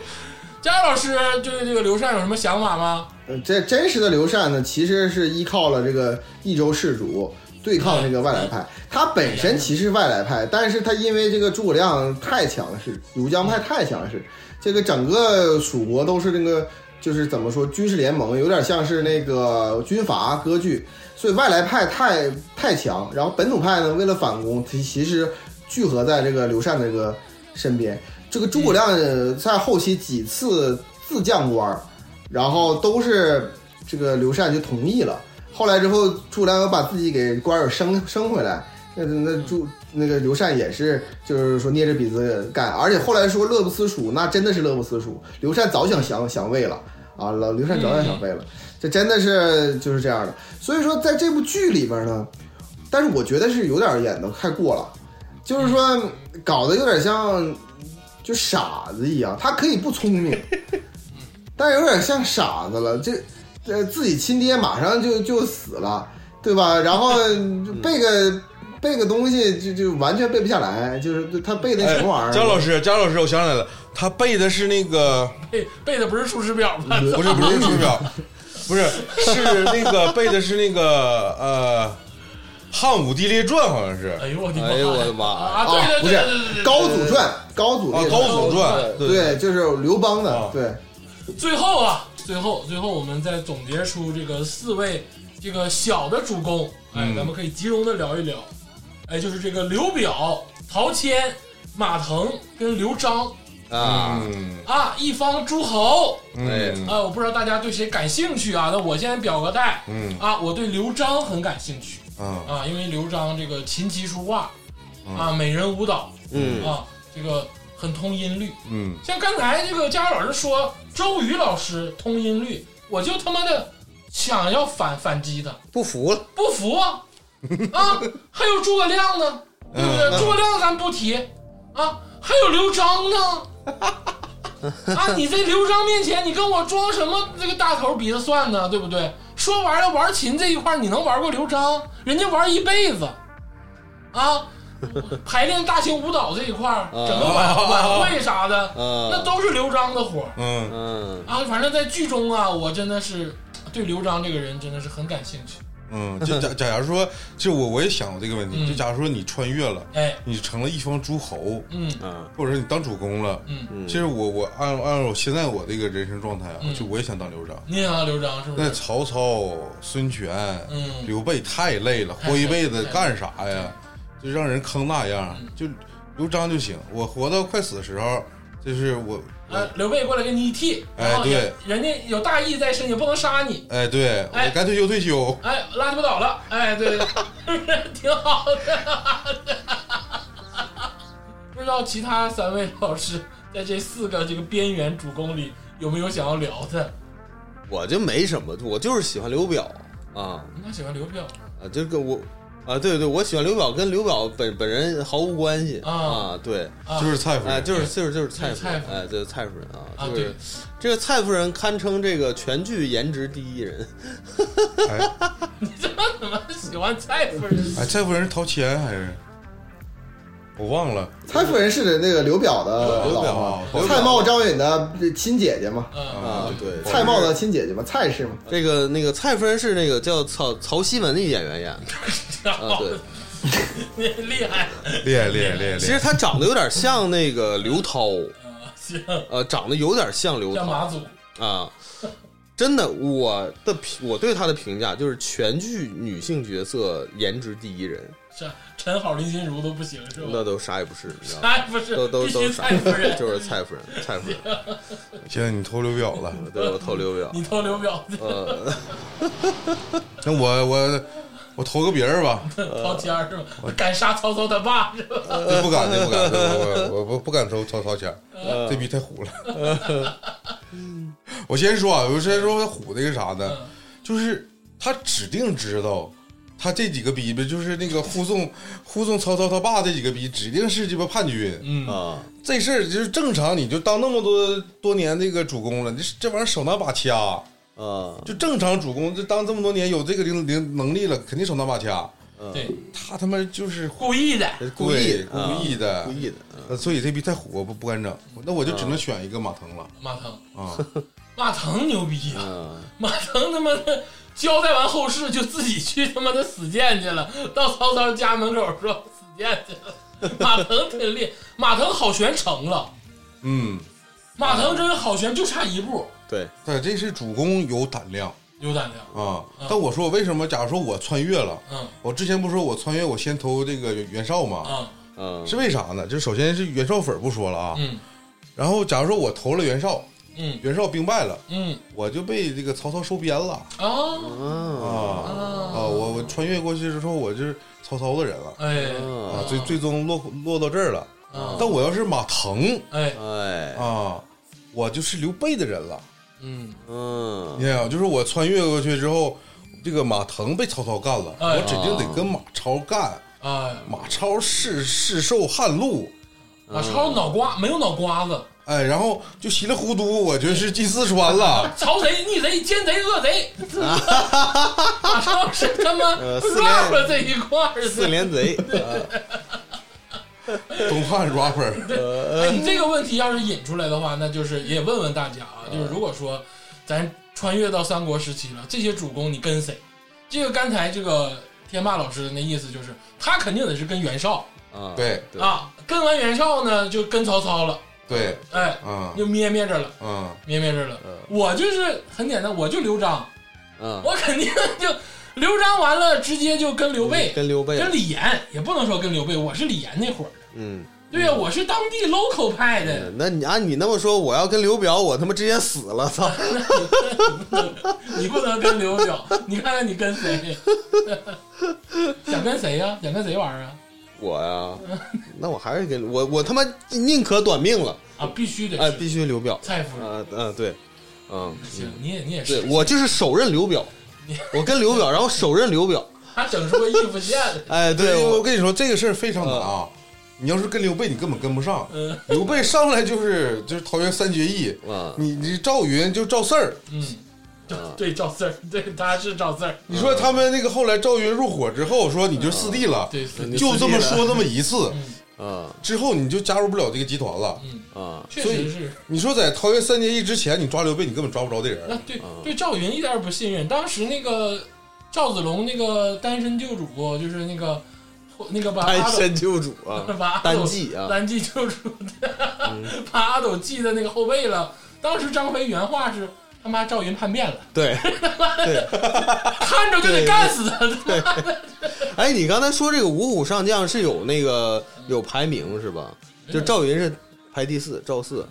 Speaker 1: 佳老师对这个刘禅有什么想法吗？
Speaker 3: 呃这真实的刘禅呢，其实是依靠了这个益州士族对抗这个外来派。他本身其实是外来派，但是他因为这个诸葛亮太强势，儒将派太强势，这个整个蜀国都是那个就是怎么说军事联盟，有点像是那个军阀割据，所以外来派太太强，然后本土派呢为了反攻，其其实聚合在这个刘禅这个身边。这个诸葛亮呃在后期几次自降官儿，然后都是这个刘禅就同意了。后来之后，诸葛亮又把自己给官儿升升回来，那那诸那个刘禅也是，就是说捏着鼻子干。而且后来说乐不思蜀，那真的是乐不思蜀。刘禅早想降降魏了啊，老刘禅早想
Speaker 1: 嗯
Speaker 3: 降魏了，这真的是就是这样的。所以说，在这部剧里面呢，但是我觉得是有点演的太过了，就是说
Speaker 1: 嗯
Speaker 3: 搞得有点像就傻子一样，他可以不聪明，
Speaker 1: 嗯
Speaker 3: 但有点像傻子了。这呃，自己亲爹马上就就死了，对吧？然后
Speaker 1: 嗯
Speaker 3: 背个背个东西就就完全背不下来，就是他背的
Speaker 1: 哎
Speaker 3: 什么玩意儿？
Speaker 2: 姜老师，姜老师，我想起来了，他背的是那 个，
Speaker 1: 背背的不是《出师表》吗？
Speaker 2: 不是不是出师表，不是是那个背的是那个呃《汉武帝列传》，好像是啊，
Speaker 1: 哎呦我的妈！
Speaker 4: 哎呦我的妈哦
Speaker 1: 啊！对对
Speaker 3: 不
Speaker 1: 对对
Speaker 3: 是
Speaker 1: 对对，啊
Speaker 3: 高祖传，高
Speaker 1: 哦
Speaker 3: 祖
Speaker 2: 《
Speaker 3: 列
Speaker 2: 高
Speaker 3: 传，
Speaker 2: 祖传》
Speaker 3: 对，就是刘邦的
Speaker 2: 啊，
Speaker 3: 对，
Speaker 1: 最后啊，最后最后，我们再总结出这个四位这个小的主公，哎，
Speaker 2: 嗯
Speaker 1: 咱们可以集中的聊一聊，哎，就是这个刘表、陶谦、马腾跟刘璋
Speaker 4: 啊，
Speaker 2: 嗯
Speaker 1: 啊，一方诸侯
Speaker 3: 哎
Speaker 2: 嗯
Speaker 1: 啊，我不知道大家对谁感兴趣啊，那我先表个态
Speaker 2: 嗯
Speaker 1: 啊，我对刘璋很感兴趣
Speaker 2: 啊
Speaker 1: 啊，因为刘璋这个琴棋书画
Speaker 2: 嗯
Speaker 1: 啊，美人舞蹈
Speaker 4: 嗯
Speaker 1: 啊，这个很通音律，
Speaker 2: 嗯，
Speaker 1: 像刚才这个佳老师说周瑜老师通音律，我就他妈的想要反反击他，
Speaker 4: 不服了，
Speaker 1: 不服啊！啊，还有诸葛亮呢，对不对？
Speaker 2: 嗯
Speaker 1: 诸葛亮咱不提啊，还有刘璋呢。啊，你在刘璋面前，你跟我装什么这个大头鼻子蒜呢？对不对？说玩了玩琴这一块儿，你能玩过刘璋？人家玩一辈子，啊，排练大型舞蹈这一块儿，整个晚晚会啥的，
Speaker 4: 嗯
Speaker 1: 那都是刘璋的活儿
Speaker 2: 嗯
Speaker 4: 嗯
Speaker 1: 啊。反正在剧中啊，我真的是对刘璋这个人真的是很感兴趣。
Speaker 2: 嗯，就假假如说，就我我也想过这个问
Speaker 1: 嗯
Speaker 2: 题，就假如说你穿越了，
Speaker 1: 哎，
Speaker 2: 你成了一方诸侯，
Speaker 1: 嗯
Speaker 4: 嗯
Speaker 2: 或者说你当主公了，
Speaker 1: 嗯，
Speaker 2: 其实我我按按我现在我这个人生状态啊
Speaker 1: 嗯，
Speaker 2: 就我也想当刘璋。
Speaker 1: 你想要刘璋是不
Speaker 2: 那
Speaker 1: 是？
Speaker 2: 曹操、孙权、
Speaker 1: 嗯
Speaker 2: 刘备太累了，
Speaker 1: 太累嗯
Speaker 2: 活一辈子干啥呀？就让人坑那样，就刘璋就行。我活到快死的时候，就是我，
Speaker 1: 呃，刘备过来给你一替，
Speaker 2: 哎
Speaker 1: 然后也
Speaker 2: 对
Speaker 1: 人家有大义在身，也不能杀你。
Speaker 2: 哎，对
Speaker 1: 哎
Speaker 2: 我该退休退休。
Speaker 1: 哎，拉鸡巴倒了，哎，对对，对挺好的。不知道其他三位老师在这四个这个边缘主攻里有没有想要聊的？
Speaker 4: 我就没什么，我就是喜欢刘表啊
Speaker 1: 那喜欢刘表
Speaker 4: 啊，这个我啊，对对，我喜欢刘表，跟刘表本本人毫无关系
Speaker 1: 啊
Speaker 4: 啊，对。
Speaker 1: 啊，
Speaker 2: 就是蔡夫
Speaker 4: 哎，
Speaker 2: 人，
Speaker 4: 就是就是就是蔡
Speaker 1: 就是蔡夫
Speaker 4: 夫
Speaker 1: 人
Speaker 4: 人，哎，对蔡夫人
Speaker 1: 啊
Speaker 4: 啊，就是
Speaker 1: 对
Speaker 4: 这个蔡夫人堪称这个全剧颜值第一人，
Speaker 2: 哎，
Speaker 1: 怎么喜欢蔡夫人？
Speaker 2: 哎，蔡夫人是陶谦还是我忘了？
Speaker 3: 蔡夫人是那个刘表的
Speaker 2: 刘
Speaker 3: 老
Speaker 2: 表啊
Speaker 3: 婆
Speaker 2: 刘，表
Speaker 3: 蔡瑁张允的亲姐姐嘛，
Speaker 1: 嗯，
Speaker 4: 啊，对，
Speaker 3: 蔡瑁的亲姐姐嘛，蔡氏嘛。
Speaker 4: 这个那个蔡夫人是那个叫曹曹希文的演员演的
Speaker 1: 然
Speaker 4: 啊，
Speaker 1: 后
Speaker 4: 对，
Speaker 1: 你厉害，
Speaker 2: 厉害厉害厉害
Speaker 4: 其实
Speaker 2: 厉害！
Speaker 4: 她长得有点像那个刘涛，
Speaker 1: 啊行，
Speaker 4: 呃，长得有点像刘
Speaker 1: 像马
Speaker 4: 涛
Speaker 1: 祖，
Speaker 4: 啊，真的，我的评我对她的评价就是全剧女性角色颜值第一人，
Speaker 1: 是陈好、林心如都不行是吧
Speaker 4: 那？都啥也不是，你知道吗？
Speaker 1: 哎，不是，
Speaker 4: 都都
Speaker 1: 必
Speaker 4: 都
Speaker 1: 须
Speaker 4: 啥
Speaker 1: 蔡
Speaker 4: 也
Speaker 1: 夫
Speaker 4: 不
Speaker 1: 人
Speaker 4: 是，， 就是蔡夫人，蔡 夫人，
Speaker 2: 现在你偷刘表了，
Speaker 4: 对我投刘表，
Speaker 1: 你偷刘 表，
Speaker 4: 呃，
Speaker 2: 那我我我投个别人吧，
Speaker 4: 呃
Speaker 1: 陶谦儿是吧？敢杀曹操他爸是吧？
Speaker 2: 这不敢这不敢，这我我我不敢投曹曹谦，这逼太虎了。我先说啊，我先说虎那个啥呢，就是他指定知道他这几个逼吧，就是那个护送护送曹操他爸这几个逼，指定是鸡巴叛军。
Speaker 1: 嗯，
Speaker 4: 啊，
Speaker 2: 这事儿就是正常，你就当那么多多年这个主公了，这这玩意儿手拿把掐，
Speaker 4: 啊，
Speaker 2: 就正常主公这当这么多年有这个能能能力了，肯定手拿把掐。
Speaker 1: 对，
Speaker 2: 他他妈就是
Speaker 1: 故意的，
Speaker 2: 故意故
Speaker 4: 啊
Speaker 2: 意的，
Speaker 4: 故意的，嗯
Speaker 2: 呃所以这逼太虎，我不不敢整，那我就只能选一个马腾了
Speaker 1: 马腾，
Speaker 2: 啊！
Speaker 1: 马腾牛逼啊！
Speaker 4: 嗯，
Speaker 1: 马腾他妈的交代完后事，就自己去他妈的死谏去了，到曹操家门口说死谏去了。马腾挺厉，马腾好悬成了，
Speaker 2: 嗯，
Speaker 1: 马腾真好悬，就差一步，
Speaker 4: 对，
Speaker 2: 对，这是主公有胆量
Speaker 1: 有胆量。
Speaker 2: 啊
Speaker 1: 嗯！
Speaker 2: 但我说我为什么？假如说我穿越了，
Speaker 1: 嗯
Speaker 2: 我之前不是说我穿越我先投这个袁绍吗？
Speaker 1: 啊
Speaker 4: 嗯，
Speaker 2: 是为啥呢？就首先是袁绍粉儿不说了啊，
Speaker 1: 嗯
Speaker 2: 然后假如说我投了袁绍，
Speaker 1: 嗯
Speaker 2: 袁绍兵败了，
Speaker 1: 嗯
Speaker 2: 我就被这个曹操收编了
Speaker 1: 啊啊
Speaker 4: 啊，
Speaker 2: 啊啊！我我穿越过去之后，我就是曹操的人了
Speaker 1: 哎
Speaker 4: 啊，
Speaker 2: 啊最最终落落到这儿了。
Speaker 1: 啊
Speaker 2: 但我要是马腾
Speaker 1: 哎
Speaker 4: 哎，
Speaker 2: 啊，我就是刘备的人了。
Speaker 1: 嗯
Speaker 4: 嗯
Speaker 2: 你，看啊，就是我穿越过去之后，这个马腾被曹操干了，
Speaker 1: 哎
Speaker 2: 我指定得跟马超干。
Speaker 1: 哎，
Speaker 2: 马超是是受汉路，
Speaker 1: 马超脑瓜没有脑瓜子，
Speaker 2: 哎，然后就稀里糊涂，我就是进四川了。
Speaker 1: 曹贼、逆贼、奸贼、恶贼，马超是他妈
Speaker 4: 呃四连
Speaker 1: rap 这一块儿的
Speaker 4: 四 连贼，啊
Speaker 2: 东汉 rapper，
Speaker 1: 哎，你这个问题要是引出来的话，那就是也问问大家啊，就是如果说咱穿越到三国时期了，这些主公你跟谁？这个刚才这个天霸老师的那意思就是，他肯定得是跟袁绍
Speaker 4: 啊，
Speaker 2: 对
Speaker 4: 对，
Speaker 1: 啊，跟完袁绍呢就跟曹操了，
Speaker 2: 对，
Speaker 1: 哎，
Speaker 2: 啊
Speaker 1: 就咩咩着了，
Speaker 2: 啊，
Speaker 1: 咩咩着了
Speaker 4: 嗯。
Speaker 1: 我就是很简单，我就刘璋，
Speaker 4: 嗯，
Speaker 1: 我肯定就刘璋完了，直接就跟刘备、
Speaker 4: 跟刘备，
Speaker 1: 跟李岩，也不能说跟刘备，我是李岩那伙儿的，
Speaker 4: 嗯，
Speaker 1: 对呀，我是当地 local 派的。
Speaker 4: 那你啊按你那么说，我要跟刘表，我他妈直接死了，操！嗯
Speaker 1: 你不能跟刘表，你看看你跟谁？ 想跟谁呀、想跟谁玩啊？
Speaker 4: 我呀，那我还是跟我我他妈宁可短命了，
Speaker 1: 啊，必须得
Speaker 4: 哎，
Speaker 1: 是
Speaker 4: 必须刘表，
Speaker 1: 蔡夫人。
Speaker 4: 啊嗯对，嗯，
Speaker 1: 行，你也你也
Speaker 4: 对
Speaker 1: 是，
Speaker 4: 我就是手刃刘表，我跟刘表，然后手刃刘表，
Speaker 1: 他整出个义父县来。
Speaker 4: 哎，对，
Speaker 2: 我
Speaker 4: 我
Speaker 2: 跟你说这个事儿非常难啊。你要是跟刘备，你根本跟不上。
Speaker 1: 嗯
Speaker 2: 刘备上来就是就是桃园三结义，
Speaker 4: 啊
Speaker 2: 你你赵云就赵四儿，
Speaker 1: 嗯，赵对赵四儿，对他是赵四儿，
Speaker 2: 你说他们那个后来赵云入伙之后，说你就四弟了，
Speaker 1: 对是
Speaker 4: 你
Speaker 2: 就这么
Speaker 4: 四弟了
Speaker 2: 说这么一次，
Speaker 4: 啊
Speaker 2: 之后你就加入不了这个集团了。
Speaker 4: 啊，
Speaker 1: 确
Speaker 2: 所
Speaker 1: 实
Speaker 2: 以
Speaker 1: 是。
Speaker 2: 你说在桃园三结义之前，你抓刘备，你根本抓不着这
Speaker 1: 那
Speaker 2: 人。
Speaker 1: 对
Speaker 4: 嗯
Speaker 1: 对赵云一点也不信任。当时那个赵子龙那个单身救主，就是那个那个把阿
Speaker 4: 单
Speaker 1: 斗，
Speaker 4: 身救主啊
Speaker 1: 把阿斗
Speaker 4: 单骑啊，
Speaker 1: 单骑救主把阿斗系在那个后背了。当时张飞原话是：“他妈赵云叛变了，
Speaker 4: 对，
Speaker 1: 看着就得干死他。
Speaker 4: 哎，你刚才说这个五虎上将是有那个有排名是吧？就赵云是排第四，赵四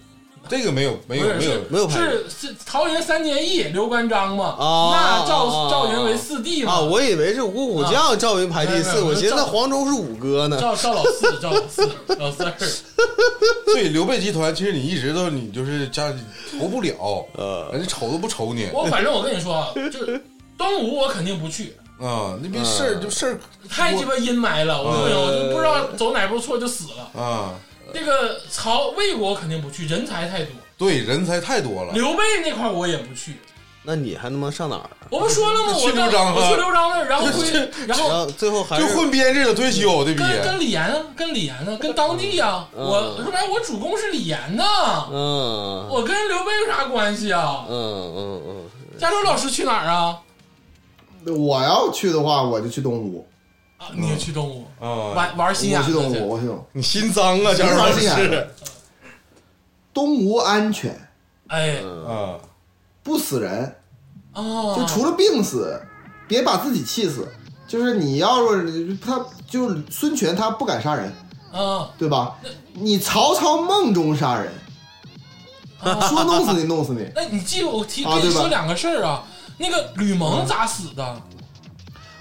Speaker 2: 这个没有没有
Speaker 1: 不是
Speaker 2: 没有
Speaker 1: 是
Speaker 4: 没有”排名
Speaker 1: 是是桃园三结义，刘关张嘛？
Speaker 4: 哦
Speaker 1: 那
Speaker 4: 哦
Speaker 1: 赵
Speaker 4: 哦
Speaker 1: 赵云为四弟嘛？
Speaker 4: 啊，我以为是五虎将赵云排第
Speaker 1: 没
Speaker 4: 四，
Speaker 1: 有没有
Speaker 4: 我寻思
Speaker 1: 赵
Speaker 4: 黄忠是五哥呢。
Speaker 1: 赵赵老四，赵老四，老四儿，
Speaker 2: 所以刘备集团，其实你一直都你就是加投不了，人家瞅都不瞅你
Speaker 1: 我反正我跟你说啊，就是东吴我肯定不去，
Speaker 2: 啊！那边事儿就事儿
Speaker 1: 太鸡巴阴霾了，我不行，我就不知道走哪步错就死了。
Speaker 2: 啊，
Speaker 1: 这个曹魏国肯定不去，人才太多。
Speaker 2: 对，人才太多了。
Speaker 1: 刘备那块儿我也不去，
Speaker 4: 那你还他妈上哪儿啊？
Speaker 1: 我不说了吗？我
Speaker 2: 去刘璋啊
Speaker 1: 我去刘璋那儿，然后归，然
Speaker 4: 然
Speaker 1: 后
Speaker 4: 后最后还
Speaker 2: 就是混编制了，退休这逼
Speaker 1: 跟跟李岩啊，跟李岩呢，跟当地啊，
Speaker 4: 嗯
Speaker 1: 我是吧？我主公是李岩呢，
Speaker 4: 嗯
Speaker 1: 我跟刘备有啥关系啊
Speaker 4: 嗯？嗯嗯
Speaker 1: 加州老师去哪儿啊？
Speaker 3: 我要去的话，我就去东吴，
Speaker 1: 啊，你也去东吴
Speaker 2: 啊！
Speaker 1: 玩玩心眼
Speaker 3: 我
Speaker 1: 子
Speaker 3: 去东
Speaker 1: 去
Speaker 3: 吴，我去东吴。
Speaker 2: 你心脏啊，假如
Speaker 3: 我
Speaker 2: 说
Speaker 3: 是呀
Speaker 2: 是
Speaker 3: 东吴安全，
Speaker 1: 哎
Speaker 2: 啊，
Speaker 3: 不死人，
Speaker 1: 哦，
Speaker 3: 嗯就除了病死，别把自己气死。就是你要是他，就是孙权他不敢杀人，
Speaker 1: 啊
Speaker 3: 对吧？你曹操梦中杀人，说弄死你弄死你。
Speaker 1: 哎，你记我提
Speaker 3: 啊
Speaker 1: 跟你
Speaker 3: 对吧嗯
Speaker 1: 说两个事儿啊，那个吕蒙咋死的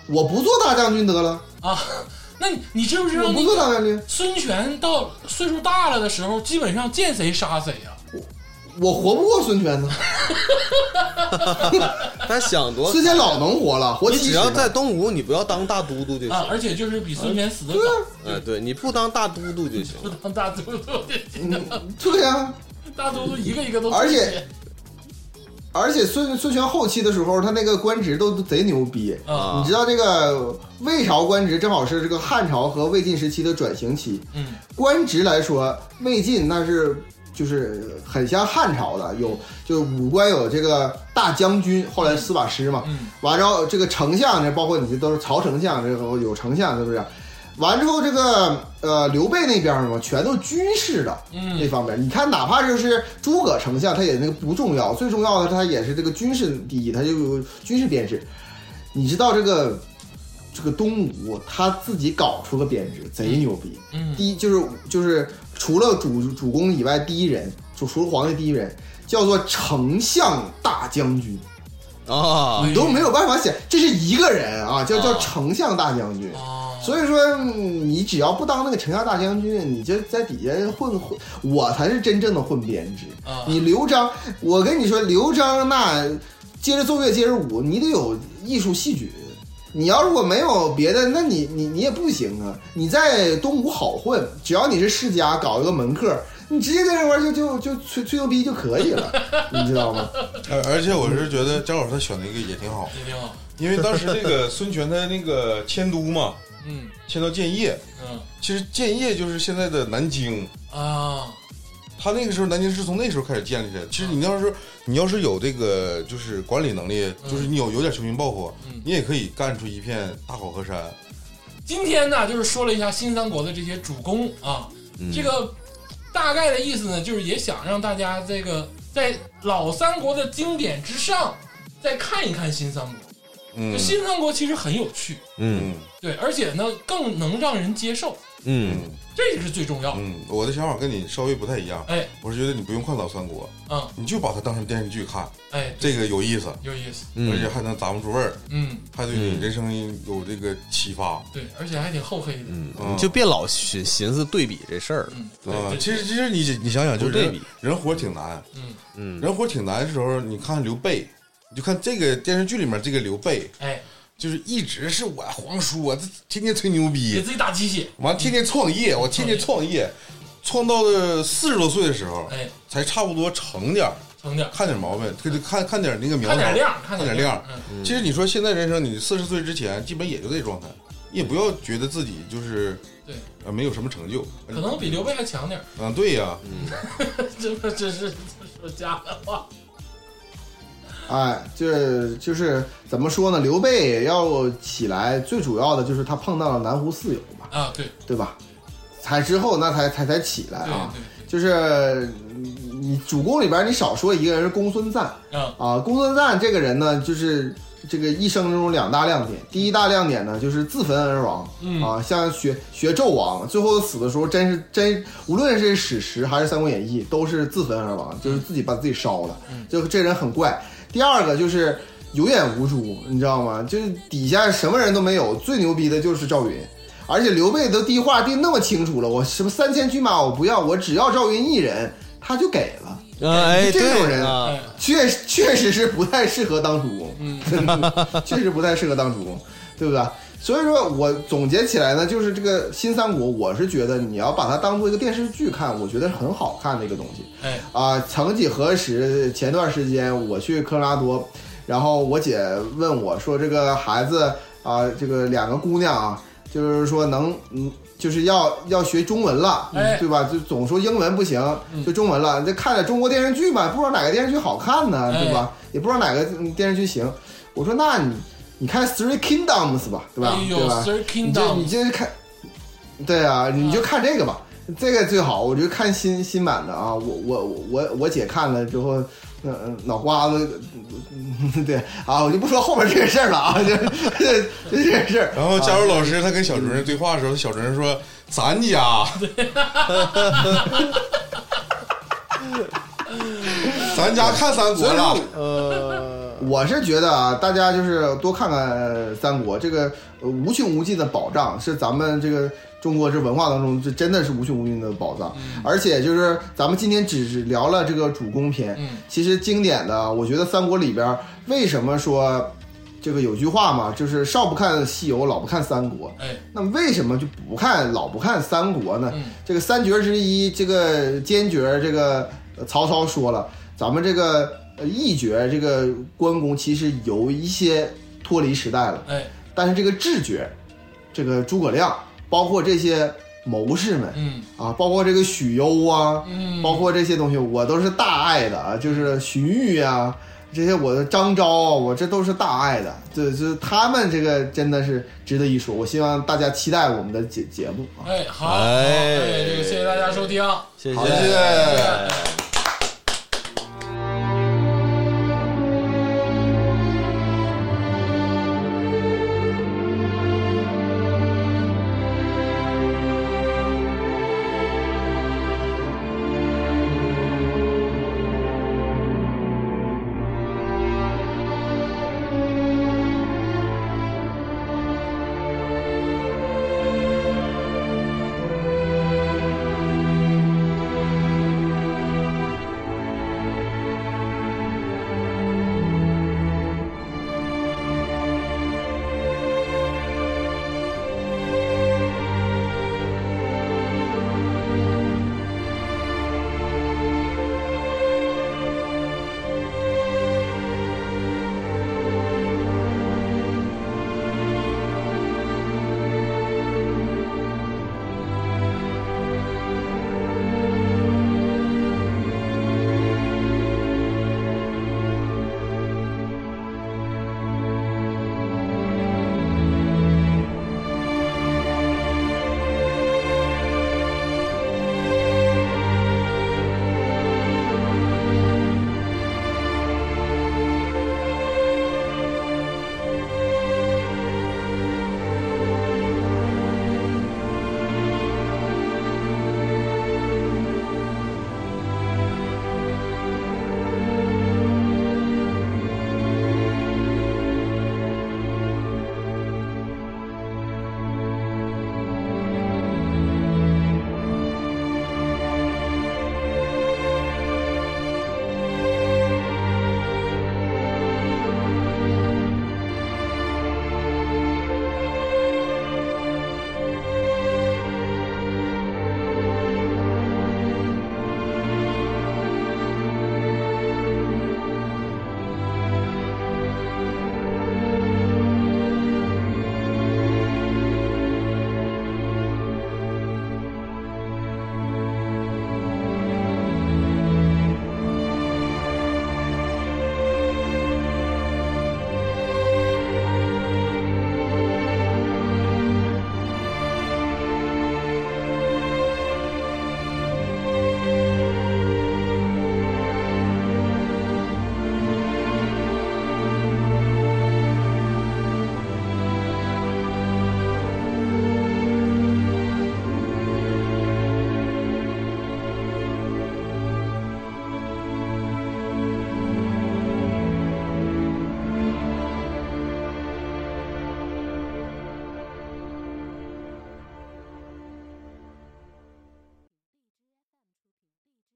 Speaker 3: 我不做大将军得了，
Speaker 1: 啊？ 那你你知不知道
Speaker 3: 我不
Speaker 1: 那
Speaker 3: 做大
Speaker 1: 个
Speaker 3: 将军，
Speaker 1: 孙权到岁数大了的时候，基本上见谁杀谁啊？
Speaker 3: 我活不过孙 权呢，
Speaker 4: 他想多，
Speaker 3: 孙权老能活了，活
Speaker 4: 你
Speaker 3: 七
Speaker 4: 只
Speaker 3: 十
Speaker 4: 要
Speaker 3: 呢。
Speaker 4: 在东吴，你不要当大都督就
Speaker 1: 啊，
Speaker 4: 行。
Speaker 1: 而且就是比孙权死的
Speaker 3: 啊
Speaker 1: 早，
Speaker 4: 哎，对，你不当大都督就行
Speaker 1: 不。当大都督，
Speaker 3: 对啊呀、
Speaker 1: 大都督一个一个都
Speaker 3: 而且而且孙孙权后期的时候，他那个官职都贼牛逼。
Speaker 1: 啊，
Speaker 3: 你知道这个魏朝官职正好是这个汉朝和魏晋时期的转型期。
Speaker 1: 嗯，
Speaker 3: 官职来说，魏晋那是就是很像汉朝的，有就是武官有这个大将军，后来司马师嘛。
Speaker 1: 嗯，
Speaker 3: 完之后这个丞相这包括你这都是曹丞相，这个有丞相是不是？完之后这个呃刘备那边嘛，全都军事的。
Speaker 1: 嗯
Speaker 3: 这方面，你看，哪怕就是呃诸葛丞相，他也那个不重要，最重要的他也是这个军事第一，他就有军事编制。你知道这个这个东吴他自己搞出个编制，贼牛逼。
Speaker 1: 嗯
Speaker 3: 第一就是就是除了主主公以外，第一人就除了皇帝第一人叫做丞相大将军，
Speaker 4: 啊
Speaker 1: 哎
Speaker 3: 你都没有办法想，这是一个人啊，叫叫
Speaker 4: 啊
Speaker 3: 丞相大将军。
Speaker 1: 啊，
Speaker 3: 所以说，嗯你只要不当那个丞相大将军，你就在底下混混，我才是真正的混编制。
Speaker 1: 啊
Speaker 3: 你刘璋，我跟你说，刘璋那接着奏乐，接着舞，你得有艺术细菌。你要如果没有别的，那你你你也不行啊！你在东吴好混，只要你是世家，搞一个门客，你直接在这块儿就就就吹吹牛逼就可以了，你知道吗？
Speaker 2: 而而且我是觉得正好他选了一个也挺好，
Speaker 1: 也挺好，
Speaker 2: 因为当时这 个孙权他那个迁都嘛，
Speaker 1: 嗯
Speaker 2: 迁到建业，
Speaker 1: 嗯
Speaker 2: 其实建业就是现在的南京。
Speaker 1: 啊，
Speaker 2: 他那个时候南京是从那时候开始建立的。其实你要是你要是有这个就是管理能力，
Speaker 1: 嗯
Speaker 2: 就是你有有点雄心抱负
Speaker 1: 嗯，
Speaker 2: 你也可以干出一片大好河山。
Speaker 1: 今天呢，就是说了一下新三国的这些主公啊，
Speaker 4: 嗯
Speaker 1: 这个大概的意思呢，就是也想让大家这个在老三国的经典之上，再看一看新三国。就
Speaker 2: 嗯
Speaker 1: 新三国其实很有趣，
Speaker 4: 嗯
Speaker 2: 嗯
Speaker 1: 对，而且呢更能让人接受，
Speaker 4: 嗯，
Speaker 1: 这个是最重要的。
Speaker 2: 嗯，我的想法跟你稍微不太一样。
Speaker 1: 哎，
Speaker 2: 我是觉得你不用看老三国，
Speaker 1: 嗯，
Speaker 2: 你就把它当成电视剧看，
Speaker 1: 哎，
Speaker 2: 这个有意思，
Speaker 1: 有意思，
Speaker 4: 嗯
Speaker 2: 而且还能咂摸出味儿，
Speaker 1: 嗯，
Speaker 2: 还对你人生有这个启发。
Speaker 1: 对，而且还挺厚黑的，嗯，
Speaker 4: 你就别老寻寻思对比这事儿。
Speaker 1: 对
Speaker 2: 啊，
Speaker 1: 对
Speaker 2: 其实其实你你想想，就
Speaker 4: 不
Speaker 2: 是
Speaker 4: 对
Speaker 2: 人
Speaker 4: 比
Speaker 2: 人活挺难，
Speaker 1: 嗯
Speaker 4: 嗯
Speaker 2: 人活挺难的时候，你看刘备，你就看这个电视剧里面这个刘备，
Speaker 1: 哎，
Speaker 2: 就是一直是我皇叔，我这天天吹牛
Speaker 1: 给
Speaker 2: 逼，
Speaker 1: 自己打鸡血，
Speaker 2: 完天天创业，我天天创业，创到了四十多岁的时候，
Speaker 1: 哎，
Speaker 2: 才差不多成点儿，
Speaker 1: 成点儿，
Speaker 2: 看点毛病，看看看点那个苗
Speaker 1: 看
Speaker 2: 头，
Speaker 1: 点亮，
Speaker 2: 看
Speaker 1: 点
Speaker 2: 点亮。
Speaker 1: 嗯，
Speaker 2: 其实你说现在人生，你四十岁之前，基本也就这状态，你也不要觉得自己就是
Speaker 1: 对，
Speaker 2: 呃没有什么成就，
Speaker 1: 嗯可能比刘备还强 点儿，
Speaker 2: 嗯对呀、
Speaker 1: 这不这是说家的话，
Speaker 3: 哎，这就是怎么说呢？刘备要起来，最主要的就是他碰到了南湖四友嘛，
Speaker 1: 啊，对，
Speaker 3: 对吧？才之后那才才才起来
Speaker 1: 对
Speaker 3: 啊。
Speaker 1: 对
Speaker 3: 就是你你主公里边，你少说一个人是公孙瓒
Speaker 1: 对，啊，
Speaker 3: 啊。公孙瓒这个人呢，就是这个一生中两大亮点。第一大亮点呢，就是自焚而亡
Speaker 1: 嗯
Speaker 3: 啊，像学学纣王，最后死的时候真是真，无论是史实还是《三国演义》，都是自焚而亡，就是自己把自己烧了。就这人很怪。第二个就是有眼无珠，你知道吗？就是底下什么人都没有，最牛逼的就是赵云。而且刘备都第一话定那么清楚了，我什么三千军马我不要，我只要赵云一人，他就给了。
Speaker 4: 哎，
Speaker 3: 这种
Speaker 4: 对
Speaker 3: 人
Speaker 4: 啊，
Speaker 1: 哎，
Speaker 3: 确实确实是不太适合当主公，
Speaker 1: 嗯，
Speaker 3: 确实不太适合当主公，对不对？所以说我总结起来呢，就是这个新三国，我是觉得你要把它当做一个电视剧看，我觉得是很好看的一个东西。
Speaker 1: 哎，
Speaker 3: 啊，曾几何时，前段时间我去科罗拉多，然后我姐问我说：“这个孩子啊，这个两个姑娘啊，就是说能，嗯，就是要要学中文了，
Speaker 1: 哎嗯
Speaker 3: 对吧？就总说英文不行，就中文了。这看点中国电视剧吧，不知道哪个电视剧好看呢，对吧？
Speaker 1: 哎
Speaker 3: 也不知道哪个嗯电视剧行。”我说：“那你你看《Three Kingdoms》吧，对吧？
Speaker 1: 哎呦
Speaker 3: 对吧？
Speaker 1: ，Sir
Speaker 3: 你就
Speaker 1: Kingdom，
Speaker 3: 你就看，对啊，你就看这个吧，这个最好。我就看新新版的啊，我我我我姐看了之后，嗯、嗯，脑瓜子，嗯 对啊，我就不说后边这个事儿了啊，就 就就这个事儿。
Speaker 2: 然后佳茹老师他跟小纯对话的时候，小纯说：“咱家， 咱家看三国了。
Speaker 4: 呃
Speaker 3: 我我是觉得啊，大家就是多看看三国，这个呃无穷无尽的宝藏是咱们这个中国这文化当中，这真的是无穷无尽的宝藏。而且就是咱们今天只是聊了这个主公篇，
Speaker 1: 嗯
Speaker 3: 其实经典的，我觉得三国里边儿为什么说这个有句话嘛，就是少不看西游，老不看三国。
Speaker 1: 哎，
Speaker 3: 那为什么就不看老不看三国呢？
Speaker 1: 嗯
Speaker 3: 这个三角之一，这个奸角，这个呃曹操说了，咱们这个呃义角，这个关公其实有一些脱离时代了，
Speaker 1: 哎，
Speaker 3: 但是这个智角，这个诸葛亮，包括这些谋士们
Speaker 1: 嗯
Speaker 3: 啊，包括这个许攸啊，
Speaker 1: 嗯，
Speaker 3: 包括这些东西，我都是大爱的啊，就是荀彧啊，这些我的张昭啊，我这都是大爱的，这这他们这个真的是值得一说。我希望大家期待我们的节节目啊，
Speaker 1: 哎好，好
Speaker 4: 哎
Speaker 1: 哎，这个谢谢大家收听。
Speaker 4: 谢
Speaker 3: 好
Speaker 4: 谢
Speaker 3: 的。
Speaker 2: 谢谢。
Speaker 4: 哎